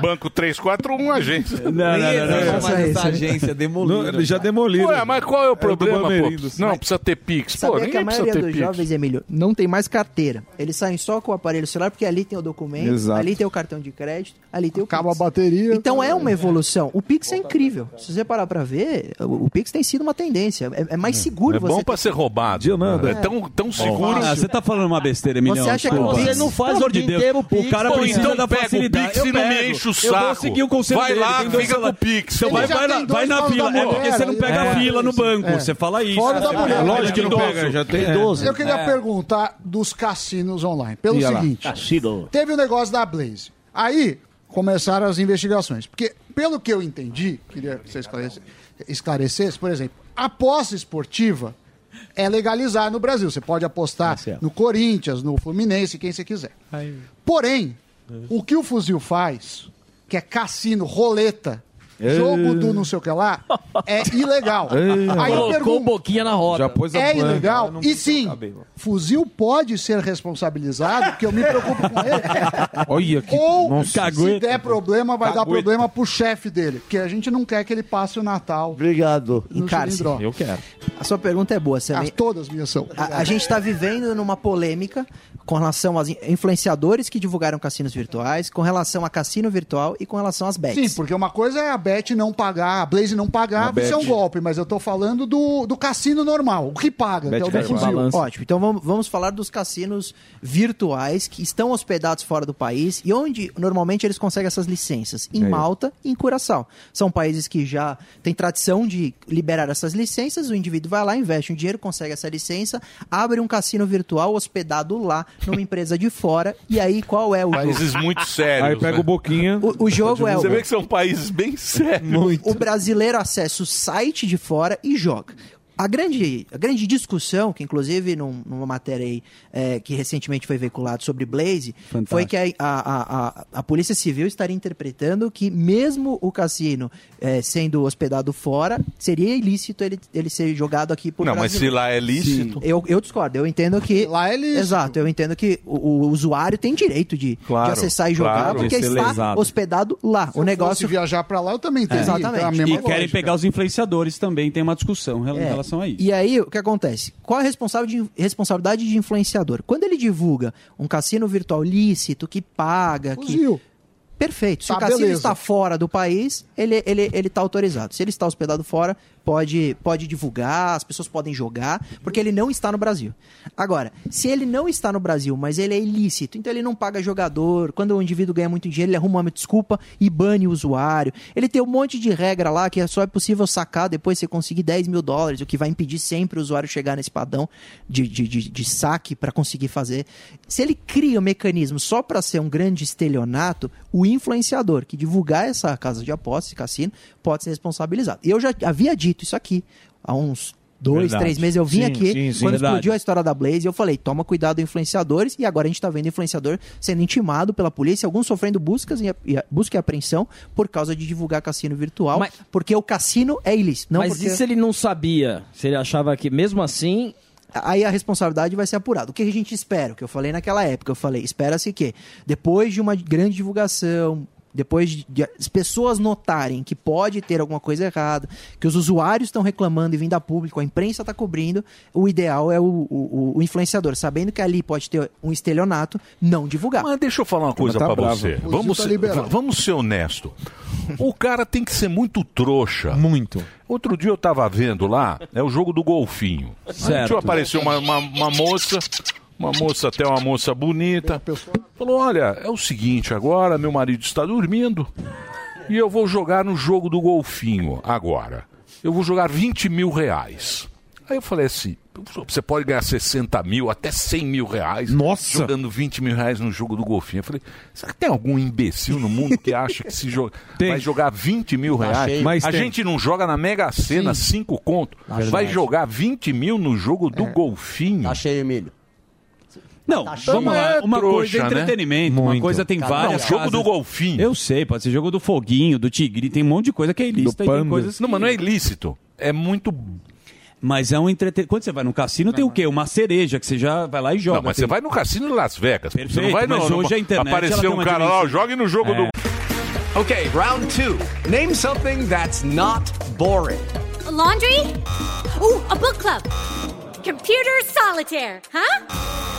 [SPEAKER 5] Banco 341, agência. Não,
[SPEAKER 12] não, não, não. existe mais essa agência, demoliram.
[SPEAKER 4] Não, já demoliram.
[SPEAKER 5] Ué, mas qual é
[SPEAKER 4] do
[SPEAKER 5] o problema, pô?
[SPEAKER 4] Bamerindos.
[SPEAKER 12] né?
[SPEAKER 5] Não, precisa ter Pix.
[SPEAKER 7] Tipo,
[SPEAKER 5] Pô,
[SPEAKER 18] Sabia que a
[SPEAKER 5] ninguém
[SPEAKER 7] é
[SPEAKER 5] precisa
[SPEAKER 18] maioria
[SPEAKER 5] ter
[SPEAKER 18] dos
[SPEAKER 5] Pix.
[SPEAKER 18] jovens, Emílio, não tem mais carteira. Eles saem só com o aparelho celular, porque ali tem o documento,
[SPEAKER 7] Exato.
[SPEAKER 18] ali tem o cartão de crédito, ali tem o
[SPEAKER 7] Acaba a bateria.
[SPEAKER 18] Então é uma evolução. O Pix é incrível. Se você parar pra ver, o o Pix tem sido uma tendência. É, é mais seguro
[SPEAKER 5] É
[SPEAKER 18] você.
[SPEAKER 5] bom pra ser roubado.
[SPEAKER 8] né?
[SPEAKER 5] É tão, tão seguro.
[SPEAKER 8] Ah, você tá falando uma besteira, Emilhão.
[SPEAKER 18] Você acha que
[SPEAKER 8] desculpa.
[SPEAKER 18] você não faz
[SPEAKER 8] Pelo amor de
[SPEAKER 18] o
[SPEAKER 8] Deus,
[SPEAKER 18] inteiro Pix?
[SPEAKER 8] O cara
[SPEAKER 18] Pô,
[SPEAKER 8] precisa
[SPEAKER 18] então
[SPEAKER 8] da
[SPEAKER 18] pega o
[SPEAKER 8] facilidade.
[SPEAKER 18] Pix e
[SPEAKER 8] Eu
[SPEAKER 18] não me
[SPEAKER 8] pego.
[SPEAKER 18] enche o
[SPEAKER 8] Eu vou
[SPEAKER 18] saco.
[SPEAKER 8] seguir o conselho
[SPEAKER 18] Vai
[SPEAKER 8] dele,
[SPEAKER 18] lá,
[SPEAKER 8] tem dois
[SPEAKER 18] fica com o
[SPEAKER 8] celulares.
[SPEAKER 18] Pix.
[SPEAKER 8] Então
[SPEAKER 18] Ele
[SPEAKER 8] vai,
[SPEAKER 18] já
[SPEAKER 8] vai,
[SPEAKER 18] tem
[SPEAKER 8] na, vai
[SPEAKER 18] dois
[SPEAKER 8] na
[SPEAKER 18] fora da
[SPEAKER 8] fila. É porque
[SPEAKER 18] mulher,
[SPEAKER 8] você não pega
[SPEAKER 18] é.
[SPEAKER 8] fila no banco.
[SPEAKER 18] É.
[SPEAKER 8] Você fala isso.
[SPEAKER 7] Fora da
[SPEAKER 8] É,
[SPEAKER 7] mulher.
[SPEAKER 8] Lógico que não
[SPEAKER 7] Idoso. É.
[SPEAKER 8] pega. Já tem. é.
[SPEAKER 7] Eu queria perguntar dos cassinos online. Pelo
[SPEAKER 4] Ia lá.
[SPEAKER 7] seguinte, teve o negócio da Blaze. Aí começaram as investigações. Porque, pelo que eu entendi, queria que você esclarece- esclarecesse, por exemplo, aposta esportiva é legalizar no Brasil. Você pode apostar
[SPEAKER 8] Tá
[SPEAKER 7] no Corinthians, no Fluminense, quem você quiser. Porém,
[SPEAKER 8] É.
[SPEAKER 7] o que o fuzil faz, que é cassino, roleta,
[SPEAKER 8] É.
[SPEAKER 7] jogo do não sei o que lá, é
[SPEAKER 5] [LAUGHS]
[SPEAKER 7] ilegal. Aí eu
[SPEAKER 11] Colocou
[SPEAKER 7] pergunto,
[SPEAKER 11] um boquinha na roda.
[SPEAKER 7] é ilegal? E sim, fuzil pode ser responsabilizado, porque eu me preocupo com ele.
[SPEAKER 4] Olha que.
[SPEAKER 7] Ou,
[SPEAKER 4] nossa.
[SPEAKER 7] se der problema, vai dar
[SPEAKER 4] Cagueta.
[SPEAKER 7] problema pro chefe dele, porque a gente não quer que ele passe o Natal.
[SPEAKER 10] Obrigado.
[SPEAKER 7] No cilindro.
[SPEAKER 18] Eu quero. A sua pergunta é boa, Samir.
[SPEAKER 7] As, Ah, todas minhas são.
[SPEAKER 18] A, a gente está vivendo numa polêmica com relação aos in- influenciadores que divulgaram cassinos virtuais, com relação a cassino virtual e com relação às bets.
[SPEAKER 7] Sim, porque uma coisa é a Bet não pagar, a Blaze não pagar,
[SPEAKER 18] A
[SPEAKER 7] isso é um
[SPEAKER 18] Bet.
[SPEAKER 7] golpe, mas eu tô falando do, do cassino normal, o que paga, que é o do fuzil.
[SPEAKER 18] Ótimo. Então vamos, vamos falar dos cassinos virtuais que estão hospedados fora do país e onde normalmente eles conseguem essas licenças. Em
[SPEAKER 21] Aí.
[SPEAKER 18] Malta e em Curaçao. São países que já têm tradição de liberar essas licenças. O indivíduo vai lá, investe um dinheiro, consegue essa licença, abre um cassino virtual hospedado lá numa empresa de fora. E aí qual é o
[SPEAKER 5] Países
[SPEAKER 18] jogo?
[SPEAKER 5] muito sérios. né?
[SPEAKER 4] boquinha.
[SPEAKER 18] O, o jogo é o.
[SPEAKER 5] Você vê que são países bem sérios.
[SPEAKER 18] O brasileiro acessa o site de fora e joga. a grande, a grande discussão, que inclusive num- numa matéria aí, é, que recentemente foi veiculada sobre Blaze,
[SPEAKER 8] Fantástico.
[SPEAKER 18] foi que a, a, a, a- a Polícia Civil estaria interpretando que mesmo o cassino é, sendo hospedado fora, seria ilícito ele, ele ser jogado aqui por
[SPEAKER 5] Não, mas se
[SPEAKER 18] brasileiro.
[SPEAKER 5] lá é lícito.
[SPEAKER 18] Eu, eu discordo, eu entendo que. Lá ele. Exato, eu entendo que o, o usuário tem direito de,
[SPEAKER 7] Claro,
[SPEAKER 18] de acessar e jogar,
[SPEAKER 7] claro.
[SPEAKER 18] porque
[SPEAKER 7] De ser
[SPEAKER 18] está
[SPEAKER 7] lesado.
[SPEAKER 18] hospedado lá. o negócio.
[SPEAKER 7] viajar para lá, eu também
[SPEAKER 18] É.
[SPEAKER 7] teria.
[SPEAKER 18] Exatamente.
[SPEAKER 7] É a
[SPEAKER 18] E
[SPEAKER 7] mesma
[SPEAKER 18] querem
[SPEAKER 8] E
[SPEAKER 7] lógica.
[SPEAKER 8] querem pegar os influenciadores também, tem uma discussão em
[SPEAKER 18] É,
[SPEAKER 8] relação a isso.
[SPEAKER 18] E aí, o que acontece? Qual a responsável de- responsabilidade de influenciador? Quando ele divulga um cassino virtual lícito, que paga, que... Perfeito. Se
[SPEAKER 7] Tá,
[SPEAKER 18] o cassino
[SPEAKER 7] beleza.
[SPEAKER 18] está fora do país, ele ele ele está autorizado. Se ele está hospedado fora, pode pode divulgar, as pessoas podem jogar, porque ele não está no Brasil. Agora, se ele não está no Brasil, mas ele é ilícito, então ele não paga jogador. Quando o indivíduo ganha muito dinheiro, ele arruma uma desculpa e bane o usuário. Ele tem um monte de regra lá que só é possível sacar depois você conseguir 10 mil dólares, o que vai impedir sempre o usuário chegar nesse padrão de, de, de, de saque para conseguir fazer. Se ele cria um mecanismo só para ser um grande estelionato, o influenciador que divulgar essa casa de apostas, esse cassino, pode ser responsabilizado. Eu já havia dito isso aqui há uns dois,
[SPEAKER 12] Verdade.
[SPEAKER 18] três meses. Eu vim
[SPEAKER 12] Sim,
[SPEAKER 18] aqui,
[SPEAKER 12] sim, sim,
[SPEAKER 18] quando
[SPEAKER 12] verdade.
[SPEAKER 18] explodiu a história da Blaze, eu falei, toma cuidado influenciadores, e agora a gente tá vendo influenciador sendo intimado pela polícia, alguns sofrendo buscas e, e- busca e apreensão por causa de divulgar cassino virtual, porque o cassino é ilícito. Não
[SPEAKER 11] Mas
[SPEAKER 18] porque...
[SPEAKER 11] e se ele não sabia? Se ele achava que mesmo assim.
[SPEAKER 18] Aí a responsabilidade vai ser apurada. O que a gente espera? O que eu falei naquela época? Eu falei, espera-se que depois de uma grande divulgação, depois de, de as pessoas notarem que pode ter alguma coisa errada, que os usuários estão reclamando e vindo a público, a imprensa está cobrindo, o ideal é o, o- o- o influenciador, sabendo que ali pode ter um estelionato, não divulgar.
[SPEAKER 5] Mas deixa eu falar uma coisa
[SPEAKER 18] tá
[SPEAKER 5] pra você. Vamos ser, v- vamos ser honesto. O cara tem que ser muito trouxa.
[SPEAKER 12] Muito.
[SPEAKER 5] Outro dia eu tava vendo lá, é o jogo do golfinho.
[SPEAKER 12] Certo.
[SPEAKER 5] Certo. apareceu uma, uma, uma moça, uma moça até uma moça bonita. Falou: olha, é o seguinte, agora meu marido está dormindo e eu vou jogar no jogo do golfinho agora. Eu vou jogar 20 mil reais. Aí eu falei assim: você pode ganhar 60 mil, até 100 mil reais. Nossa! Jogando 20 mil reais no jogo do golfinho. Eu falei: será que tem algum imbecil no mundo que acha que
[SPEAKER 12] [LAUGHS]
[SPEAKER 5] se jo- vai jogar 20 mil reais?
[SPEAKER 12] Achei. Mas
[SPEAKER 5] a
[SPEAKER 12] tem.
[SPEAKER 5] gente não joga na Mega Sena 5 conto. Vai
[SPEAKER 12] Verdade.
[SPEAKER 5] jogar 20 mil no jogo do golfinho.
[SPEAKER 10] Achei, Emílio.
[SPEAKER 8] Não,
[SPEAKER 5] Tá
[SPEAKER 8] vamos lá. Uma coisa é entretenimento, uma coisa tem várias.
[SPEAKER 5] né? jogo
[SPEAKER 8] casas.
[SPEAKER 5] do golfinho.
[SPEAKER 8] Eu sei, pode ser jogo do foguinho, do tigre, tem um monte de coisa que é ilícita. e tem coisas
[SPEAKER 5] Não,
[SPEAKER 8] que-
[SPEAKER 5] mas não é ilícito. É muito.
[SPEAKER 8] Mas é um entretenimento. Quando você vai no cassino, tem o quê? Uma cereja que você já vai lá e joga.
[SPEAKER 5] Não, mas
[SPEAKER 8] Tem-
[SPEAKER 5] você vai no cassino de Las Vegas. você não
[SPEAKER 8] Perfeito,
[SPEAKER 5] vai no,
[SPEAKER 8] mas
[SPEAKER 5] no-
[SPEAKER 8] hoje a internet, ela tem
[SPEAKER 5] Apareceu um
[SPEAKER 8] uma
[SPEAKER 5] cara lá,
[SPEAKER 8] dimensão.
[SPEAKER 5] jogue no jogo do.
[SPEAKER 21] Okay, round two. Name something that's not boring.
[SPEAKER 20] A laundry? Ooh, a book club. Computer solitaire, huh?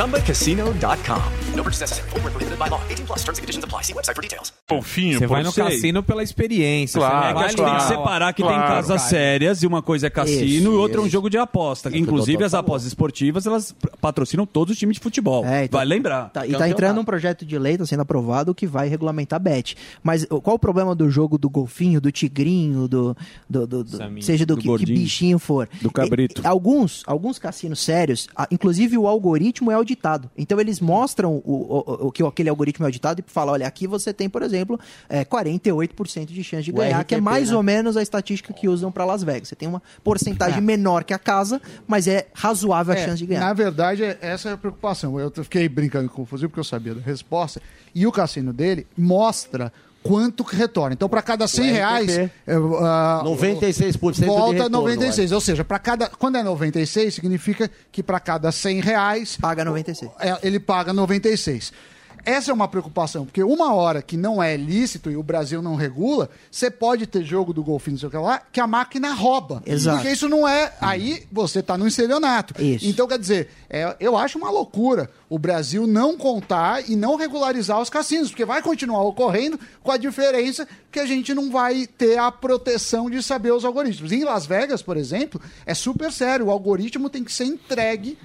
[SPEAKER 21] ChumbaCasino.com. No purchase necessary, Void where prohibited by law, 18 plus terms and conditions apply. See website for details.
[SPEAKER 5] golfinho.
[SPEAKER 12] Você
[SPEAKER 8] por
[SPEAKER 12] vai no
[SPEAKER 8] sei.
[SPEAKER 12] cassino pela experiência.
[SPEAKER 8] É
[SPEAKER 12] Claro,
[SPEAKER 8] que acho que tem que separar que tem casas sérias e uma coisa é cassino
[SPEAKER 12] Isso,
[SPEAKER 8] e outra é um
[SPEAKER 12] isso.
[SPEAKER 8] jogo de aposta. Inclusive,
[SPEAKER 12] tá
[SPEAKER 8] as apostas esportivas, elas patrocinam todos os times de futebol.
[SPEAKER 12] É, então
[SPEAKER 8] vai lembrar.
[SPEAKER 18] Tá, e tá entrando um projeto de lei, tá sendo aprovado, que vai regulamentar a bet. Mas o- qual o problema do jogo do golfinho, do tigrinho, do. do- do- do-
[SPEAKER 4] Saminho.
[SPEAKER 18] seja do,
[SPEAKER 4] Do
[SPEAKER 18] que, que
[SPEAKER 4] gordinho.
[SPEAKER 18] bichinho for.
[SPEAKER 4] Do cabrito.
[SPEAKER 18] E- e alguns, alguns cassinos sérios, a- inclusive o algoritmo é auditado. Então eles mostram o, o- o que aquele algoritmo é auditado e falam: olha, aqui você tem, por exemplo, é, 48% de chance de
[SPEAKER 22] O
[SPEAKER 18] ganhar, que é
[SPEAKER 22] RTP,
[SPEAKER 18] mais
[SPEAKER 22] né?
[SPEAKER 18] ou menos a estatística que usam para Las Vegas. Você tem uma porcentagem menor que a casa, mas é razoável a
[SPEAKER 7] É,
[SPEAKER 18] chance de ganhar.
[SPEAKER 7] Na verdade, é- essa é a preocupação. Eu fiquei brincando com o fuzil porque eu sabia da resposta. E o cassino dele mostra quanto que retorna. Então, para cada 100
[SPEAKER 10] RTP,
[SPEAKER 7] reais... é, ah,
[SPEAKER 10] 96% de
[SPEAKER 7] Volta
[SPEAKER 10] retorno,
[SPEAKER 7] 96, ou seja, para cada quando é 96 significa que para cada 100 reais é,
[SPEAKER 18] paga 96.
[SPEAKER 7] Ele paga 96. Essa é uma preocupação, porque uma hora que não é lícito e o Brasil não regula, você pode ter jogo do golfinho, não sei o que lá, que a máquina rouba.
[SPEAKER 18] Exato.
[SPEAKER 7] Porque isso não é. Aí você tá no estelionato.
[SPEAKER 18] Isso.
[SPEAKER 7] Então, quer dizer, é, eu acho uma loucura o Brasil não contar e não regularizar os cassinos, porque vai continuar ocorrendo com a diferença que a gente não vai ter a proteção de saber os algoritmos. Em Las Vegas, por exemplo, é super sério. O algoritmo tem que ser entregue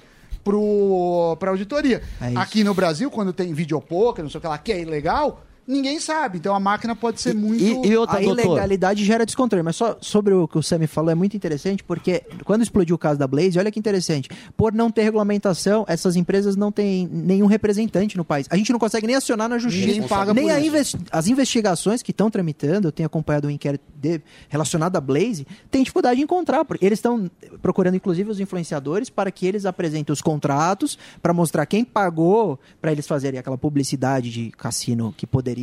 [SPEAKER 7] para auditoria. Aqui no Brasil, quando tem videopôquer, não sei o que lá, que é ilegal, ninguém sabe. Então a máquina pode ser muito.
[SPEAKER 18] E, a ilegalidade gera descontrole. Mas só sobre o que o Sammy falou, é muito interessante, porque quando explodiu o caso da Blaze, olha que interessante. Por não ter regulamentação, essas empresas não têm nenhum representante no país. A gente não consegue nem acionar na justiça.
[SPEAKER 7] Ninguém paga
[SPEAKER 18] nem
[SPEAKER 7] por
[SPEAKER 18] a
[SPEAKER 7] isso.
[SPEAKER 18] investi- as investigações que estão tramitando, eu tenho acompanhado um inquérito de- relacionado à Blaze, tem dificuldade em encontrar. porque Eles estão procurando, inclusive, os influenciadores para que eles apresentem os contratos, para mostrar quem pagou, para eles fazerem aquela publicidade de cassino que poderia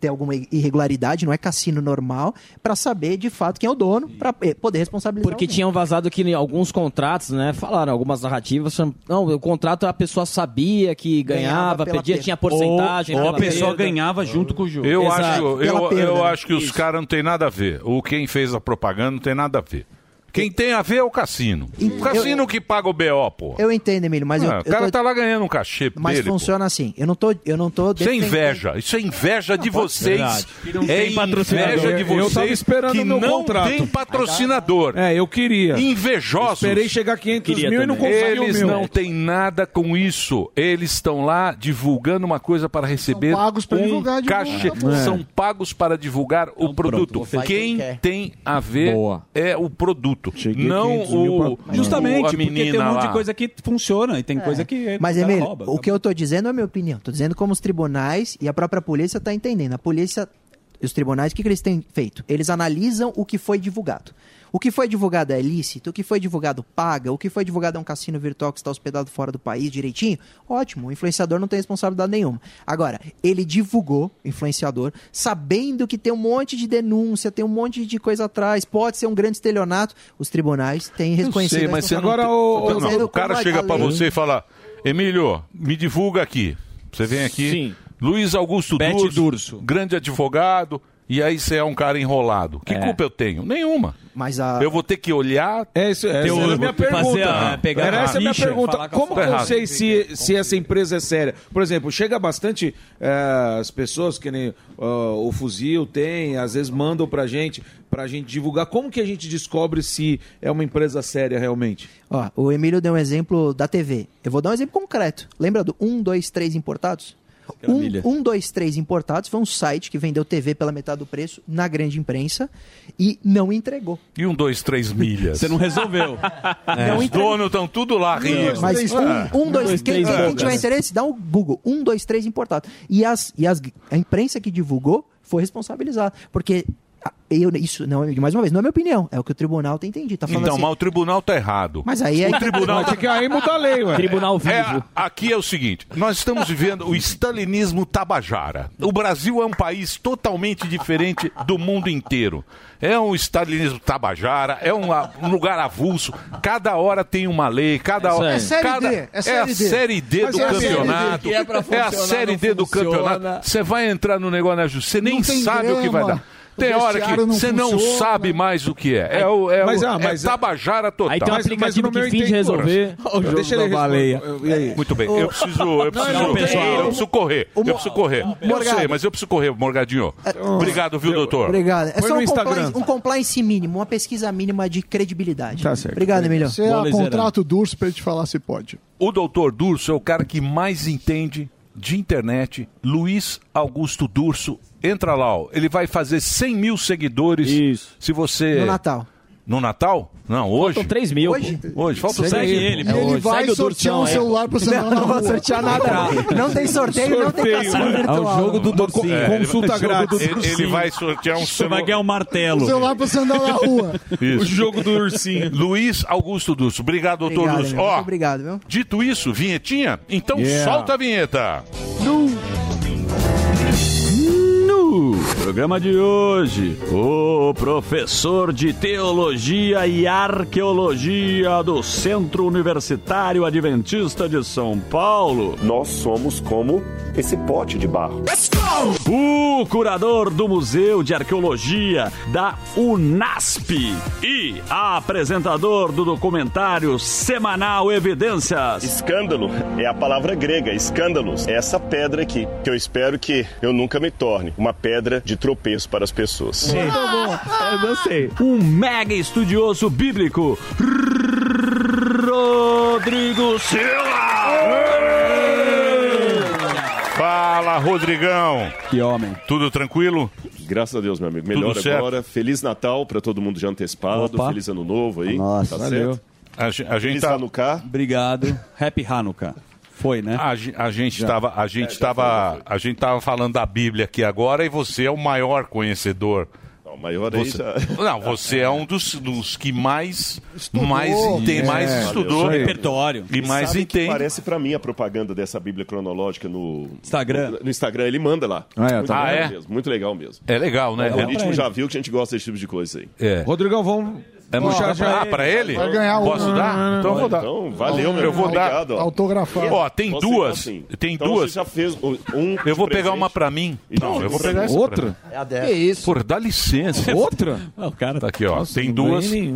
[SPEAKER 18] ter alguma i- irregularidade, não é cassino normal, para saber de fato quem é o dono, para poder responsabilizar.
[SPEAKER 11] Porque
[SPEAKER 18] alguém.
[SPEAKER 11] tinham vazado que em alguns contratos, né? Falaram algumas narrativas. cham- Não, o contrato a pessoa sabia que ganhava,
[SPEAKER 8] Ganhava pela
[SPEAKER 11] perdia,
[SPEAKER 8] perda.
[SPEAKER 11] tinha porcentagem. né?
[SPEAKER 8] Ou- ou a
[SPEAKER 11] pela
[SPEAKER 8] pessoa
[SPEAKER 11] perda.
[SPEAKER 8] ganhava junto com o jogo.
[SPEAKER 5] Eu
[SPEAKER 11] Exato,
[SPEAKER 5] acho, eu,
[SPEAKER 11] pela perda,
[SPEAKER 5] eu
[SPEAKER 11] né?
[SPEAKER 5] acho que os caras não tem nada a ver. O quem fez a propaganda não tem nada a ver. Quem tem a ver é o cassino. O cassino que paga o BO, pô.
[SPEAKER 18] Eu entendo, Emílio, mas eu,
[SPEAKER 5] Ah,
[SPEAKER 18] eu
[SPEAKER 5] o cara
[SPEAKER 18] tô-
[SPEAKER 5] tá lá ganhando um cachê
[SPEAKER 18] mas
[SPEAKER 5] dele. pô.
[SPEAKER 18] funciona assim. Eu não tô, eu não tô
[SPEAKER 5] Isso é
[SPEAKER 18] defendendo-
[SPEAKER 5] inveja. Isso é inveja de
[SPEAKER 18] pode ser.
[SPEAKER 5] vocês.
[SPEAKER 18] Verdade. E não
[SPEAKER 5] É
[SPEAKER 18] tem patrocinador.
[SPEAKER 5] inveja de
[SPEAKER 18] Eu- eu
[SPEAKER 5] vocês
[SPEAKER 18] tava esperando
[SPEAKER 5] que
[SPEAKER 18] o meu
[SPEAKER 5] não
[SPEAKER 18] contrato.
[SPEAKER 5] tem patrocinador. É,
[SPEAKER 4] eu queria.
[SPEAKER 5] Invejosos.
[SPEAKER 4] Esperei chegar 500 Queria mil e não também. consegui o
[SPEAKER 5] Eles
[SPEAKER 4] meu.
[SPEAKER 5] não têm nada com isso. Eles estão lá divulgando uma coisa para receber
[SPEAKER 7] pagos pra
[SPEAKER 5] um
[SPEAKER 7] divulgar, divulgar,
[SPEAKER 5] cachê.
[SPEAKER 7] pô. É.
[SPEAKER 5] São pagos para divulgar o produto.
[SPEAKER 7] vou fazer
[SPEAKER 5] quem
[SPEAKER 7] quem quer.
[SPEAKER 5] tem a ver
[SPEAKER 8] Boa.
[SPEAKER 5] é o produto, não
[SPEAKER 8] 500 mil
[SPEAKER 5] o
[SPEAKER 8] pra- Justamente,
[SPEAKER 5] o- a
[SPEAKER 8] porque tem um
[SPEAKER 5] menina
[SPEAKER 8] monte de
[SPEAKER 5] lá.
[SPEAKER 8] coisa que funciona e
[SPEAKER 11] É.
[SPEAKER 8] tem coisa que
[SPEAKER 18] Mas,
[SPEAKER 8] o cara
[SPEAKER 18] Emílio,
[SPEAKER 8] rouba. tá
[SPEAKER 18] o que eu tô dizendo é a minha opinião. Tô dizendo como os tribunais e a própria polícia tá entendendo. A polícia e os tribunais, o que, que eles têm feito? Eles analisam o que foi divulgado. O que foi divulgado é lícito, o que foi divulgado paga, o que foi divulgado é um cassino virtual que está hospedado fora do país direitinho. Ótimo, o influenciador não tem responsabilidade nenhuma. Agora, ele divulgou, o influenciador, sabendo que tem um monte de denúncia, tem um monte de coisa atrás, pode ser um grande estelionato. Os tribunais têm reconhecido.
[SPEAKER 5] sei,
[SPEAKER 18] a
[SPEAKER 5] mas você não
[SPEAKER 18] responsabilidade.
[SPEAKER 5] tem-
[SPEAKER 18] Tô
[SPEAKER 5] Não,
[SPEAKER 18] dizendo
[SPEAKER 5] o cara
[SPEAKER 18] como a-
[SPEAKER 5] chega
[SPEAKER 18] a
[SPEAKER 5] pra
[SPEAKER 18] lei-
[SPEAKER 5] você e fala: Emílio, me divulga aqui. Você vem aqui. Luiz Augusto Durso, grande advogado, e aí você é um cara enrolado. Que culpa eu tenho? Nenhuma.
[SPEAKER 18] Mas a...
[SPEAKER 5] Eu vou ter que olhar.
[SPEAKER 4] É isso, essa era a minha pergunta. Ah, era essa a minha pergunta. Como que eu sei se, se essa empresa é séria? Por exemplo, chega bastante eh, as pessoas que nem ah, o Fuzil tem, às vezes mandam pra gente, pra gente divulgar. Como que a gente descobre se é uma empresa séria realmente?
[SPEAKER 18] Ó, o Emílio deu um exemplo da TV. Eu vou dar um exemplo concreto. Lembra do 1, 2, 3 importados?
[SPEAKER 4] Maravilha.
[SPEAKER 18] 1, 2, 3 importados foi um site que vendeu TV pela metade do preço na grande imprensa e não entregou.
[SPEAKER 5] E um, dois, três milhas.
[SPEAKER 8] Você não resolveu.
[SPEAKER 5] É. Os donos estão tudo lá rindo.
[SPEAKER 18] Mas um, um, dois, quem, quem tiver
[SPEAKER 5] interesse.
[SPEAKER 18] interesse, dá um Google. Um, dois, três importado. E, as, e as, a imprensa que divulgou foi responsabilizada. Porque ah, eu, isso, não, é- mais uma vez, não é minha opinião. É o que o tribunal tem entendido. Tá falando
[SPEAKER 5] Então,
[SPEAKER 18] assim,
[SPEAKER 5] mas o tribunal tá errado.
[SPEAKER 18] Mas aí é-
[SPEAKER 5] o tribunal
[SPEAKER 18] Mas é que aí muda a lei, ué. Tribunal vivo.
[SPEAKER 5] É, aqui é o seguinte, nós estamos vivendo o stalinismo tabajara. O Brasil é um país totalmente diferente do mundo inteiro. É um stalinismo tabajara, é um, a- um lugar avulso. Cada hora tem uma lei, cada hora
[SPEAKER 7] É Série
[SPEAKER 5] cada,
[SPEAKER 7] D, é
[SPEAKER 5] é a
[SPEAKER 7] Série D.
[SPEAKER 5] série D
[SPEAKER 7] Mas
[SPEAKER 5] do
[SPEAKER 7] é a Série D.
[SPEAKER 5] campeonato.
[SPEAKER 7] Que é pra
[SPEAKER 5] É a
[SPEAKER 7] funcionar,
[SPEAKER 5] série
[SPEAKER 7] não
[SPEAKER 5] D do
[SPEAKER 7] funciona.
[SPEAKER 5] campeonato. Você vai entrar no negócio na justiça, você nem
[SPEAKER 7] tem
[SPEAKER 5] sabe o que vai
[SPEAKER 7] grama,
[SPEAKER 5] dar. Tem
[SPEAKER 7] o
[SPEAKER 5] hora que
[SPEAKER 7] vestiário não
[SPEAKER 5] você não
[SPEAKER 7] funciona.
[SPEAKER 5] sabe mais o que é. É, o, é, o-
[SPEAKER 4] Mas,
[SPEAKER 5] é
[SPEAKER 4] ah, mas-
[SPEAKER 5] tabajara total.
[SPEAKER 4] Aí tem um Mas- mas aplicativo no que meu finge entendo- resolver. Olha o jogo Deixa ele da baleia. responder.
[SPEAKER 5] Muito bem, eu preciso, eu preciso,
[SPEAKER 4] não, pessoal.
[SPEAKER 5] eu preciso correr. Eu preciso correr. Eu
[SPEAKER 18] Morgado.
[SPEAKER 5] sei, mas eu preciso correr, Morgadinho.
[SPEAKER 4] É.
[SPEAKER 5] Obrigado, viu, doutor?
[SPEAKER 18] Obrigado. É
[SPEAKER 5] Põe
[SPEAKER 18] só
[SPEAKER 5] no
[SPEAKER 18] um
[SPEAKER 5] Instagram.
[SPEAKER 18] compliance, um compliance mínimo, uma pesquisa mínima de credibilidade. Tá certo. Obrigado, Emílio.
[SPEAKER 7] Você a contrata o Durso pra ele te falar se pode.
[SPEAKER 5] O doutor Durso é o cara que mais entende de internet. Luiz Augusto Durso. Entra lá, ó. ele vai fazer 100 mil seguidores. Isso. Se você.
[SPEAKER 18] No Natal.
[SPEAKER 5] No Natal? Não, hoje. Faltam
[SPEAKER 11] 3 mil.
[SPEAKER 5] Hoje, hoje faltam
[SPEAKER 18] Segue
[SPEAKER 5] 3 mil.
[SPEAKER 18] ele,
[SPEAKER 4] É
[SPEAKER 18] E ele hoje. vai Segue o sortear Dursão um aí. celular pro Sandrão na
[SPEAKER 5] Não,
[SPEAKER 18] rua. Não tem sorteio, não tem cassino virtual. É o jogo do
[SPEAKER 5] Dursinho.
[SPEAKER 18] Consulta
[SPEAKER 5] ele vai-
[SPEAKER 18] grátis.
[SPEAKER 5] Ele, ele vai sortear um
[SPEAKER 8] Você vai
[SPEAKER 5] celular.
[SPEAKER 8] ganhar um martelo.
[SPEAKER 7] pra você andar na rua.
[SPEAKER 5] Isso.
[SPEAKER 8] O jogo do ursinho.
[SPEAKER 5] Luiz Augusto Durso. Obrigado, doutor
[SPEAKER 18] Obrigado,
[SPEAKER 5] Durso.
[SPEAKER 18] meu.
[SPEAKER 5] Ó,
[SPEAKER 18] Muito obrigado, viu?
[SPEAKER 5] Dito isso, vinhetinha? Então
[SPEAKER 8] Yeah.
[SPEAKER 5] solta a vinheta.
[SPEAKER 23] No programa de hoje, o professor de Teologia e Arqueologia do Centro Universitário Adventista de São Paulo. Nós somos como esse pote de barro. O curador do Museu de Arqueologia da UNASP e apresentador do documentário semanal Evidências.
[SPEAKER 24] Escândalo é a palavra grega, escândalos. É essa pedra aqui, que eu espero que eu nunca me torne uma pedra de tropeço para as pessoas.
[SPEAKER 23] Eu gostei. Um mega estudioso bíblico, Rodrigo Silva.
[SPEAKER 5] Fala, Rodrigão.
[SPEAKER 12] Que homem.
[SPEAKER 5] Tudo tranquilo?
[SPEAKER 25] Graças a Deus, meu amigo.
[SPEAKER 5] Tudo
[SPEAKER 25] Melhor
[SPEAKER 5] certo?
[SPEAKER 25] agora. Feliz Natal pra todo mundo já antecipado.
[SPEAKER 5] Opa.
[SPEAKER 25] Feliz Ano Novo aí.
[SPEAKER 5] Nossa,
[SPEAKER 25] tá
[SPEAKER 5] valeu.
[SPEAKER 25] certo?
[SPEAKER 5] A, ge- a gente
[SPEAKER 25] Feliz
[SPEAKER 5] tá...
[SPEAKER 25] Hanukkah.
[SPEAKER 5] Obrigado. Happy Hanukkah. Foi, né? A, ge- a gente estava a
[SPEAKER 25] É,
[SPEAKER 5] gente tava, a gente tava falando da Bíblia aqui agora e você é o maior conhecedor. Não,
[SPEAKER 25] maior aí
[SPEAKER 5] você,
[SPEAKER 25] já-
[SPEAKER 5] Não, você é um dos, dos que mais mais tem
[SPEAKER 25] É,
[SPEAKER 5] mais
[SPEAKER 25] valeu.
[SPEAKER 5] estudou e
[SPEAKER 25] E
[SPEAKER 5] mais
[SPEAKER 25] sabe que
[SPEAKER 5] entende.
[SPEAKER 25] Parece pra mim a propaganda dessa Bíblia cronológica no
[SPEAKER 5] Instagram.
[SPEAKER 25] No, no Instagram ele manda lá.
[SPEAKER 5] Ah, é,
[SPEAKER 25] muito
[SPEAKER 5] tá
[SPEAKER 25] legal
[SPEAKER 5] vendo?
[SPEAKER 25] mesmo, muito legal mesmo.
[SPEAKER 5] É legal, né?
[SPEAKER 25] O
[SPEAKER 5] É.
[SPEAKER 25] algoritmo já viu que a gente gosta desse tipo de coisa aí.
[SPEAKER 5] É.
[SPEAKER 4] Rodrigão, vamos.
[SPEAKER 5] É
[SPEAKER 25] Ó,
[SPEAKER 5] puxar
[SPEAKER 25] dá pra
[SPEAKER 5] já. Ah,
[SPEAKER 25] ele?
[SPEAKER 5] pra ele?
[SPEAKER 25] Vai ganhar um.
[SPEAKER 5] Posso dar? Então eu vou dar.
[SPEAKER 25] Então, valeu, meu
[SPEAKER 5] Eu vou dar.
[SPEAKER 25] Obrigado, ó.
[SPEAKER 7] Autografado.
[SPEAKER 5] Ó, tem
[SPEAKER 25] Então,
[SPEAKER 5] duas.
[SPEAKER 25] assim,
[SPEAKER 5] tem
[SPEAKER 25] então
[SPEAKER 5] duas.
[SPEAKER 25] Você já fez o- um.
[SPEAKER 5] Eu vou
[SPEAKER 25] de
[SPEAKER 5] pegar
[SPEAKER 25] presente. Então,
[SPEAKER 5] uma pra mim.
[SPEAKER 25] E
[SPEAKER 5] Não, eu vou pegar essa.
[SPEAKER 25] Outra?
[SPEAKER 5] pra mim.
[SPEAKER 25] É a dessa.
[SPEAKER 5] Que isso? Por, dá licença. [LAUGHS] Outra? o cara tá aqui, ó. tem
[SPEAKER 25] não
[SPEAKER 5] duas.
[SPEAKER 25] ganhei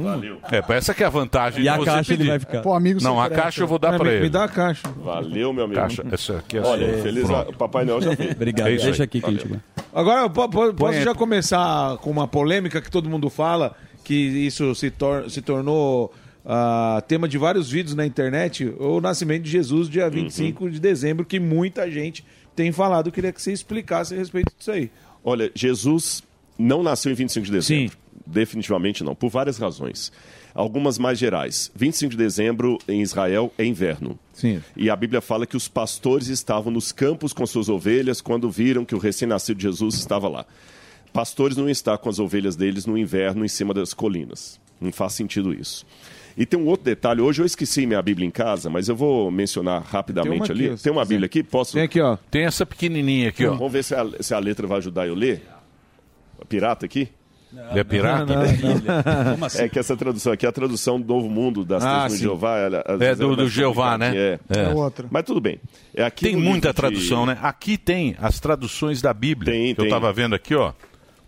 [SPEAKER 5] É, essa que é a vantagem.
[SPEAKER 25] E
[SPEAKER 5] de
[SPEAKER 25] a
[SPEAKER 5] você
[SPEAKER 25] caixa ele
[SPEAKER 5] pedir.
[SPEAKER 25] vai ficar.
[SPEAKER 7] Pô, amigo
[SPEAKER 5] Não, é a
[SPEAKER 25] secreto.
[SPEAKER 5] caixa eu vou dar
[SPEAKER 25] Me-
[SPEAKER 5] pra
[SPEAKER 25] me
[SPEAKER 5] ele.
[SPEAKER 4] dá a caixa.
[SPEAKER 25] Valeu, meu amigo.
[SPEAKER 5] Caixa, essa aqui é a
[SPEAKER 25] Olha,
[SPEAKER 5] sua.
[SPEAKER 25] feliz.
[SPEAKER 5] Pronto.
[SPEAKER 25] Papai Noel já fez.
[SPEAKER 5] Obrigado. É isso Deixa aí. aqui que a gente
[SPEAKER 25] Valeu.
[SPEAKER 4] Agora, po- po- posso
[SPEAKER 25] aí.
[SPEAKER 4] já começar com uma polêmica que todo mundo fala, que isso se, tor- se tornou ah, tema de vários vídeos na internet, o nascimento de Jesus,
[SPEAKER 12] Uhum.
[SPEAKER 4] dia 25 de dezembro, que muita gente tem falado. Eu queria que você explicasse a respeito disso aí.
[SPEAKER 25] Olha, Jesus não nasceu em 25 de dezembro. Definitivamente não, por várias razões. Algumas mais gerais. 25 de dezembro em Israel é inverno.
[SPEAKER 4] Sim.
[SPEAKER 25] E a Bíblia fala que os pastores estavam nos campos com suas ovelhas quando viram que o recém-nascido Jesus estava lá. Pastores não estão com as ovelhas deles no inverno em cima das colinas. Não faz sentido isso. E tem um outro detalhe. Hoje eu esqueci minha Bíblia em casa, mas eu vou mencionar rapidamente
[SPEAKER 5] aqui,
[SPEAKER 25] ali.
[SPEAKER 5] ó, se
[SPEAKER 25] tem uma Bíblia aqui? Posso? Tem
[SPEAKER 4] aqui, ó.
[SPEAKER 5] Tem essa pequenininha aqui, ó.
[SPEAKER 25] Vamos ver se a, se a letra vai ajudar eu a ler. Pirata aqui?
[SPEAKER 5] Ele é pirata? não,
[SPEAKER 25] [LAUGHS]
[SPEAKER 5] não. Como assim?
[SPEAKER 25] É que essa tradução aqui é a tradução do Novo Mundo das
[SPEAKER 5] Ah,
[SPEAKER 25] Testemunhas
[SPEAKER 5] sim.
[SPEAKER 25] de Jeová. ela- às
[SPEAKER 5] É,
[SPEAKER 25] vezes
[SPEAKER 5] do-
[SPEAKER 25] ela
[SPEAKER 5] do
[SPEAKER 25] mais
[SPEAKER 5] Jeová, né?
[SPEAKER 25] complicada, que É.
[SPEAKER 5] É. É
[SPEAKER 25] outra. Mas tudo bem. É aqui
[SPEAKER 5] Tem
[SPEAKER 25] no livro
[SPEAKER 5] muita
[SPEAKER 25] de-
[SPEAKER 5] tradução, né? Aqui tem as traduções da Bíblia. que Eu
[SPEAKER 25] tem.
[SPEAKER 5] tava vendo aqui, ó.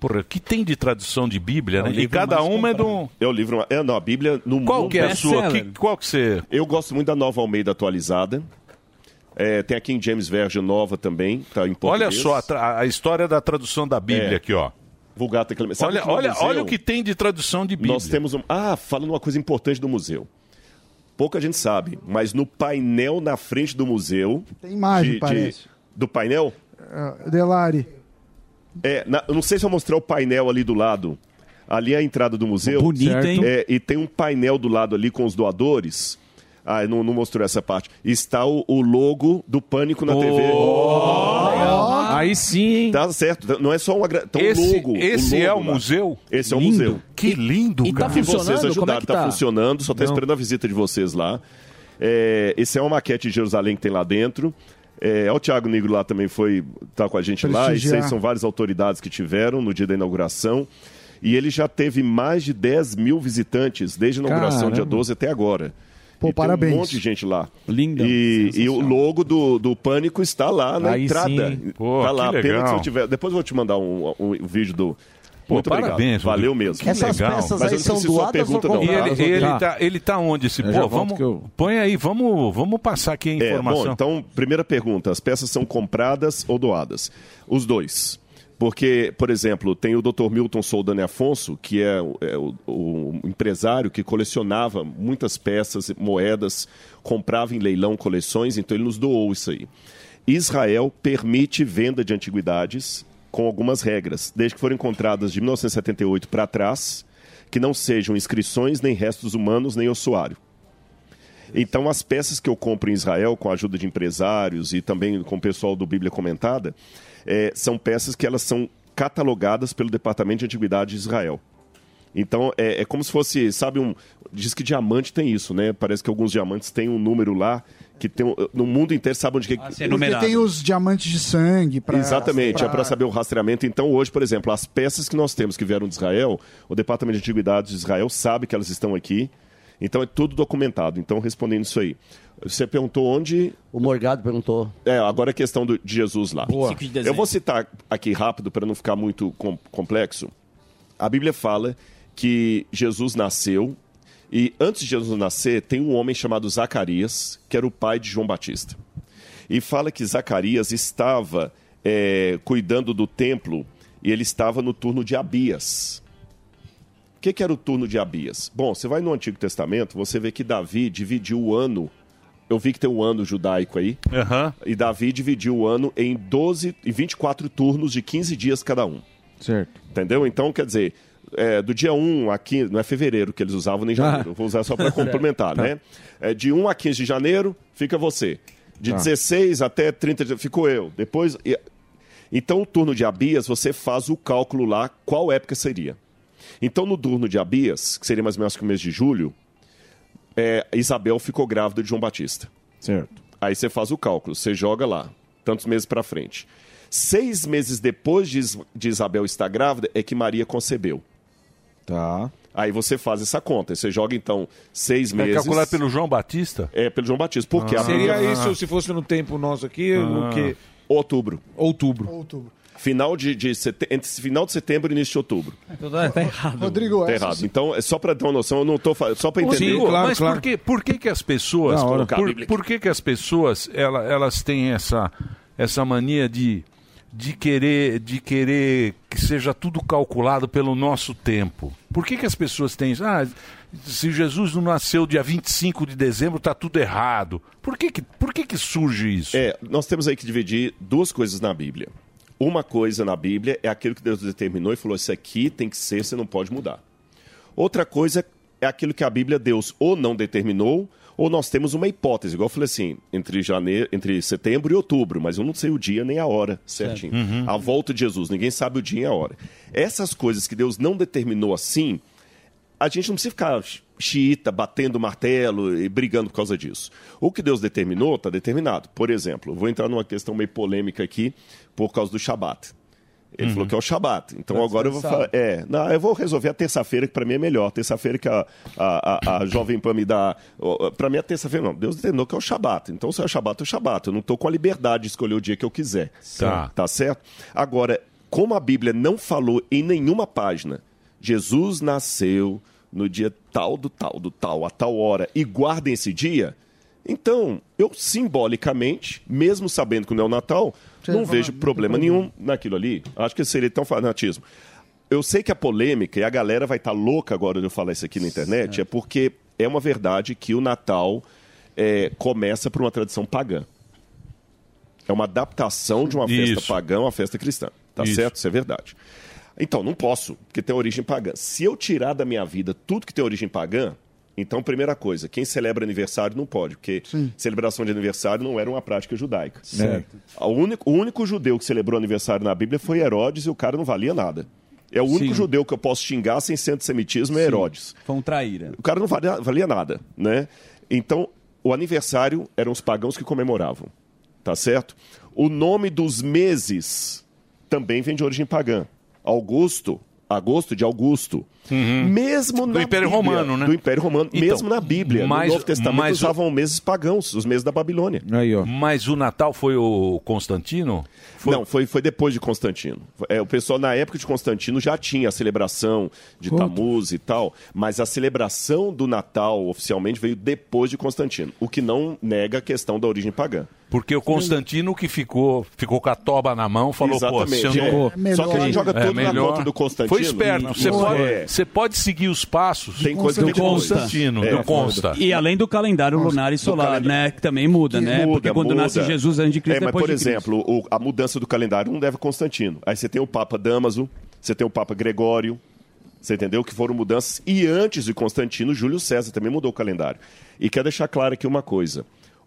[SPEAKER 5] Porra, o que tem de tradução de Bíblia, né? E
[SPEAKER 25] livro
[SPEAKER 5] cada
[SPEAKER 25] mais
[SPEAKER 5] uma é de um.
[SPEAKER 25] É o livro. ma- É, não, a Bíblia no mundo.
[SPEAKER 5] Qual que é a sua? Que- é?
[SPEAKER 25] qual que você. Eu gosto muito da nova Almeida atualizada. É, tem aqui em James Version nova também. Tá em
[SPEAKER 5] um, Olha
[SPEAKER 25] português.
[SPEAKER 5] só a, tra- a história da tradução da Bíblia
[SPEAKER 25] É.
[SPEAKER 5] aqui, ó.
[SPEAKER 25] Vulgata Clemente. É. Sabe
[SPEAKER 5] Olha,
[SPEAKER 25] que no
[SPEAKER 5] olha,
[SPEAKER 25] museu-
[SPEAKER 5] olha o que tem de tradução de Bíblia.
[SPEAKER 25] Nós temos um. Ah, falando uma coisa importante do museu. Pouca gente sabe, mas no painel na frente do museu.
[SPEAKER 7] Tem imagem, parece.
[SPEAKER 25] do painel?
[SPEAKER 7] Ah, Delari.
[SPEAKER 25] É, na- eu não sei se eu mostrar o painel ali do lado. Ali é a entrada do museu.
[SPEAKER 26] Bonito, Certo. hein?
[SPEAKER 25] É, e tem um painel do lado ali com os doadores. Ah, eu não, não mostrou essa parte. Está o, o logo do Pânico na TV.
[SPEAKER 4] Aí sim, hein?
[SPEAKER 25] Tá certo. Não é só um agra... Então,
[SPEAKER 5] Esse-
[SPEAKER 25] o logo.
[SPEAKER 5] esse é
[SPEAKER 25] logo
[SPEAKER 5] o
[SPEAKER 25] lá.
[SPEAKER 5] museu?
[SPEAKER 25] Esse é o
[SPEAKER 5] Lindo.
[SPEAKER 25] museu.
[SPEAKER 5] Que lindo,
[SPEAKER 25] E
[SPEAKER 5] cara.
[SPEAKER 25] vocês
[SPEAKER 5] funcionando? Como é que
[SPEAKER 25] ajudaram,
[SPEAKER 5] tá?
[SPEAKER 25] funcionando, só está
[SPEAKER 5] Não.
[SPEAKER 25] esperando a visita de vocês lá. É, esse é uma maquete de Jerusalém que tem lá dentro. É, o Thiago Negro lá também foi tá com a gente lá. E
[SPEAKER 5] Prestigiar.
[SPEAKER 25] vocês são várias autoridades que tiveram no dia da inauguração. E ele já teve mais de 10 mil visitantes desde a inauguração,
[SPEAKER 7] Caramba.
[SPEAKER 25] dia 12 até agora.
[SPEAKER 7] Pô,
[SPEAKER 25] E tem
[SPEAKER 7] parabéns.
[SPEAKER 25] um monte de gente lá. Linda. E, e o logo do, do Pânico está lá na
[SPEAKER 5] Aí
[SPEAKER 25] entrada.
[SPEAKER 5] sim. Pô,
[SPEAKER 25] tá lá,
[SPEAKER 5] que
[SPEAKER 25] pena que
[SPEAKER 5] legal.
[SPEAKER 25] se eu tiver. Depois eu vou te mandar um, um- um vídeo do.
[SPEAKER 5] Pô,
[SPEAKER 25] Muito
[SPEAKER 5] parabéns,
[SPEAKER 25] obrigado. Valeu
[SPEAKER 5] Rodrigo.
[SPEAKER 25] mesmo.
[SPEAKER 5] Que Essas legal. peças
[SPEAKER 25] Mas
[SPEAKER 5] aí
[SPEAKER 25] eu não
[SPEAKER 5] são
[SPEAKER 25] preciso de sua
[SPEAKER 5] doadas ou
[SPEAKER 25] pergunta, não.
[SPEAKER 5] E ele,
[SPEAKER 25] tá?
[SPEAKER 5] ele, tá, ele tá onde esse
[SPEAKER 25] Eu já
[SPEAKER 5] pô?
[SPEAKER 25] volto
[SPEAKER 5] Vamos,
[SPEAKER 25] que eu-
[SPEAKER 5] Põe aí, vamos, vamos passar aqui a
[SPEAKER 25] É,
[SPEAKER 5] informação.
[SPEAKER 25] bom, então, primeira pergunta: as peças são compradas ou doadas? Os dois. Porque, por exemplo, tem o Dr. Milton Soldani Afonso, que é, o- é o, o empresário que colecionava muitas peças, moedas, comprava em leilão coleções, então ele nos doou isso aí. Israel permite venda de antiguidades com algumas regras, desde que foram encontradas de 1978 para trás, que não sejam inscrições, nem restos humanos, nem ossuário. Então, as peças que eu compro em Israel, com a ajuda de empresários e também com o pessoal do Bíblia Comentada, eh, são peças que elas são catalogadas pelo Departamento de Antiguidade de Israel. Então, é, é como se fosse, sabe, um. Diz que diamante tem isso, né? Parece que alguns diamantes têm um número lá que tem. um- No mundo inteiro sabe onde que.
[SPEAKER 7] Porque tem os diamantes de sangue. Pra,
[SPEAKER 25] Exatamente, é para saber o rastreamento. Então, hoje, por exemplo, as peças que nós temos que vieram de Israel, o Departamento de Antiguidades de Israel sabe que elas estão aqui. Então, é tudo documentado. Então, respondendo isso aí. Você perguntou onde.
[SPEAKER 10] O Morgado perguntou.
[SPEAKER 25] É, agora a questão do, de Jesus lá.
[SPEAKER 10] 25 de dezembro.
[SPEAKER 25] Eu vou citar aqui rápido para não ficar muito com- complexo. A Bíblia fala que Jesus nasceu e antes de Jesus nascer tem um homem chamado Zacarias, que era o pai de João Batista. E fala que Zacarias estava eh, cuidando do templo e ele estava no turno de Abias. O que, que era o turno de Abias? Bom, você vai no Antigo Testamento, você vê que Davi dividiu o ano, eu vi que tem um ano judaico aí. E Davi dividiu o ano em 12 e 24 turnos de 15 dias cada um.
[SPEAKER 12] Certo.
[SPEAKER 25] Entendeu? Então, quer dizer, é, do dia 1 a 15, não é fevereiro que eles usavam nem janeiro, vou
[SPEAKER 27] [LAUGHS]
[SPEAKER 25] usar só para complementar,
[SPEAKER 27] Ah. Tá.
[SPEAKER 25] né? É, de 1 a 15 de janeiro, fica você. De
[SPEAKER 27] Tá.
[SPEAKER 25] 16 até 30, de- ficou eu. Depois. e- Então, o turno de Abias, você faz o cálculo lá, qual época seria. Então, no turno de Abias, que seria mais ou menos que o mês de julho, é, Isabel ficou grávida de João Batista.
[SPEAKER 16] Certo.
[SPEAKER 25] Aí você faz o cálculo, você joga lá, tantos meses pra frente. Seis meses depois de, Is- de Isabel estar grávida é que Maria concebeu.
[SPEAKER 16] Tá.
[SPEAKER 25] Aí você faz essa conta, você joga então seis
[SPEAKER 5] É
[SPEAKER 25] meses.
[SPEAKER 5] calculado pelo João Batista? Ah.
[SPEAKER 25] É, pelo João Batista. Por quê? A
[SPEAKER 4] Seria
[SPEAKER 25] Bíblia-
[SPEAKER 4] isso se fosse no tempo nosso aqui,
[SPEAKER 25] Ah.
[SPEAKER 4] o que...
[SPEAKER 25] Outubro.
[SPEAKER 4] Outubro.
[SPEAKER 7] Outubro.
[SPEAKER 25] Final de, de sete- entre final de setembro e início de outubro.
[SPEAKER 12] Tá errado.
[SPEAKER 7] Rodrigo,
[SPEAKER 25] tá
[SPEAKER 7] essa
[SPEAKER 25] errado. Então, é só pra dar uma noção, eu não tô fa- só pra entender.
[SPEAKER 5] Rodrigo, mas por que, por que que as pessoas,
[SPEAKER 25] Na hora.
[SPEAKER 5] por, por que que as pessoas, ela- elas têm essa, essa mania de, de querer, de querer que seja tudo calculado pelo nosso tempo? Por que que as pessoas têm isso? Ah, se Jesus não nasceu dia 25 de dezembro, tá tudo errado. Por que que, por que que surge isso?
[SPEAKER 25] É, nós temos aí que dividir duas coisas na Bíblia. Uma coisa na Bíblia é aquilo que Deus determinou e falou: isso aqui tem que ser, você não pode mudar. Outra coisa é aquilo que a Bíblia Deus ou não determinou, ou nós temos uma hipótese, igual eu falei assim, entre, janeiro, entre setembro e outubro, mas eu não sei o dia nem a hora certinho.
[SPEAKER 27] Uhum.
[SPEAKER 25] A volta de Jesus, ninguém sabe o dia e a hora. Essas coisas que Deus não determinou assim, a gente não precisa ficar xiita, batendo martelo e brigando por causa disso. O que Deus determinou, está determinado. Por exemplo, eu vou entrar numa questão meio polêmica aqui por causa do Shabat. Ele
[SPEAKER 27] Uhum.
[SPEAKER 25] falou que é o Shabat. Então
[SPEAKER 27] Tá
[SPEAKER 25] agora eu vou falar.
[SPEAKER 27] descansado.
[SPEAKER 25] É, não, eu vou resolver a terça-feira, que para mim é melhor. Terça-feira que a, a, a, a Jovem Pan me dá. Para mim é terça-feira, não. Deus determinou que é o Shabat. Então se é o Shabat, é o Shabat. Eu não estou com a liberdade de escolher o dia que eu quiser.
[SPEAKER 5] Tá.
[SPEAKER 25] Tá certo? Agora, como a Bíblia não falou em nenhuma página, Jesus nasceu no dia tal do tal do tal, a tal hora, e guardem esse dia, então, eu simbolicamente, mesmo sabendo que não é o Natal,
[SPEAKER 27] Você
[SPEAKER 25] não
[SPEAKER 27] fala,
[SPEAKER 25] vejo
[SPEAKER 27] não tem
[SPEAKER 25] problema
[SPEAKER 27] problema.
[SPEAKER 25] nenhum naquilo ali. Acho que seria tão fanatismo. Eu sei que a polêmica, e a galera vai estar louca agora de eu falar isso aqui na internet, é porque é uma verdade que o Natal é, começa por uma tradição pagã. É uma adaptação de uma festa
[SPEAKER 27] Isso.
[SPEAKER 25] pagã a uma festa cristã. Tá
[SPEAKER 27] Isso.
[SPEAKER 25] certo? Isso é verdade. Então, não posso, porque tem origem pagã. Se eu tirar da minha vida tudo que tem origem pagã, então, primeira coisa, quem celebra aniversário não pode, porque celebração de aniversário não era uma prática judaica.
[SPEAKER 27] Certo.
[SPEAKER 25] O único, o único judeu que celebrou aniversário na Bíblia foi Herodes e o cara não valia nada. É o único
[SPEAKER 8] Sim.
[SPEAKER 25] judeu que eu posso xingar sem ser antissemitismo é Herodes.
[SPEAKER 8] Foi um traíra.
[SPEAKER 25] O cara não valia, valia nada, né? Então, o aniversário eram os pagãos que comemoravam, tá certo? O nome dos meses também vem de origem pagã. Augusto, agosto de Augusto.
[SPEAKER 8] Uhum.
[SPEAKER 25] Mesmo na
[SPEAKER 5] Hum. Império
[SPEAKER 25] Bíblia,
[SPEAKER 5] Romano, né?
[SPEAKER 25] Do Império Romano,
[SPEAKER 5] Então,
[SPEAKER 25] mesmo na Bíblia,
[SPEAKER 5] mas-
[SPEAKER 25] no Novo Testamento
[SPEAKER 5] mas o-
[SPEAKER 25] usavam meses pagãos, os meses da Babilônia.
[SPEAKER 5] Mas o Natal foi o Constantino?
[SPEAKER 25] Não, foi, foi depois de Constantino. É, o pessoal, na época de Constantino, já tinha a celebração de
[SPEAKER 27] Puta.
[SPEAKER 25] Tamuz e tal, mas a celebração do Natal, oficialmente, veio depois de Constantino, o que não nega a questão da origem pagã.
[SPEAKER 5] Porque o Constantino que ficou, ficou com a toba na mão, falou,
[SPEAKER 25] Exatamente,
[SPEAKER 5] pô, você
[SPEAKER 25] é.
[SPEAKER 5] não...
[SPEAKER 25] É Só que a gente melhor. joga tudo na
[SPEAKER 5] melhor.
[SPEAKER 25] conta do Constantino.
[SPEAKER 5] Foi esperto. Você
[SPEAKER 25] Isso.
[SPEAKER 5] pode,
[SPEAKER 25] É.
[SPEAKER 5] você pode seguir os passos
[SPEAKER 25] Tem coisa que
[SPEAKER 5] do
[SPEAKER 25] consta.
[SPEAKER 5] Constantino,
[SPEAKER 25] É,
[SPEAKER 5] do Consta.
[SPEAKER 8] E além do calendário lunar e solar, né? Que também muda,
[SPEAKER 25] Que
[SPEAKER 8] né? Porque quando
[SPEAKER 25] muda.
[SPEAKER 8] nasce Jesus antes de Cristo,
[SPEAKER 25] É, mas,
[SPEAKER 8] depois
[SPEAKER 25] por
[SPEAKER 8] de Cristo.
[SPEAKER 25] exemplo, o- a mudança do calendário não deve a Constantino. Aí você tem o Papa Damaso, você tem o Papa Gregório, você entendeu? Que foram mudanças. E antes de Constantino, Júlio César também mudou o calendário. E quero deixar claro aqui uma coisa.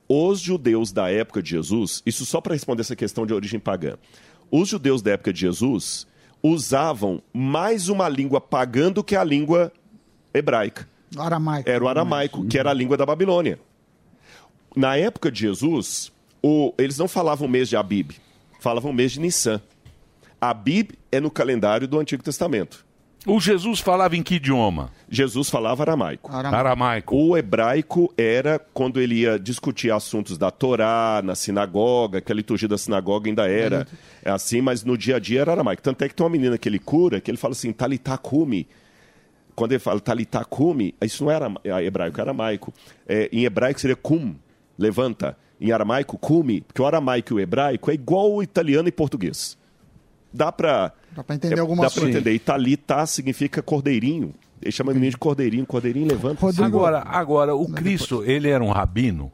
[SPEAKER 25] Os judeus da época de Jesus, isso só para responder essa questão de origem pagã. Os judeus da época de Jesus usavam mais uma língua pagã do que a língua hebraica.
[SPEAKER 7] Aramaico.
[SPEAKER 25] Era o aramaico, que era a língua da Babilônia. Na época de Jesus, o- eles não falavam mês de Abib, falavam mês de Nissan. Abib é no calendário do Antigo Testamento.
[SPEAKER 5] O Jesus falava em que idioma?
[SPEAKER 25] Jesus falava aramaico.
[SPEAKER 5] Aramaico.
[SPEAKER 25] O hebraico era quando ele ia discutir assuntos da Torá, na sinagoga, que a liturgia da sinagoga ainda era assim, mas no dia a dia era aramaico. Tanto é que tem uma menina que ele cura, que ele fala assim, talitakumi, quando ele fala talitakumi, isso não era hebraico, era aramaico. É, em hebraico seria cum, levanta. Em aramaico, cume, porque o aramaico e o hebraico é igual o italiano e português. Dá pra. é,
[SPEAKER 7] Dá pra entender alguma
[SPEAKER 25] Dá pra
[SPEAKER 7] coisa.
[SPEAKER 25] entender. E talita significa cordeirinho. Ele chama menino de cordeirinho, cordeirinho levanta.
[SPEAKER 5] Agora, agora o Cristo, ele era um rabino?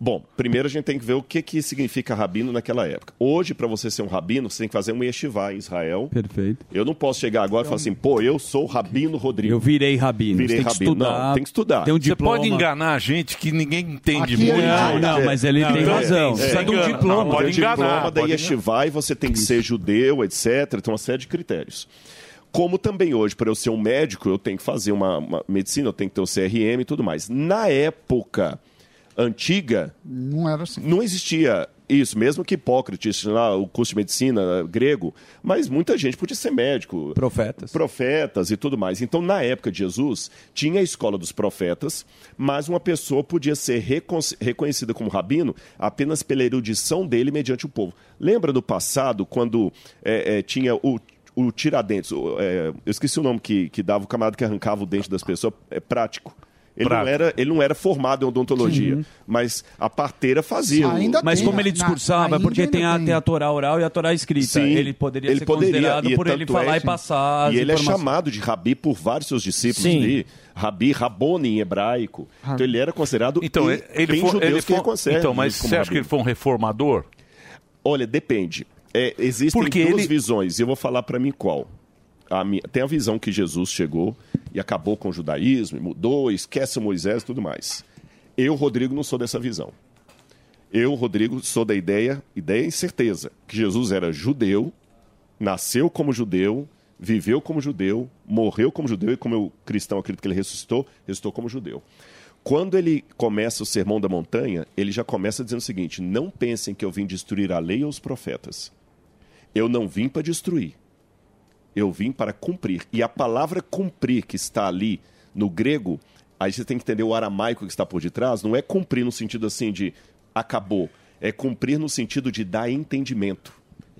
[SPEAKER 25] Bom, primeiro a gente tem que ver o que, que significa rabino naquela época. Hoje, para você ser um rabino, você tem que fazer um yeshivá em Israel.
[SPEAKER 8] Perfeito.
[SPEAKER 25] Eu não posso chegar agora e falar
[SPEAKER 5] Então-
[SPEAKER 25] assim, pô, eu sou o rabino Rodrigo.
[SPEAKER 8] Eu virei rabino.
[SPEAKER 25] Virei
[SPEAKER 8] Você tem que
[SPEAKER 25] rabino.
[SPEAKER 8] estudar.
[SPEAKER 25] Não, tem que estudar.
[SPEAKER 8] Tem um
[SPEAKER 5] Você
[SPEAKER 8] diploma.
[SPEAKER 5] pode enganar a gente que ninguém entende
[SPEAKER 25] Aqui é
[SPEAKER 5] muito.
[SPEAKER 25] errado.
[SPEAKER 8] Não, mas ele tem
[SPEAKER 5] então,
[SPEAKER 8] razão.
[SPEAKER 5] é,
[SPEAKER 8] Precisa de um
[SPEAKER 5] engana.
[SPEAKER 8] diploma.
[SPEAKER 5] Não, pode
[SPEAKER 25] Tem
[SPEAKER 5] enganar.
[SPEAKER 25] diploma da
[SPEAKER 5] pode
[SPEAKER 25] Yeshivá e você tem que ser judeu, etc. Tem uma série de critérios. Como também hoje, para eu ser um médico, eu tenho que fazer uma, uma medicina, eu tenho que ter o CRM e tudo mais. Na época antiga,
[SPEAKER 7] Não era assim.
[SPEAKER 25] não existia isso, mesmo que Hipócrates, lá, o curso de medicina eh, grego, mas muita gente podia ser médico.
[SPEAKER 12] Profetas.
[SPEAKER 25] Profetas e tudo mais. Então, na época de Jesus, tinha a escola dos profetas, mas uma pessoa podia ser recon- reconhecida como rabino apenas pela erudição dele mediante o povo. Lembra do passado, quando eh, eh, tinha o. O Tiradentes, o, eh, eu esqueci o nome que, que dava o camarada que arrancava o dente das pessoas, é prático. Ele não,
[SPEAKER 5] Prático.
[SPEAKER 25] era, ele não era formado em odontologia,
[SPEAKER 8] Uhum.
[SPEAKER 25] mas a parteira fazia.
[SPEAKER 8] mas como ele discursava, porque tem a, tem a Torá oral e a Torá escrita.
[SPEAKER 25] Sim,
[SPEAKER 8] ele poderia ser considerado
[SPEAKER 25] e
[SPEAKER 8] por ele
[SPEAKER 25] tanto
[SPEAKER 8] falar
[SPEAKER 25] é-
[SPEAKER 8] e passar. as
[SPEAKER 25] E ele é
[SPEAKER 8] informações.
[SPEAKER 25] chamado de Rabi por vários seus discípulos
[SPEAKER 8] Sim.
[SPEAKER 25] ali. Rabi, Rabone em hebraico. Então ele era considerado
[SPEAKER 5] Então,
[SPEAKER 25] e
[SPEAKER 5] ele- ele
[SPEAKER 25] tem
[SPEAKER 5] foi-
[SPEAKER 25] judeus
[SPEAKER 5] ele
[SPEAKER 25] que
[SPEAKER 5] foi-
[SPEAKER 25] reconhecem
[SPEAKER 5] então, mas
[SPEAKER 25] isso como
[SPEAKER 5] você acha que
[SPEAKER 25] rabino.
[SPEAKER 5] ele foi um reformador?
[SPEAKER 25] Olha, depende. É, existem
[SPEAKER 5] Porque
[SPEAKER 25] duas
[SPEAKER 5] ele-
[SPEAKER 25] visões, e eu vou falar para mim qual. A minha- Tem a visão que Jesus chegou e acabou com o judaísmo, e mudou, esquece Moisés e tudo mais. Eu, Rodrigo, não sou dessa visão. Eu, Rodrigo, sou da ideia, ideia e certeza, que Jesus era judeu, nasceu como judeu, viveu como judeu, morreu como judeu, e como eu, cristão, acredito que ele ressuscitou, ressuscitou como judeu. Quando ele começa o Sermão da Montanha, ele já começa dizendo o seguinte: não pensem que eu vim destruir a lei ou os profetas. Eu não vim para destruir. Eu vim para cumprir. E a palavra cumprir que está ali no grego, aí você tem que entender o aramaico que está por detrás, não é cumprir no sentido assim de acabou. É cumprir no sentido de dar entendimento,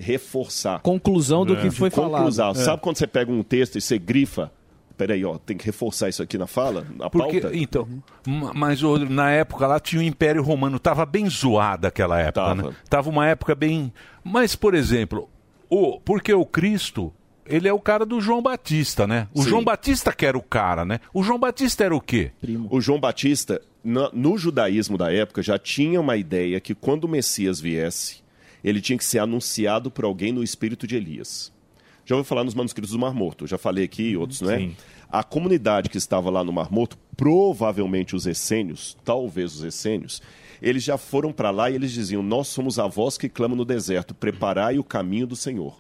[SPEAKER 25] reforçar.
[SPEAKER 11] Conclusão
[SPEAKER 5] É.
[SPEAKER 11] do que foi
[SPEAKER 25] Conclusar.
[SPEAKER 11] falado.
[SPEAKER 25] Sabe quando você pega um texto e você grifa? Peraí, ó, tem que reforçar isso aqui na fala, na
[SPEAKER 5] Porque,
[SPEAKER 25] pauta?
[SPEAKER 5] então, ma- mas ô, na época lá tinha o Império Romano, tava bem zoada aquela época, tava. né? Tava uma época bem, mas por exemplo, o porque o Cristo, ele é o cara do João Batista, né? O
[SPEAKER 25] Sim.
[SPEAKER 5] João Batista que era o cara, né? O João Batista era o quê?
[SPEAKER 25] O João Batista, na- no, judaísmo da época, já tinha uma ideia que quando o Messias viesse, ele tinha que ser anunciado por alguém no espírito de Elias. Já ouviu falar nos manuscritos do Mar Morto, já falei aqui, outros, né? A comunidade que estava lá no Mar Morto, provavelmente os essênios, talvez os essênios, eles já foram para lá e eles diziam: Nós somos a voz que clama no deserto, preparai o caminho do Senhor.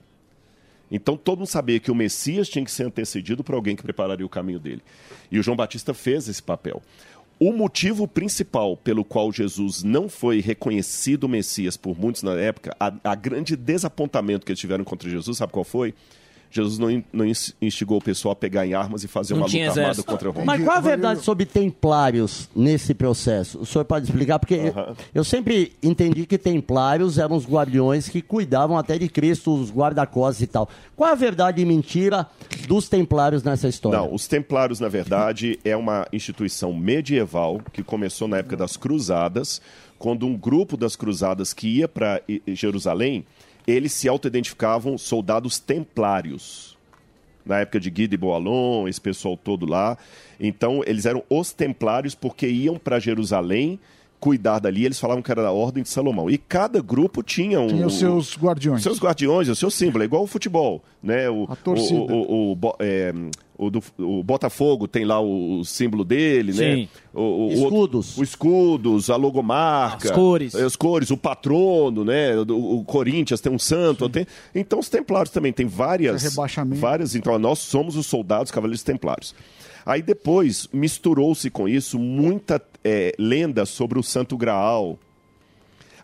[SPEAKER 25] Então todo mundo sabia que o Messias tinha que ser antecedido por alguém que prepararia o caminho dele. E o João Batista fez esse papel. O motivo principal pelo qual Jesus não foi reconhecido Messias por muitos na época, a, a grande desapontamento que eles tiveram contra Jesus, sabe qual foi? Jesus não, in- não ins- instigou o pessoal a pegar em armas e fazer
[SPEAKER 10] Não
[SPEAKER 25] uma
[SPEAKER 10] tinha
[SPEAKER 25] luta armada
[SPEAKER 10] exército.
[SPEAKER 25] contra Roma.
[SPEAKER 10] Mas qual a verdade sobre templários nesse processo? O senhor pode explicar? Porque eu sempre entendi que templários eram os guardiões que cuidavam até de Cristo, os guarda-costas e tal. Qual a verdade e mentira dos templários nessa história?
[SPEAKER 25] Não, os Templários, na verdade, é uma instituição medieval que começou na época das Cruzadas, quando um grupo das Cruzadas que ia para Jerusalém, eles se auto-identificavam soldados templários. Na época de Guy de Boalon, esse pessoal todo lá. Então, eles eram os templários porque iam para Jerusalém cuidar dali. Eles falavam que era da Ordem de Salomão. E cada grupo tinha um...
[SPEAKER 7] Tinha os seus guardiões.
[SPEAKER 25] Seus guardiões, o seu símbolo, é igual o futebol, né? O,
[SPEAKER 7] torcida.
[SPEAKER 25] O, o, o, Bo- é, o do- o Botafogo tem lá o, o símbolo dele, né?
[SPEAKER 10] Sim.
[SPEAKER 25] O, o- o-
[SPEAKER 10] Escudos.
[SPEAKER 25] o escudos, a logomarca. É,
[SPEAKER 10] As cores.
[SPEAKER 25] As cores, o patrono, né? O, o Corinthians tem um santo. tem- Então os templários também tem várias...
[SPEAKER 7] Esse rebaixamento.
[SPEAKER 25] Várias, então nós somos os soldados cavaleiros templários. Aí depois misturou-se com isso muita é, lenda sobre o Santo Graal,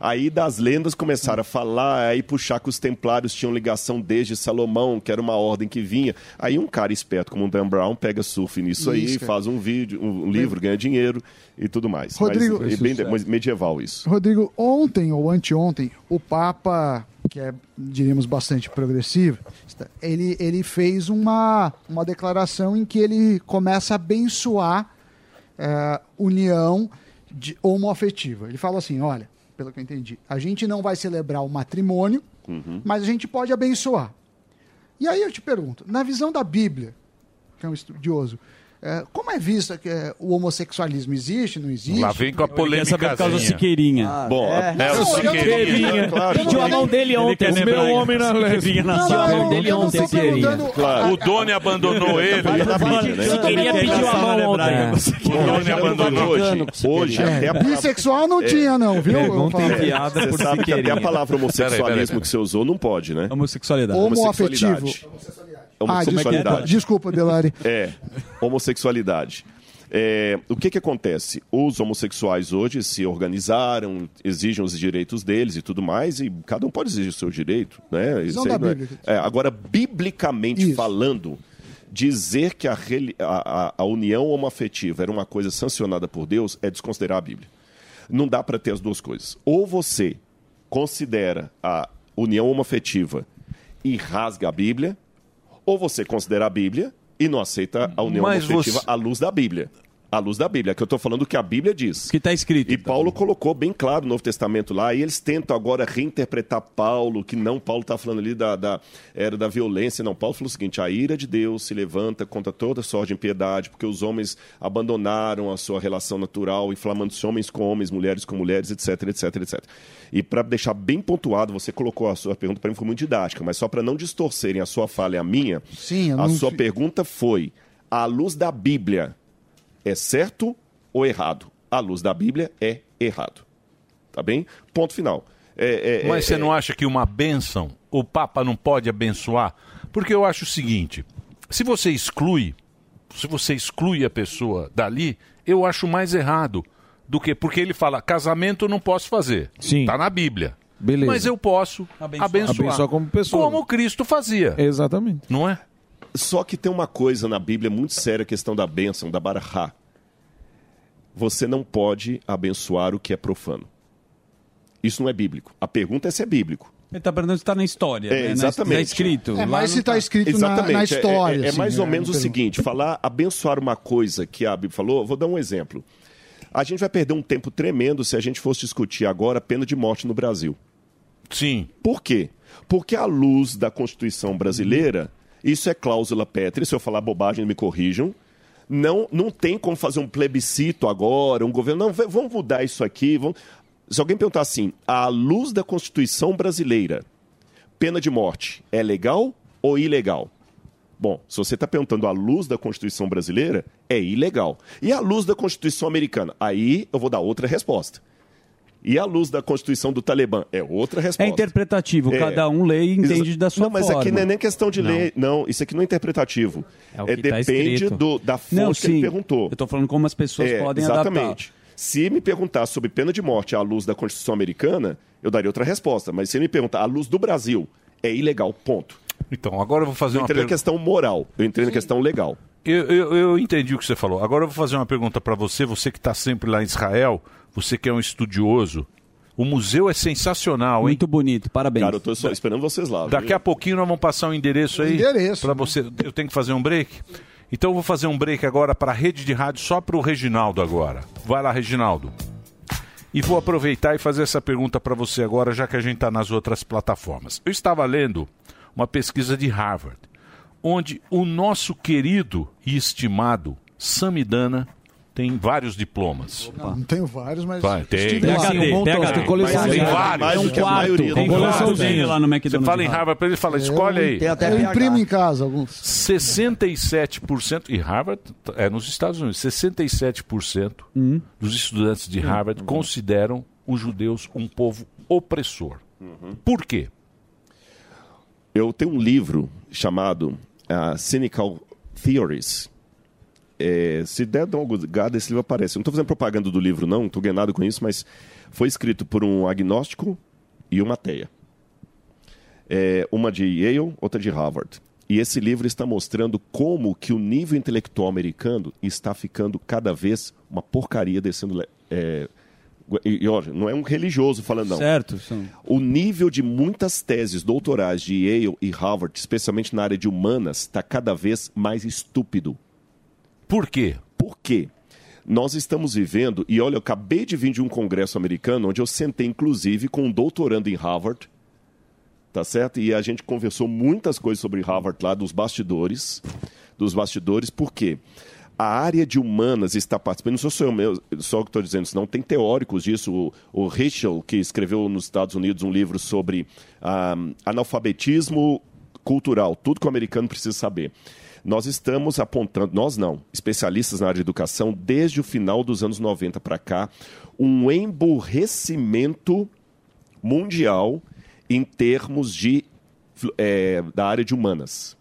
[SPEAKER 25] Aí das lendas começaram a falar, aí puxar que os templários tinham ligação desde Salomão, que era uma ordem que vinha. Aí um cara esperto como o Dan Brown pega surf nisso aí,
[SPEAKER 7] Isso, é. cara.
[SPEAKER 25] faz um vídeo, um livro, ganha dinheiro e tudo mais.
[SPEAKER 7] Rodrigo-
[SPEAKER 25] Mas, é bem de- mas medieval isso.
[SPEAKER 7] Rodrigo, ontem ou anteontem, o Papa, que é, diríamos, bastante progressivo, está- ele, ele fez uma, uma declaração em que ele começa a abençoar eh, união de, homoafetiva. Ele fala assim, olha, pelo que eu entendi, a gente não vai celebrar o matrimônio, mas a gente pode abençoar. E aí eu te pergunto, na visão da Bíblia, que é um estudioso, eh, é, como é visto que é, o homossexualismo? Existe, não existe?
[SPEAKER 5] Lá vem com a
[SPEAKER 7] Eu queria
[SPEAKER 5] polêmica.
[SPEAKER 7] saber por causa do Siqueirinha. Ah, Bom, é. é, o Siqueirinha. Claro.
[SPEAKER 5] Pediu a mão
[SPEAKER 11] dele
[SPEAKER 5] ontem.
[SPEAKER 8] né,
[SPEAKER 11] O meu homem
[SPEAKER 5] na leste.
[SPEAKER 11] Pediu a mão dele ontem.
[SPEAKER 5] O Doni abandonou ele.
[SPEAKER 11] Siqueirinha pediu a mão
[SPEAKER 5] É.
[SPEAKER 11] ontem.
[SPEAKER 5] O Doni abandonou
[SPEAKER 25] Hoje, hoje até a palavra...
[SPEAKER 7] Bissexual
[SPEAKER 5] É.
[SPEAKER 7] não tinha, não, é viu? Eu falo.
[SPEAKER 25] Você sabe que até a palavra homossexualismo
[SPEAKER 7] Peraí, peraí, peraí.
[SPEAKER 25] que você usou não pode, né?
[SPEAKER 12] Homossexualidade.
[SPEAKER 7] Homoafetivo. Ah, desculpa,
[SPEAKER 25] Homossexualidade.
[SPEAKER 7] desculpa, Delari.
[SPEAKER 25] É, homossexualidade. É, o que, que acontece? Os homossexuais hoje se organizaram, exigem os direitos deles e tudo mais, e cada um pode exigir o seu direito. Né?
[SPEAKER 7] Visão
[SPEAKER 25] aí
[SPEAKER 7] da
[SPEAKER 25] não é-
[SPEAKER 7] Bíblia.
[SPEAKER 25] é, agora, biblicamente falando, dizer que a, reli- a- a- a união homoafetiva era uma coisa sancionada por Deus é desconsiderar a Bíblia. Não dá para ter as duas coisas. Ou você considera a união homoafetiva e rasga a Bíblia, ou você considera a Bíblia e não aceita a união
[SPEAKER 5] Mas
[SPEAKER 25] homoafetiva
[SPEAKER 5] você-
[SPEAKER 25] à luz da Bíblia. À luz da Bíblia, que eu estou falando o que a Bíblia diz. Que está escrito. então. E Paulo colocou bem claro no Novo Testamento lá, e eles tentam agora reinterpretar Paulo, que não, Paulo está falando ali da, da- era da violência. Não, Paulo falou o seguinte: a ira de Deus se levanta contra toda sorte de impiedade, porque os homens abandonaram a sua relação natural, inflamando-se homens com homens, mulheres com mulheres, etc, etc, etc. E para deixar bem pontuado, você colocou a sua pergunta, para mim foi muito didática, mas só para não distorcerem a sua fala e a minha,
[SPEAKER 7] Sim, eu
[SPEAKER 25] a
[SPEAKER 7] não
[SPEAKER 25] sua
[SPEAKER 7] fi-
[SPEAKER 25] pergunta foi: à luz da Bíblia, é certo ou errado? À luz da Bíblia é errado. Tá bem? Ponto final. É, é,
[SPEAKER 5] Mas
[SPEAKER 25] é,
[SPEAKER 5] você
[SPEAKER 25] é-
[SPEAKER 5] não acha que uma bênção, o Papa não pode abençoar? Porque eu acho o seguinte: se você exclui, se você exclui a pessoa dali, eu acho mais errado do que porque ele fala casamento não posso fazer. Sim. Tá na Bíblia.
[SPEAKER 4] Beleza.
[SPEAKER 5] Mas eu posso abençoar.
[SPEAKER 4] Abençoar. Abençoar como pessoa.
[SPEAKER 5] Como Cristo fazia.
[SPEAKER 4] Exatamente.
[SPEAKER 5] Não é?
[SPEAKER 25] Só que tem uma coisa na Bíblia muito séria, a questão da bênção, da barahá. Você não pode abençoar o que é profano. Isso não é bíblico. A pergunta é se é bíblico.
[SPEAKER 12] Ele tá perguntando se tá na história.
[SPEAKER 25] É,
[SPEAKER 12] né?
[SPEAKER 25] exatamente.
[SPEAKER 12] Tá escrito.
[SPEAKER 7] É, mas
[SPEAKER 12] Lá
[SPEAKER 7] se
[SPEAKER 12] não
[SPEAKER 7] tá escrito na-
[SPEAKER 25] Exatamente.
[SPEAKER 7] na
[SPEAKER 25] É- é-
[SPEAKER 7] história,
[SPEAKER 25] É,
[SPEAKER 7] assim,
[SPEAKER 25] mais
[SPEAKER 7] né?
[SPEAKER 25] ou menos o
[SPEAKER 7] Não tem-
[SPEAKER 25] seguinte: falar, abençoar uma coisa que a Bíblia falou, vou dar um exemplo. A gente vai perder um tempo tremendo se a gente fosse discutir agora a pena de morte no Brasil.
[SPEAKER 5] Sim.
[SPEAKER 25] Por quê? Porque à luz da Constituição brasileira,
[SPEAKER 12] Uhum.
[SPEAKER 25] isso é cláusula pétrea, se eu falar bobagem, me corrijam. Não, não tem como fazer um plebiscito agora, um governo. Não, v- vamos mudar isso aqui. Vamos... Se alguém perguntar assim, à luz da Constituição brasileira, pena de morte é legal ou ilegal? Bom, se você está perguntando à luz da Constituição brasileira, é ilegal. E à luz da Constituição americana? Aí eu vou dar outra resposta. E à luz da Constituição do Talibã? É outra resposta.
[SPEAKER 12] É interpretativo,
[SPEAKER 25] É.
[SPEAKER 12] cada um lê e entende
[SPEAKER 25] Exa-
[SPEAKER 12] da sua
[SPEAKER 25] Não, mas
[SPEAKER 12] forma.
[SPEAKER 25] aqui não é nem questão de
[SPEAKER 12] Não.
[SPEAKER 25] ler. Não, isso aqui não é interpretativo. É,
[SPEAKER 12] o que tá
[SPEAKER 25] depende
[SPEAKER 12] escrito.
[SPEAKER 25] do, da fonte
[SPEAKER 12] Não,
[SPEAKER 25] que ele
[SPEAKER 12] sim.
[SPEAKER 25] perguntou.
[SPEAKER 12] Eu tô falando como as pessoas podem
[SPEAKER 25] É, exatamente. Se me perguntar sobre pena de morte à luz da Constituição americana, eu daria outra resposta. Mas se me perguntar à luz do Brasil, é ilegal, ponto.
[SPEAKER 5] Então, agora eu vou fazer
[SPEAKER 25] eu
[SPEAKER 5] uma
[SPEAKER 25] entrei
[SPEAKER 5] pergunta.
[SPEAKER 25] na questão moral, eu entrei na questão legal.
[SPEAKER 5] Eu, eu, eu entendi o que você falou. Agora eu vou fazer uma pergunta para você, você que está sempre lá em Israel, você que é um estudioso. O museu é sensacional, hein? Muito
[SPEAKER 12] bonito, parabéns.
[SPEAKER 25] Cara, eu tô só esperando vocês lá.
[SPEAKER 5] Daqui
[SPEAKER 25] viu?
[SPEAKER 5] a pouquinho nós vamos passar o endereço aí. Endereço. Para você. Eu tenho que fazer um break. Então eu vou fazer um break agora para a rede de rádio só para o Reginaldo agora. Vai lá, Reginaldo. E vou aproveitar e fazer essa pergunta para você agora, já que a gente está nas outras plataformas. Eu estava lendo uma pesquisa de Harvard, onde o nosso querido e estimado Samidana tem vários diplomas.
[SPEAKER 7] Não, não tenho vários, mas.
[SPEAKER 5] Vai, tem.
[SPEAKER 7] estive lá.
[SPEAKER 5] Tem vários.
[SPEAKER 7] Mais do que a maioria
[SPEAKER 5] Tem
[SPEAKER 7] do
[SPEAKER 5] vários.
[SPEAKER 7] mundo.
[SPEAKER 5] Você fala em Harvard para ele, fala, escolhe aí.
[SPEAKER 7] Eu, eu imprimo em casa alguns.
[SPEAKER 5] 67%, e Harvard é nos Estados Unidos, 67% dos estudantes de Harvard consideram os judeus um povo opressor.
[SPEAKER 25] Uhum.
[SPEAKER 5] Por quê?
[SPEAKER 25] Eu tenho um livro chamado ah, Cynical Theories. É, se der dar uma gada, esse livro aparece. Eu não estou fazendo propaganda do livro, não, não estou ganhando nada com isso, mas foi escrito por um agnóstico e uma ateia. É, uma de Yale, outra de Harvard. E esse livro está mostrando como que o nível intelectual americano está ficando cada vez uma porcaria descendo... le- é, e, e olha, não é um religioso falando, não.
[SPEAKER 12] Certo, são-
[SPEAKER 25] O nível de muitas teses doutorais de Yale e Harvard, especialmente na área de humanas, está cada vez mais estúpido.
[SPEAKER 5] Por quê?
[SPEAKER 25] Por quê? Nós estamos vivendo, e olha, eu acabei de vir de um congresso americano onde eu sentei, inclusive, com um doutorando em Harvard, tá certo? E a gente conversou muitas coisas sobre Harvard lá, dos bastidores, dos bastidores, por quê? A área de humanas está participando, não sou só eu meu- só que estou dizendo isso, não. Tem teóricos disso. O, o Richel, que escreveu nos Estados Unidos um livro sobre ah, analfabetismo cultural, tudo que o americano precisa saber. Nós estamos apontando, nós não, especialistas na área de educação, desde o final dos anos 90 para cá, um emburrecimento mundial em termos de, flu- eh, da área de humanas.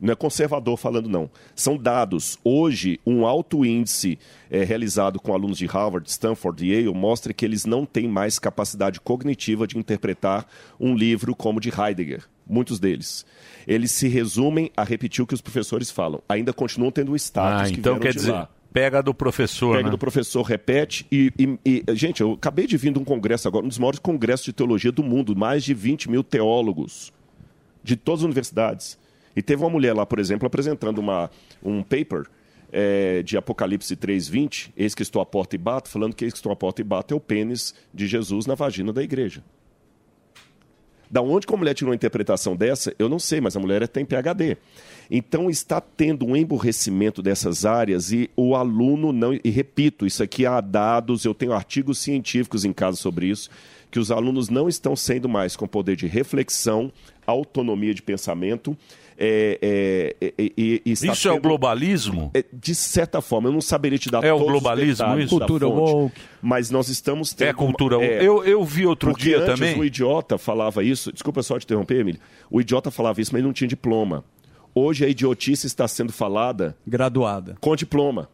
[SPEAKER 25] Não é conservador falando, não. São dados. Hoje, um alto índice eh, realizado com alunos de Harvard, Stanford e Yale mostra que eles não têm mais capacidade cognitiva de interpretar um livro como o de Heidegger. Muitos deles. Eles se resumem a repetir o que os professores falam. Ainda continuam tendo o status
[SPEAKER 5] Ah,
[SPEAKER 25] que
[SPEAKER 5] então
[SPEAKER 25] vieram
[SPEAKER 5] quer
[SPEAKER 25] de
[SPEAKER 5] dizer,
[SPEAKER 25] lá.
[SPEAKER 5] pega do professor.
[SPEAKER 25] Pega
[SPEAKER 5] né?
[SPEAKER 25] do professor, repete. E, e- e, gente, eu acabei de vir de um congresso agora, um dos maiores congressos de teologia do mundo, mais de 20 mil teólogos de todas as universidades. E teve uma mulher lá, por exemplo, apresentando uma, um paper eh, de Apocalipse 3.20, eis que estou à porta e bato, falando que eis que estou à porta e bato é o pênis de Jesus na vagina da igreja. Da onde que a mulher tirou uma interpretação dessa, eu não sei, mas a mulher é- tem PhD. Então está tendo um emburrecimento dessas áreas e o aluno não. E repito, isso aqui há dados, eu tenho artigos científicos em casa sobre isso, que os alunos não estão sendo mais com poder de reflexão, autonomia de pensamento. é, é, é, e- e está
[SPEAKER 5] Isso é o
[SPEAKER 25] tendo-
[SPEAKER 5] globalismo?
[SPEAKER 25] é, de certa forma, eu não saberia te dar
[SPEAKER 5] É o
[SPEAKER 25] todos os
[SPEAKER 5] globalismo
[SPEAKER 25] detalhes
[SPEAKER 5] isso?
[SPEAKER 25] da
[SPEAKER 5] Cultura
[SPEAKER 25] fonte,
[SPEAKER 5] woke.
[SPEAKER 25] Mas nós estamos tendo...
[SPEAKER 5] É cultura
[SPEAKER 25] uma-
[SPEAKER 5] woke. Eu- eu vi outro
[SPEAKER 25] porque
[SPEAKER 5] dia
[SPEAKER 25] antes
[SPEAKER 5] também-
[SPEAKER 25] o idiota falava isso... Desculpa só te interromper, Emílio. O idiota falava isso, mas ele não tinha diploma. Hoje a idiotice está sendo falada...
[SPEAKER 12] Graduada.
[SPEAKER 25] Com diploma.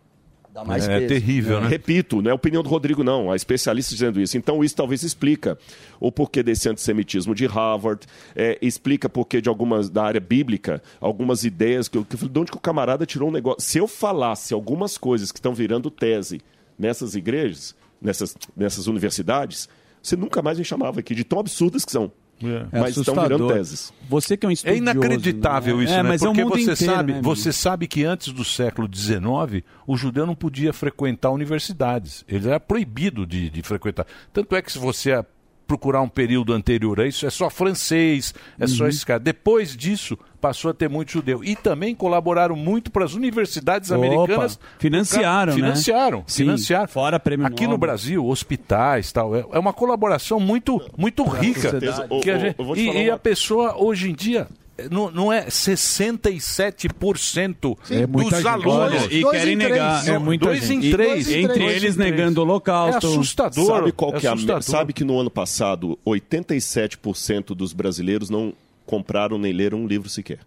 [SPEAKER 10] Dá
[SPEAKER 5] mais É peso. terrível, né?
[SPEAKER 25] Repito, não é a opinião do Rodrigo, não. Há especialistas dizendo isso. Então, isso talvez explica o porquê desse antissemitismo de Harvard, é, explica porquê de algumas da área bíblica, algumas ideias. Que eu, que eu falei, de onde que o camarada tirou um negócio? Se eu falasse algumas coisas que estão virando tese nessas igrejas, nessas, nessas universidades, você nunca mais me chamava aqui, de tão absurdas que são.
[SPEAKER 8] É
[SPEAKER 25] Mas estão virando
[SPEAKER 8] assustador.
[SPEAKER 25] teses.
[SPEAKER 8] Você que é um
[SPEAKER 5] É
[SPEAKER 8] estudioso,
[SPEAKER 5] inacreditável
[SPEAKER 8] né?
[SPEAKER 5] isso,
[SPEAKER 8] é,
[SPEAKER 5] né?
[SPEAKER 8] Mas
[SPEAKER 5] Porque
[SPEAKER 8] é o mundo
[SPEAKER 5] você
[SPEAKER 8] inteiro,
[SPEAKER 5] sabe,
[SPEAKER 8] né,
[SPEAKER 5] você sabe que antes do século XIX, o judeu não podia frequentar universidades. Ele era proibido de, de frequentar. Tanto é que se você procurar um período anterior a isso, é só francês, é só
[SPEAKER 27] Uhum.
[SPEAKER 5] esse cara. Depois disso, passou a ter muito judeu. E também colaboraram muito para as universidades
[SPEAKER 8] Opa,
[SPEAKER 5] americanas.
[SPEAKER 8] financiaram, né?
[SPEAKER 5] Financiaram,
[SPEAKER 8] Sim,
[SPEAKER 5] financiaram.
[SPEAKER 8] Fora prêmio
[SPEAKER 5] Aqui no
[SPEAKER 8] Nobel.
[SPEAKER 5] Brasil, hospitais, tal, é é uma colaboração muito, muito
[SPEAKER 25] Com
[SPEAKER 5] rica.
[SPEAKER 25] certeza.
[SPEAKER 5] que a
[SPEAKER 25] Ô, ô,
[SPEAKER 5] gente-
[SPEAKER 25] eu vou te
[SPEAKER 5] e,
[SPEAKER 25] falar
[SPEAKER 5] e
[SPEAKER 25] uma
[SPEAKER 5] a pessoa, hoje em dia, eh, não, não é 67%
[SPEAKER 8] Sim. É muita
[SPEAKER 5] dos
[SPEAKER 8] gente.
[SPEAKER 5] alunos.
[SPEAKER 8] Olha, e Dois querem em três. negar. É muita
[SPEAKER 5] dois
[SPEAKER 8] gente.
[SPEAKER 5] em
[SPEAKER 8] E-
[SPEAKER 5] três.
[SPEAKER 8] entre
[SPEAKER 5] Dois em
[SPEAKER 8] eles
[SPEAKER 5] três.
[SPEAKER 8] negando o Holocausto.
[SPEAKER 5] É assustador.
[SPEAKER 25] Sabe qual que é a me-
[SPEAKER 5] assustador.
[SPEAKER 25] Sabe que no ano passado, 87% dos brasileiros não compraram nem leram um livro sequer.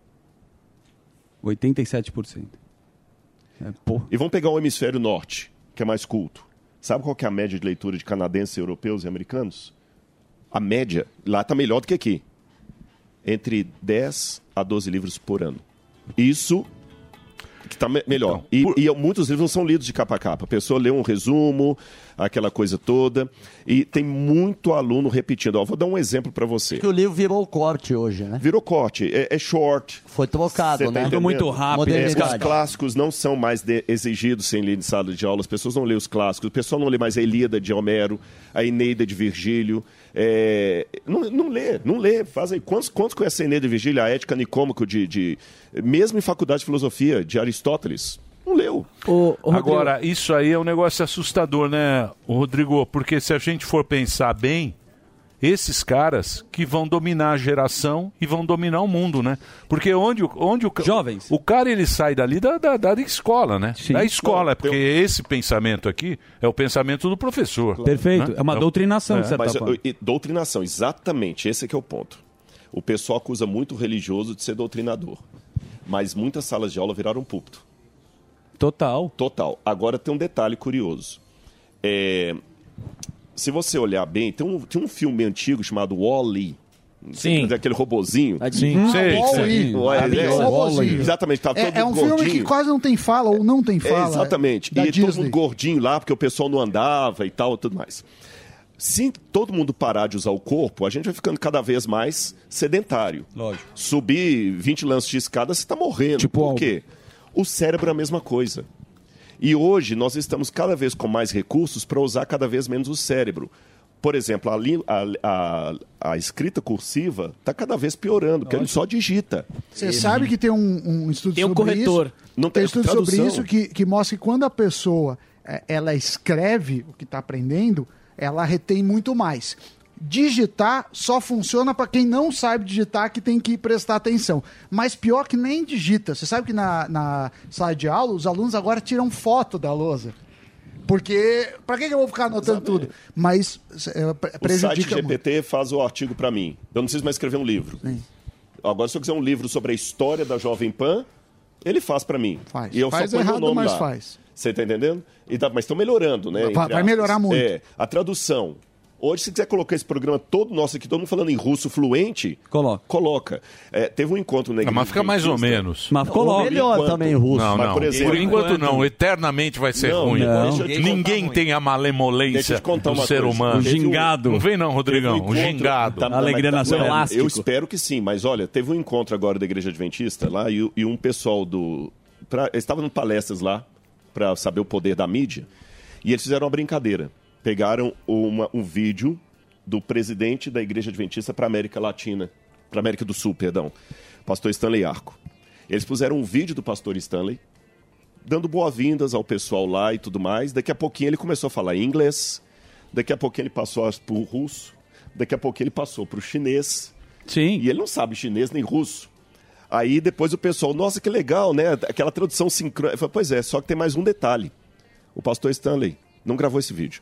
[SPEAKER 8] 87%. É, porra.
[SPEAKER 25] E vamos pegar o hemisfério norte, que é mais culto. Sabe qual que é a média de leitura de canadenses, europeus e americanos? A média lá está melhor do que aqui. Entre 10 a 12 livros por ano. Isso que está
[SPEAKER 10] Então,
[SPEAKER 25] melhor. E, e muitos livros não são lidos de capa a capa. A pessoa lê um resumo, aquela coisa toda. E tem muito aluno repetindo. Ó, vou dar um exemplo para você.
[SPEAKER 10] Que o livro virou corte hoje, né?
[SPEAKER 25] Virou corte, é, é short.
[SPEAKER 10] Foi trocado, né?
[SPEAKER 25] tá É,
[SPEAKER 5] né,
[SPEAKER 25] os
[SPEAKER 10] Modernidade.
[SPEAKER 25] clássicos não são mais de- exigidos sem ler em sala de aula. As pessoas não lêem os clássicos. O pessoal não lê mais a Ilíada de Homero, a Eneida de Virgílio. É, Não, não lê, não lê. Fazem... Quantos, quantos conhecem a Eneida de Virgílio, a Ética Nicômaco de, de... Mesmo em faculdade de filosofia, de Aristóteles. Não leu.
[SPEAKER 5] Agora, isso aí é um negócio assustador, né, Rodrigo? Porque se a gente for pensar bem, esses caras que vão dominar a geração e vão dominar o mundo, né? Porque onde, o- onde o... Jovens. O cara, ele sai dali da, da, da escola, né? Da escola, porque esse pensamento aqui é o pensamento do professor. né? o- É.
[SPEAKER 25] Mas, eu- e- doutrinação, exatamente. Esse é que é o ponto. O pessoal acusa muito o religioso de ser doutrinador. Mas muitas salas de aula viraram púlpito.
[SPEAKER 8] Total.
[SPEAKER 25] Total. Agora tem um detalhe curioso. É, se você olhar bem, tem um, tem um filme antigo chamado Wall-E. Sim. Daquele robozinho.
[SPEAKER 5] Sim. Hum, Sei,
[SPEAKER 7] Wall-E. sei.
[SPEAKER 25] Wall-E, né?
[SPEAKER 7] É um robozinho.
[SPEAKER 25] Exatamente. Tá todo
[SPEAKER 7] É, é um filme que
[SPEAKER 25] gordinho.
[SPEAKER 7] quase não tem fala ou não tem fala.
[SPEAKER 25] É, exatamente.
[SPEAKER 7] Da
[SPEAKER 25] E todo
[SPEAKER 7] Disney.
[SPEAKER 25] mundo gordinho lá, porque o pessoal não andava e tal, tudo mais. Se todo mundo parar de usar o corpo, a gente vai ficando cada vez mais sedentário.
[SPEAKER 8] Lógico.
[SPEAKER 25] Subir 20 lances de escada, você está morrendo.
[SPEAKER 7] Tipo
[SPEAKER 25] Por quê? O cérebro é a mesma coisa. E hoje nós estamos cada vez com mais recursos para usar cada vez menos o cérebro. Por exemplo, a, li- a- a- a escrita cursiva está cada vez piorando, porque ele só digita.
[SPEAKER 7] Você sabe que tem um, um estudo
[SPEAKER 25] Tem um
[SPEAKER 7] sobre
[SPEAKER 25] corretor.
[SPEAKER 7] isso.
[SPEAKER 25] Não
[SPEAKER 7] tem
[SPEAKER 25] tem
[SPEAKER 7] estudo
[SPEAKER 25] tradução.
[SPEAKER 7] sobre isso que, que mostra que quando a pessoa eh, ela escreve o que está aprendendo, ela retém muito mais. Digitar só funciona para quem não sabe digitar, que tem que prestar atenção. Mas pior que nem digita. Você sabe que na, na sala de aula, os alunos agora tiram foto da lousa. Porque, para que, que eu vou ficar anotando tudo? Mas eh, pre-
[SPEAKER 25] O site
[SPEAKER 7] prejudica muito.
[SPEAKER 25] GPT faz o artigo para mim. Eu não preciso mais escrever um livro. Agora, se eu quiser um livro sobre a história da Jovem Pan, ele faz para mim. Faz. E eu
[SPEAKER 7] Faz
[SPEAKER 25] só ponho
[SPEAKER 7] errado,
[SPEAKER 25] o nome
[SPEAKER 7] mas
[SPEAKER 25] lá.
[SPEAKER 7] faz.
[SPEAKER 25] Você está entendendo? E dá- mas estão melhorando, né?
[SPEAKER 7] Vai-
[SPEAKER 25] entre
[SPEAKER 7] vai
[SPEAKER 25] aspas.
[SPEAKER 7] melhorar muito.
[SPEAKER 25] É, a tradução. Hoje, se quiser colocar esse programa todo nosso aqui, todo mundo falando em russo fluente,
[SPEAKER 12] coloca.
[SPEAKER 25] coloca. É, teve um encontro na
[SPEAKER 5] Não, mas fica mais ou menos. Mas
[SPEAKER 25] Não,
[SPEAKER 5] coloca.
[SPEAKER 25] melhor
[SPEAKER 5] Enquanto-
[SPEAKER 25] também russo.
[SPEAKER 5] Não,
[SPEAKER 25] mas,
[SPEAKER 5] não.
[SPEAKER 25] por exemplo,
[SPEAKER 5] enquanto não, eternamente vai ser
[SPEAKER 25] Não,
[SPEAKER 5] ruim.
[SPEAKER 25] não. Deixa eu te contar
[SPEAKER 5] Ninguém tem a
[SPEAKER 25] Deixa eu
[SPEAKER 5] malemolência
[SPEAKER 25] te contar
[SPEAKER 5] do
[SPEAKER 25] uma
[SPEAKER 5] ser
[SPEAKER 25] coisa.
[SPEAKER 5] humano.
[SPEAKER 25] Teve um-
[SPEAKER 5] Não vem não, Rodrigão.
[SPEAKER 25] Teve
[SPEAKER 5] Um
[SPEAKER 25] encontro-
[SPEAKER 5] gingado.
[SPEAKER 25] Tá, tá, mas tá- não, Eu espero que sim, mas olha, teve um encontro agora da Igreja Adventista lá e, e um pessoal do. Pra, eles estavam em palestras lá para saber o poder da mídia e eles fizeram uma brincadeira. Pegaram uma- um vídeo do presidente da Igreja Adventista para América Latina, para América do Sul, perdão, pastor Stanley Arco. Eles puseram um vídeo do pastor Stanley dando boas-vindas ao pessoal lá e tudo mais. Daqui a pouquinho ele começou a falar inglês, daqui a pouquinho ele passou a- pro russo, daqui a pouquinho ele passou pro chinês.
[SPEAKER 12] Sim.
[SPEAKER 25] E ele não sabe chinês nem russo. Aí depois o pessoal, nossa, que legal, né? Aquela tradução sincrônica. Eu falei, Pois é, só que tem mais um detalhe. O pastor Stanley não gravou esse vídeo.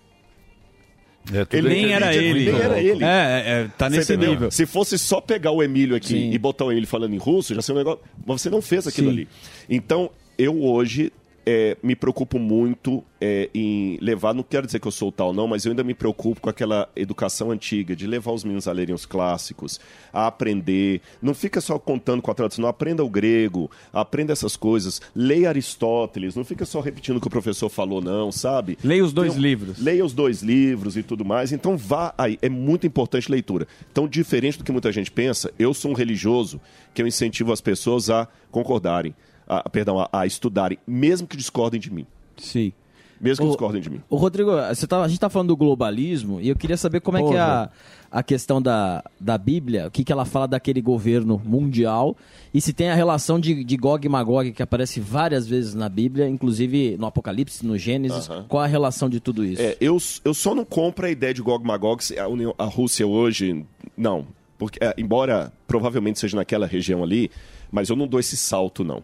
[SPEAKER 12] tudo Nem internet, era é muito ele.
[SPEAKER 25] Nem era
[SPEAKER 12] louco.
[SPEAKER 25] ele.
[SPEAKER 12] É, é, tá
[SPEAKER 25] Você
[SPEAKER 12] nesse
[SPEAKER 25] entendeu?
[SPEAKER 12] nível.
[SPEAKER 25] Se fosse só pegar o Emílio aqui e botar o Emílio falando em russo, já seria um negócio. Mas você não fez aquilo
[SPEAKER 12] Sim.
[SPEAKER 25] ali. Então, eu hoje é, me preocupo muito é, em levar. Não quero dizer que eu sou tal, não, mas eu ainda me preocupo com aquela educação antiga, de levar os meninos a lerem os clássicos, a aprender. Não fica só contando com a tradução, não. Aprenda o grego, aprenda essas coisas. Leia Aristóteles, não fica só repetindo o que o professor falou, não, sabe?
[SPEAKER 12] Leia os dois
[SPEAKER 25] Então,
[SPEAKER 12] livros.
[SPEAKER 25] Leia os dois livros e tudo mais. Então vá aí. É muito importante leitura. Então, diferente do que muita gente pensa, eu sou um religioso que eu incentivo as pessoas a concordarem, a, perdão, a, a estudarem, mesmo que discordem de mim.
[SPEAKER 12] Sim.
[SPEAKER 25] Mesmo que discordem de mim.
[SPEAKER 11] Ô, Rodrigo, você tá- a gente tá falando do globalismo e eu queria saber como é que é a, a questão da, da Bíblia, o que, que ela fala daquele governo mundial e se tem a relação de, de Gog e Magog que aparece várias vezes na Bíblia, inclusive no Apocalipse, no Gênesis.
[SPEAKER 25] Aham.
[SPEAKER 11] Qual a relação de tudo isso?
[SPEAKER 25] É, eu, eu só não compro a ideia de Gog Magog, se a, União- a Rússia hoje, não. Porque, é, embora provavelmente seja naquela região ali, mas eu não dou esse salto, não.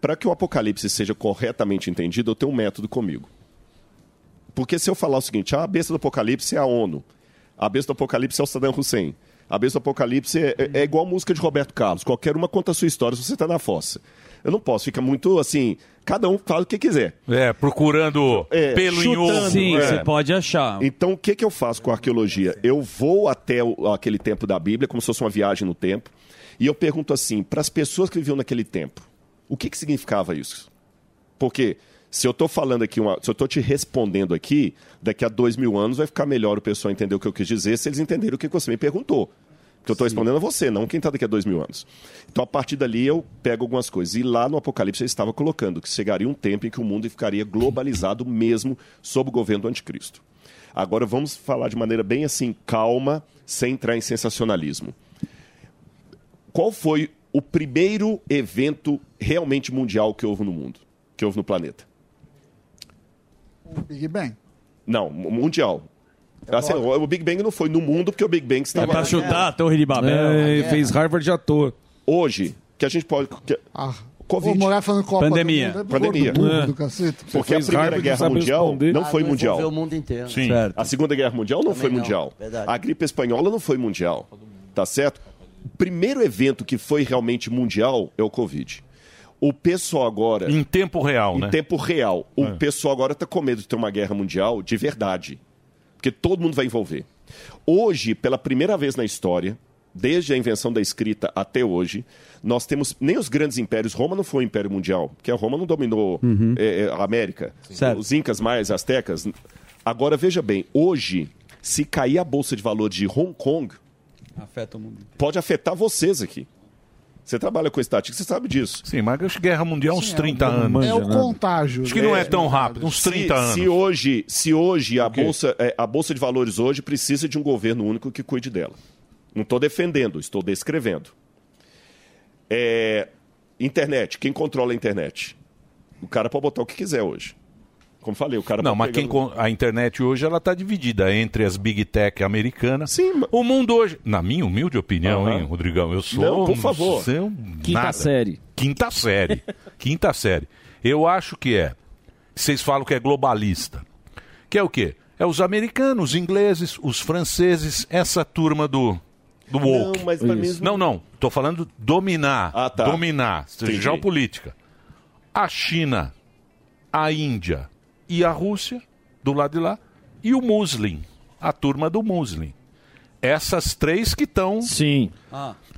[SPEAKER 25] Para que o apocalipse seja corretamente entendido, eu tenho um método comigo. Porque se eu falar o seguinte, ah, a besta do apocalipse é a ONU, a besta do apocalipse é o Saddam Hussein, a besta do apocalipse é, é- é igual a música de Roberto Carlos, qualquer uma conta a sua história se você está na fossa. Eu não posso, fica muito assim, cada um fala o que quiser.
[SPEAKER 5] É, procurando
[SPEAKER 25] É,
[SPEAKER 5] pelo em
[SPEAKER 25] chutando,
[SPEAKER 5] ovo.
[SPEAKER 25] é.
[SPEAKER 12] pode achar.
[SPEAKER 25] Então, o que, que eu faço com a arqueologia? Eu vou até o- aquele tempo da Bíblia, como se fosse uma viagem no tempo, e eu pergunto assim, para as pessoas que viviam naquele tempo, o que, que significava isso? Porque se eu estou falando aqui, uma- se eu estou te respondendo aqui, daqui a dois mil anos vai ficar melhor o pessoal entender o que eu quis dizer, se eles entenderem o que você me perguntou. Porque eu estou respondendo a você, não quem está daqui a dois mil anos. Então, a partir dali, eu pego algumas coisas. E lá no Apocalipse, eu estava colocando que chegaria um tempo em que o mundo ficaria globalizado mesmo sob o governo do anticristo. Agora, vamos falar de maneira bem assim, calma, sem entrar em sensacionalismo qual foi o primeiro evento realmente mundial que houve no mundo, que houve no planeta?
[SPEAKER 7] Big Bang.
[SPEAKER 25] Não, mu- mundial.
[SPEAKER 7] É
[SPEAKER 25] Assim, o o Big Bang não foi no mundo, porque o Big Bang
[SPEAKER 12] É
[SPEAKER 25] estava...
[SPEAKER 12] pra chutar a Torre de Babel. né?
[SPEAKER 25] É,
[SPEAKER 12] fez
[SPEAKER 25] Harvard à toa. Hoje, que a gente pode... que- Covid.
[SPEAKER 7] Ah, Vou morar falando Copa
[SPEAKER 25] Pandemia.
[SPEAKER 7] do Mundo, é
[SPEAKER 25] Pandemia.
[SPEAKER 7] gordo, burro
[SPEAKER 25] É.
[SPEAKER 7] do cacete.
[SPEAKER 25] Porque a Primeira Guerra Mundial não
[SPEAKER 10] Ah,
[SPEAKER 25] foi
[SPEAKER 10] não
[SPEAKER 25] mundial.
[SPEAKER 10] envolveu o mundo inteiro.
[SPEAKER 25] Sim.
[SPEAKER 10] Certo.
[SPEAKER 25] A Segunda Guerra Mundial não
[SPEAKER 10] Também
[SPEAKER 25] foi
[SPEAKER 10] não,
[SPEAKER 25] mundial.
[SPEAKER 10] verdade.
[SPEAKER 25] A gripe espanhola não foi mundial. Tá certo? O primeiro evento que foi realmente mundial é o Covid. O pessoal agora.
[SPEAKER 5] Em tempo real,
[SPEAKER 25] em
[SPEAKER 5] né?
[SPEAKER 25] tempo real. O
[SPEAKER 5] É.
[SPEAKER 25] pessoal agora está com medo de ter uma guerra mundial de verdade. Porque todo mundo vai envolver. Hoje, pela primeira vez na história, desde a invenção da escrita até hoje, nós temos. Nem os grandes impérios. Roma não foi um império mundial, porque a Roma não dominou
[SPEAKER 12] Uhum.
[SPEAKER 25] é, é, a América. Os incas, mais astecas. Agora, veja bem, hoje, se cair a bolsa de valor de Hong Kong,
[SPEAKER 12] Afeta o mundo.
[SPEAKER 25] pode afetar vocês aqui. Você trabalha com estatística, você sabe disso.
[SPEAKER 5] Sim, mas acho que Guerra Mundial uns 30 anos.
[SPEAKER 7] É
[SPEAKER 25] né?
[SPEAKER 7] o contágio.
[SPEAKER 5] Acho que não é tão rápido, uns 30
[SPEAKER 25] se,
[SPEAKER 5] anos.
[SPEAKER 25] Se hoje, se hoje a, bolsa, é, a Bolsa de Valores hoje precisa de um governo único que cuide dela. Não estou defendendo, estou descrevendo. É, internet, quem controla a internet? O cara pode botar o que quiser hoje. Como falei, o cara tá
[SPEAKER 5] Não,
[SPEAKER 25] pode
[SPEAKER 5] mas
[SPEAKER 25] pegar
[SPEAKER 5] quem
[SPEAKER 25] no-
[SPEAKER 5] con- a internet hoje ela está dividida entre as big tech americanas.
[SPEAKER 25] Sim,
[SPEAKER 5] o mundo hoje, na minha humilde opinião, hein, Rodrigão, eu sou.
[SPEAKER 25] Não, por
[SPEAKER 5] um-
[SPEAKER 25] favor.
[SPEAKER 5] sei um
[SPEAKER 25] Quinta
[SPEAKER 5] nada.
[SPEAKER 25] série.
[SPEAKER 5] Quinta
[SPEAKER 25] [LAUGHS]
[SPEAKER 5] série. Quinta série. Eu acho que é. Vocês falam que é globalista. Que é o quê? É os americanos, os ingleses, os franceses, essa turma do do woke.
[SPEAKER 25] Não, mas pra mim
[SPEAKER 5] não, não. Tô falando dominar, dominar,
[SPEAKER 25] Entendi.
[SPEAKER 5] geopolítica. A China, a Índia e a Rússia, do lado de lá, e o Muslim, a turma do Muslim. Essas três que estão.
[SPEAKER 11] Sim.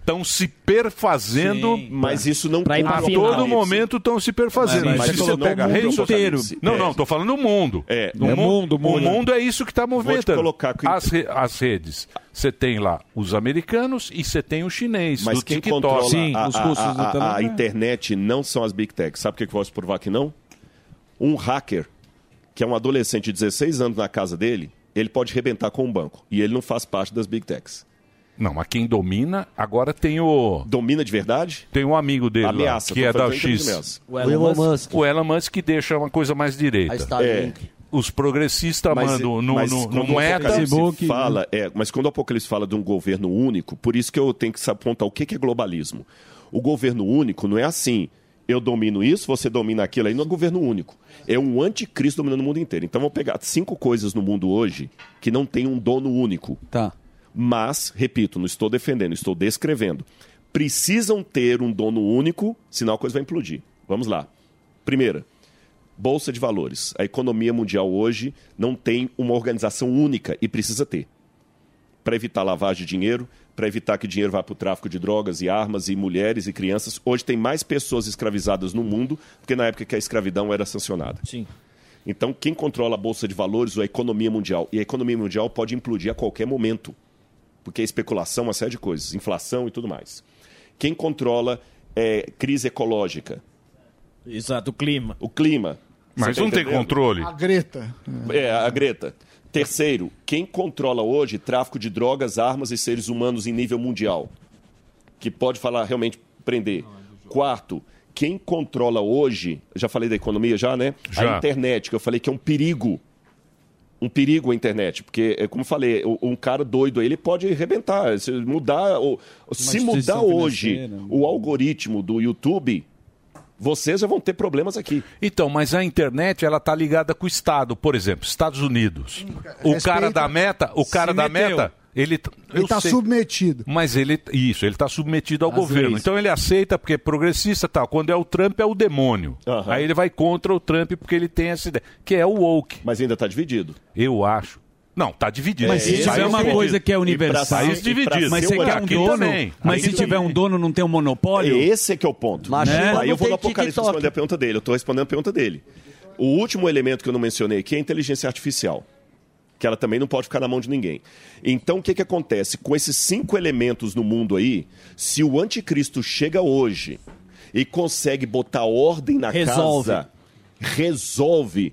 [SPEAKER 5] Estão se perfazendo.
[SPEAKER 25] Sim. Mas isso não
[SPEAKER 5] A
[SPEAKER 25] conta o
[SPEAKER 5] todo
[SPEAKER 25] apocalipse.
[SPEAKER 5] momento estão se perfazendo.
[SPEAKER 25] Mas
[SPEAKER 5] se
[SPEAKER 25] você colocou o mundo
[SPEAKER 5] redes
[SPEAKER 25] inteiro.
[SPEAKER 5] sociais- Não, não, tô falando do mundo. É,
[SPEAKER 25] É mundo, mundo.
[SPEAKER 5] O mundo é isso que está movimentando.
[SPEAKER 25] Vou te colocar com-
[SPEAKER 5] as, re- as redes. Você tem lá os americanos e você tem o chinês.
[SPEAKER 25] Mas
[SPEAKER 5] do
[SPEAKER 25] quem
[SPEAKER 5] TikTok.
[SPEAKER 25] controla a, a- a- a- a internet não são as big techs. Sabe o que eu posso provar que não? Um hacker, que é um adolescente de 16 anos na casa dele, ele pode rebentar com um banco. E ele não faz parte das big techs.
[SPEAKER 5] Não, mas quem domina, agora tem o.
[SPEAKER 25] Domina de verdade?
[SPEAKER 5] Tem um amigo dele lá,
[SPEAKER 25] Ameaça,
[SPEAKER 5] que
[SPEAKER 25] tô
[SPEAKER 5] é da
[SPEAKER 25] falando que eu entendo de
[SPEAKER 5] X.
[SPEAKER 25] ameaça. O Elon O Elon Musk.
[SPEAKER 5] O Elon Musk deixa uma coisa mais direita. É.
[SPEAKER 25] A Starlink.
[SPEAKER 5] Os progressistas
[SPEAKER 25] Mas- é,
[SPEAKER 5] mandam no,
[SPEAKER 25] mas
[SPEAKER 5] no, no
[SPEAKER 25] quando o
[SPEAKER 5] meta.
[SPEAKER 25] Apocalipse Fala, é, mas quando o Apocalipse fala de um governo único, por isso que eu tenho que se apontar o que que é globalismo. O governo único não é assim. Eu domino isso, você domina aquilo aí, não é governo único. É um anticristo dominando o mundo inteiro. Então vamos pegar cinco coisas no mundo hoje que não tem um dono único.
[SPEAKER 8] Tá.
[SPEAKER 25] Mas, repito, não estou defendendo, estou descrevendo. Precisam ter um dono único, senão a coisa vai implodir. Vamos lá. Primeira, Bolsa de Valores. A economia mundial hoje não tem uma organização única e precisa ter. Para evitar lavagem de dinheiro, para evitar que dinheiro vá para o tráfico de drogas e armas e mulheres e crianças. Hoje tem mais pessoas escravizadas no mundo porque na época que a escravidão era sancionada.
[SPEAKER 11] Sim.
[SPEAKER 25] Então, quem controla a Bolsa de Valores ou a economia mundial? E a economia mundial pode implodir a qualquer momento porque é especulação, uma série de coisas, inflação e tudo mais. Quem controla é, crise ecológica?
[SPEAKER 11] Exato, o clima.
[SPEAKER 25] O clima.
[SPEAKER 5] Mas
[SPEAKER 25] Você tá
[SPEAKER 5] não tem
[SPEAKER 25] entendendo?
[SPEAKER 5] controle.
[SPEAKER 7] A Greta.
[SPEAKER 25] É, a Greta. Terceiro, quem controla hoje tráfico de drogas, armas e seres humanos em nível mundial? Que pode falar realmente prender.
[SPEAKER 5] é
[SPEAKER 25] Quarto, quem controla hoje, já falei da economia já, né?
[SPEAKER 5] Já.
[SPEAKER 25] A internet, que eu falei que é um perigo. Um perigo a internet, porque, é, como eu falei, o- um cara doido aí, ele pode arrebentar. Se mudar, ou- se mudar
[SPEAKER 5] instituição
[SPEAKER 25] hoje
[SPEAKER 12] né?
[SPEAKER 5] financeira. né?
[SPEAKER 25] o algoritmo do YouTube, vocês já vão ter problemas aqui.
[SPEAKER 5] Então, mas a internet ela tá ligada com o Estado, por exemplo, Estados Unidos. O
[SPEAKER 7] respeita-
[SPEAKER 5] cara da meta, o cara
[SPEAKER 7] Se
[SPEAKER 5] da
[SPEAKER 7] meteu.
[SPEAKER 5] meta, ele t-
[SPEAKER 7] Ele
[SPEAKER 5] eu
[SPEAKER 7] tá
[SPEAKER 5] sei.
[SPEAKER 7] submetido.
[SPEAKER 5] Mas ele isso, ele está submetido ao
[SPEAKER 7] Às
[SPEAKER 5] governo.
[SPEAKER 7] leis.
[SPEAKER 5] Então ele aceita porque é progressista, tal. Quando é o Trump é o demônio. Aí ele vai contra o Trump porque ele tem essa ideia, que é o woke.
[SPEAKER 25] Mas ainda está dividido.
[SPEAKER 5] Eu acho. Não, tá dividido. Tá
[SPEAKER 12] Mas se
[SPEAKER 5] Isso aí
[SPEAKER 12] tiver
[SPEAKER 5] eu
[SPEAKER 12] uma
[SPEAKER 5] concordo.
[SPEAKER 12] coisa que é
[SPEAKER 5] E
[SPEAKER 12] universal,
[SPEAKER 5] pra ser- e pra
[SPEAKER 12] mas
[SPEAKER 5] ser
[SPEAKER 12] você
[SPEAKER 5] uma-
[SPEAKER 12] quer um
[SPEAKER 5] aqui
[SPEAKER 12] dono,
[SPEAKER 5] também.
[SPEAKER 12] mas
[SPEAKER 5] Aqui
[SPEAKER 12] se
[SPEAKER 5] também.
[SPEAKER 12] tiver um dono não tem um monopólio?
[SPEAKER 25] Esse é que é o ponto.
[SPEAKER 12] Machismo não
[SPEAKER 25] Aí eu vou
[SPEAKER 12] tem
[SPEAKER 25] no Apocalipse
[SPEAKER 12] TikTok.
[SPEAKER 25] responder a pergunta dele. Eu estou respondendo a pergunta dele. O último elemento que eu não mencionei aqui é a inteligência artificial. Que ela também não pode ficar na mão de ninguém. Então, o que, que acontece? Com esses cinco elementos no mundo aí, se o anticristo chega hoje e consegue botar ordem na
[SPEAKER 27] Resolve.
[SPEAKER 25] casa, resolve,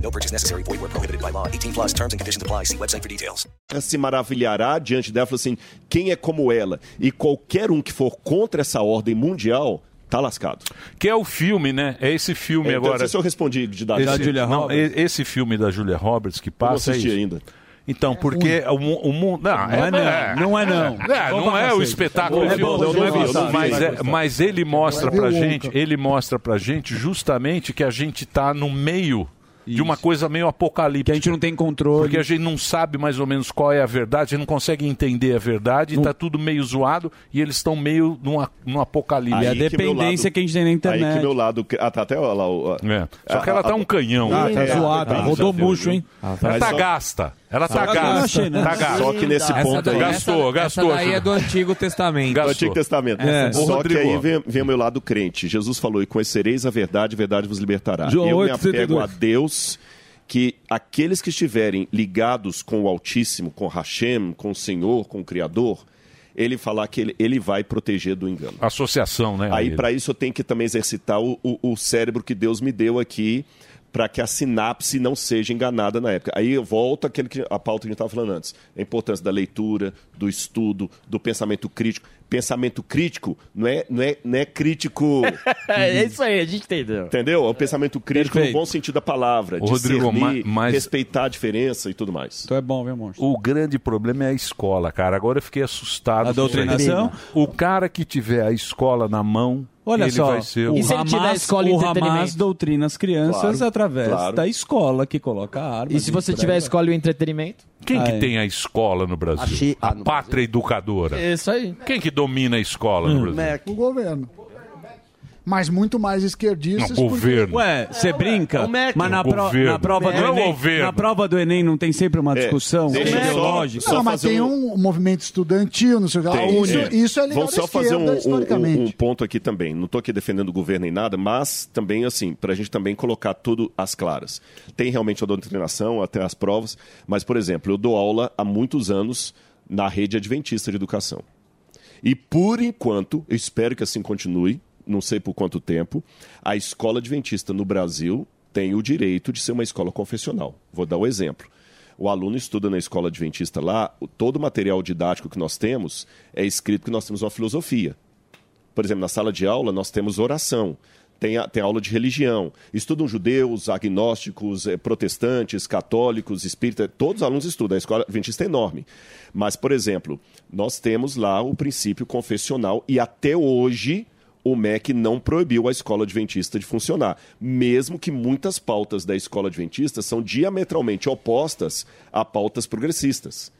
[SPEAKER 27] No purchase necessary. Void where prohibited by law. 18 plus terms and conditions apply. See website for details.
[SPEAKER 25] Ela se maravilhará diante dela, falou assim, quem é como ela? E qualquer um que for contra essa ordem mundial, tá lascado.
[SPEAKER 5] Que é o filme, né? É esse filme
[SPEAKER 25] Então,
[SPEAKER 5] agora.
[SPEAKER 25] não sei se eu respondi de idade.
[SPEAKER 5] Esse,
[SPEAKER 25] Da Julia
[SPEAKER 5] não,
[SPEAKER 25] Roberts.
[SPEAKER 5] e- esse filme da Julia Roberts que passa.
[SPEAKER 25] assisti
[SPEAKER 5] é isso.
[SPEAKER 25] ainda.
[SPEAKER 5] Então, porque o, mu- o mundo. Não,
[SPEAKER 25] é não, não é não.
[SPEAKER 5] [LAUGHS] É,
[SPEAKER 25] Bom
[SPEAKER 5] não
[SPEAKER 25] pra
[SPEAKER 5] é o
[SPEAKER 25] cacete.
[SPEAKER 5] espetáculo
[SPEAKER 25] É bom,
[SPEAKER 5] do filme,
[SPEAKER 25] eu não vi, eu não vi.
[SPEAKER 5] mas, é- mas ele mostra
[SPEAKER 25] Vai ver
[SPEAKER 5] pra
[SPEAKER 25] o Wonka.
[SPEAKER 5] gente, ele mostra pra gente justamente que a gente tá no meio de uma coisa meio apocalíptica. Que a gente não tem controle. Porque a gente não sabe mais ou menos qual é a verdade, a gente não consegue entender a verdade, está tudo meio zoado e eles estão meio numa, num apocalipse.
[SPEAKER 25] Aí E a que meu dependência lado- que a gente
[SPEAKER 5] tem na
[SPEAKER 25] Aí que meu lado. Ah, tá até lá o.
[SPEAKER 5] Só que ela tá um canhão.
[SPEAKER 25] Ah,
[SPEAKER 5] né?
[SPEAKER 25] tá zoado, hein? Rodou
[SPEAKER 5] murcho,
[SPEAKER 25] hein?
[SPEAKER 5] Ela
[SPEAKER 25] Mas
[SPEAKER 5] tá
[SPEAKER 25] só-
[SPEAKER 5] gasta. Ela tá
[SPEAKER 25] Só que eu não
[SPEAKER 5] gasta.
[SPEAKER 25] achei, né?
[SPEAKER 5] Tá gasta.
[SPEAKER 25] Só que nesse
[SPEAKER 12] Essa
[SPEAKER 25] ponto
[SPEAKER 12] daí-
[SPEAKER 25] aí.
[SPEAKER 12] essa-
[SPEAKER 25] Gastou, gastou,
[SPEAKER 12] Essa daí é do Antigo Testamento.
[SPEAKER 25] Do Antigo Testamento.
[SPEAKER 12] É.
[SPEAKER 25] Só que aí vem, vem o meu lado crente. Jesus falou: e conhecereis a verdade, a verdade vos libertará.
[SPEAKER 12] João
[SPEAKER 25] eu
[SPEAKER 12] 8,
[SPEAKER 25] me apego
[SPEAKER 12] 32.
[SPEAKER 25] a Deus que aqueles que estiverem ligados com o Altíssimo, com Hashem, com o Senhor, com o Criador, ele falar que ele, ele vai proteger do engano.
[SPEAKER 5] Associação, né?
[SPEAKER 25] Aí,
[SPEAKER 5] Ramiro?
[SPEAKER 25] para isso, eu tenho que também exercitar o, o- o cérebro que Deus me deu aqui para que a sinapse não seja enganada na época. Aí eu volto àquele que, à pauta que a gente estava falando antes. A importância da leitura, do estudo, do pensamento crítico. Pensamento crítico não é, não é, não é crítico...
[SPEAKER 11] é isso aí, a gente entendeu.
[SPEAKER 25] Entendeu? É o pensamento crítico
[SPEAKER 5] Perfeito.
[SPEAKER 25] no bom sentido da palavra.
[SPEAKER 5] Ô, Rodrigo,
[SPEAKER 25] discernir,
[SPEAKER 5] ma- mas-
[SPEAKER 25] respeitar a diferença e tudo mais.
[SPEAKER 5] Então é bom, viu, monstro? O grande problema é a escola, cara. Agora eu fiquei assustado.
[SPEAKER 25] A
[SPEAKER 5] com isso aí.
[SPEAKER 25] doutrinação?
[SPEAKER 5] O cara que tiver a escola na mão,
[SPEAKER 12] Olha
[SPEAKER 5] ele
[SPEAKER 12] só,
[SPEAKER 5] vai ser
[SPEAKER 12] o,
[SPEAKER 5] o
[SPEAKER 12] Hamas, o Hamas doutrina as crianças
[SPEAKER 5] Claro,
[SPEAKER 12] através
[SPEAKER 5] claro.
[SPEAKER 12] da escola que coloca armas.
[SPEAKER 11] E se você tiver a escola e o entretenimento?
[SPEAKER 5] Quem que
[SPEAKER 12] Ah, é.
[SPEAKER 5] tem a escola no Brasil? A, pátria educadora.
[SPEAKER 11] É isso aí.
[SPEAKER 5] Quem que domina a escola no Brasil?
[SPEAKER 7] O governo. Mas muito mais esquerdistas.
[SPEAKER 5] Não, governo.
[SPEAKER 12] Ué, é, você brinca, mas na,
[SPEAKER 5] O
[SPEAKER 12] pro-
[SPEAKER 5] governo.
[SPEAKER 12] na prova
[SPEAKER 5] Não é o
[SPEAKER 12] do Enem,
[SPEAKER 5] governo. É,
[SPEAKER 12] na prova do Enem não tem sempre uma discussão
[SPEAKER 25] deixa eu só-
[SPEAKER 12] ideológica.
[SPEAKER 25] só
[SPEAKER 7] não, mas
[SPEAKER 25] fazer
[SPEAKER 7] tem um... movimento estudantil, não sei o que lá. Isso, isso é ligado
[SPEAKER 25] Vamos só
[SPEAKER 7] à
[SPEAKER 25] fazer
[SPEAKER 7] esquerda,
[SPEAKER 25] um,
[SPEAKER 7] historicamente.
[SPEAKER 25] um- um ponto aqui também. Não estou aqui defendendo o governo nem nada, mas também, assim, para a gente também colocar tudo às claras. Tem realmente a doutrinação, até as provas, mas, por exemplo, eu dou aula há muitos anos na rede adventista de educação. E, por enquanto, eu espero que assim continue, não sei por quanto tempo, a escola adventista no Brasil tem o direito de ser uma escola confessional. Vou dar o exemplo. O aluno estuda na escola adventista lá, o- todo o material didático que nós temos é escrito que nós temos uma filosofia. Por exemplo, na sala de aula nós temos oração, tem, a- tem aula de religião. Estudam judeus, agnósticos, eh, protestantes, católicos, espíritas, todos os alunos estudam, a escola adventista é enorme. Mas, por exemplo, nós temos lá o princípio confessional e até hoje o MEC não proibiu a escola adventista de funcionar, mesmo que muitas pautas da escola adventista são diametralmente opostas a pautas progressistas.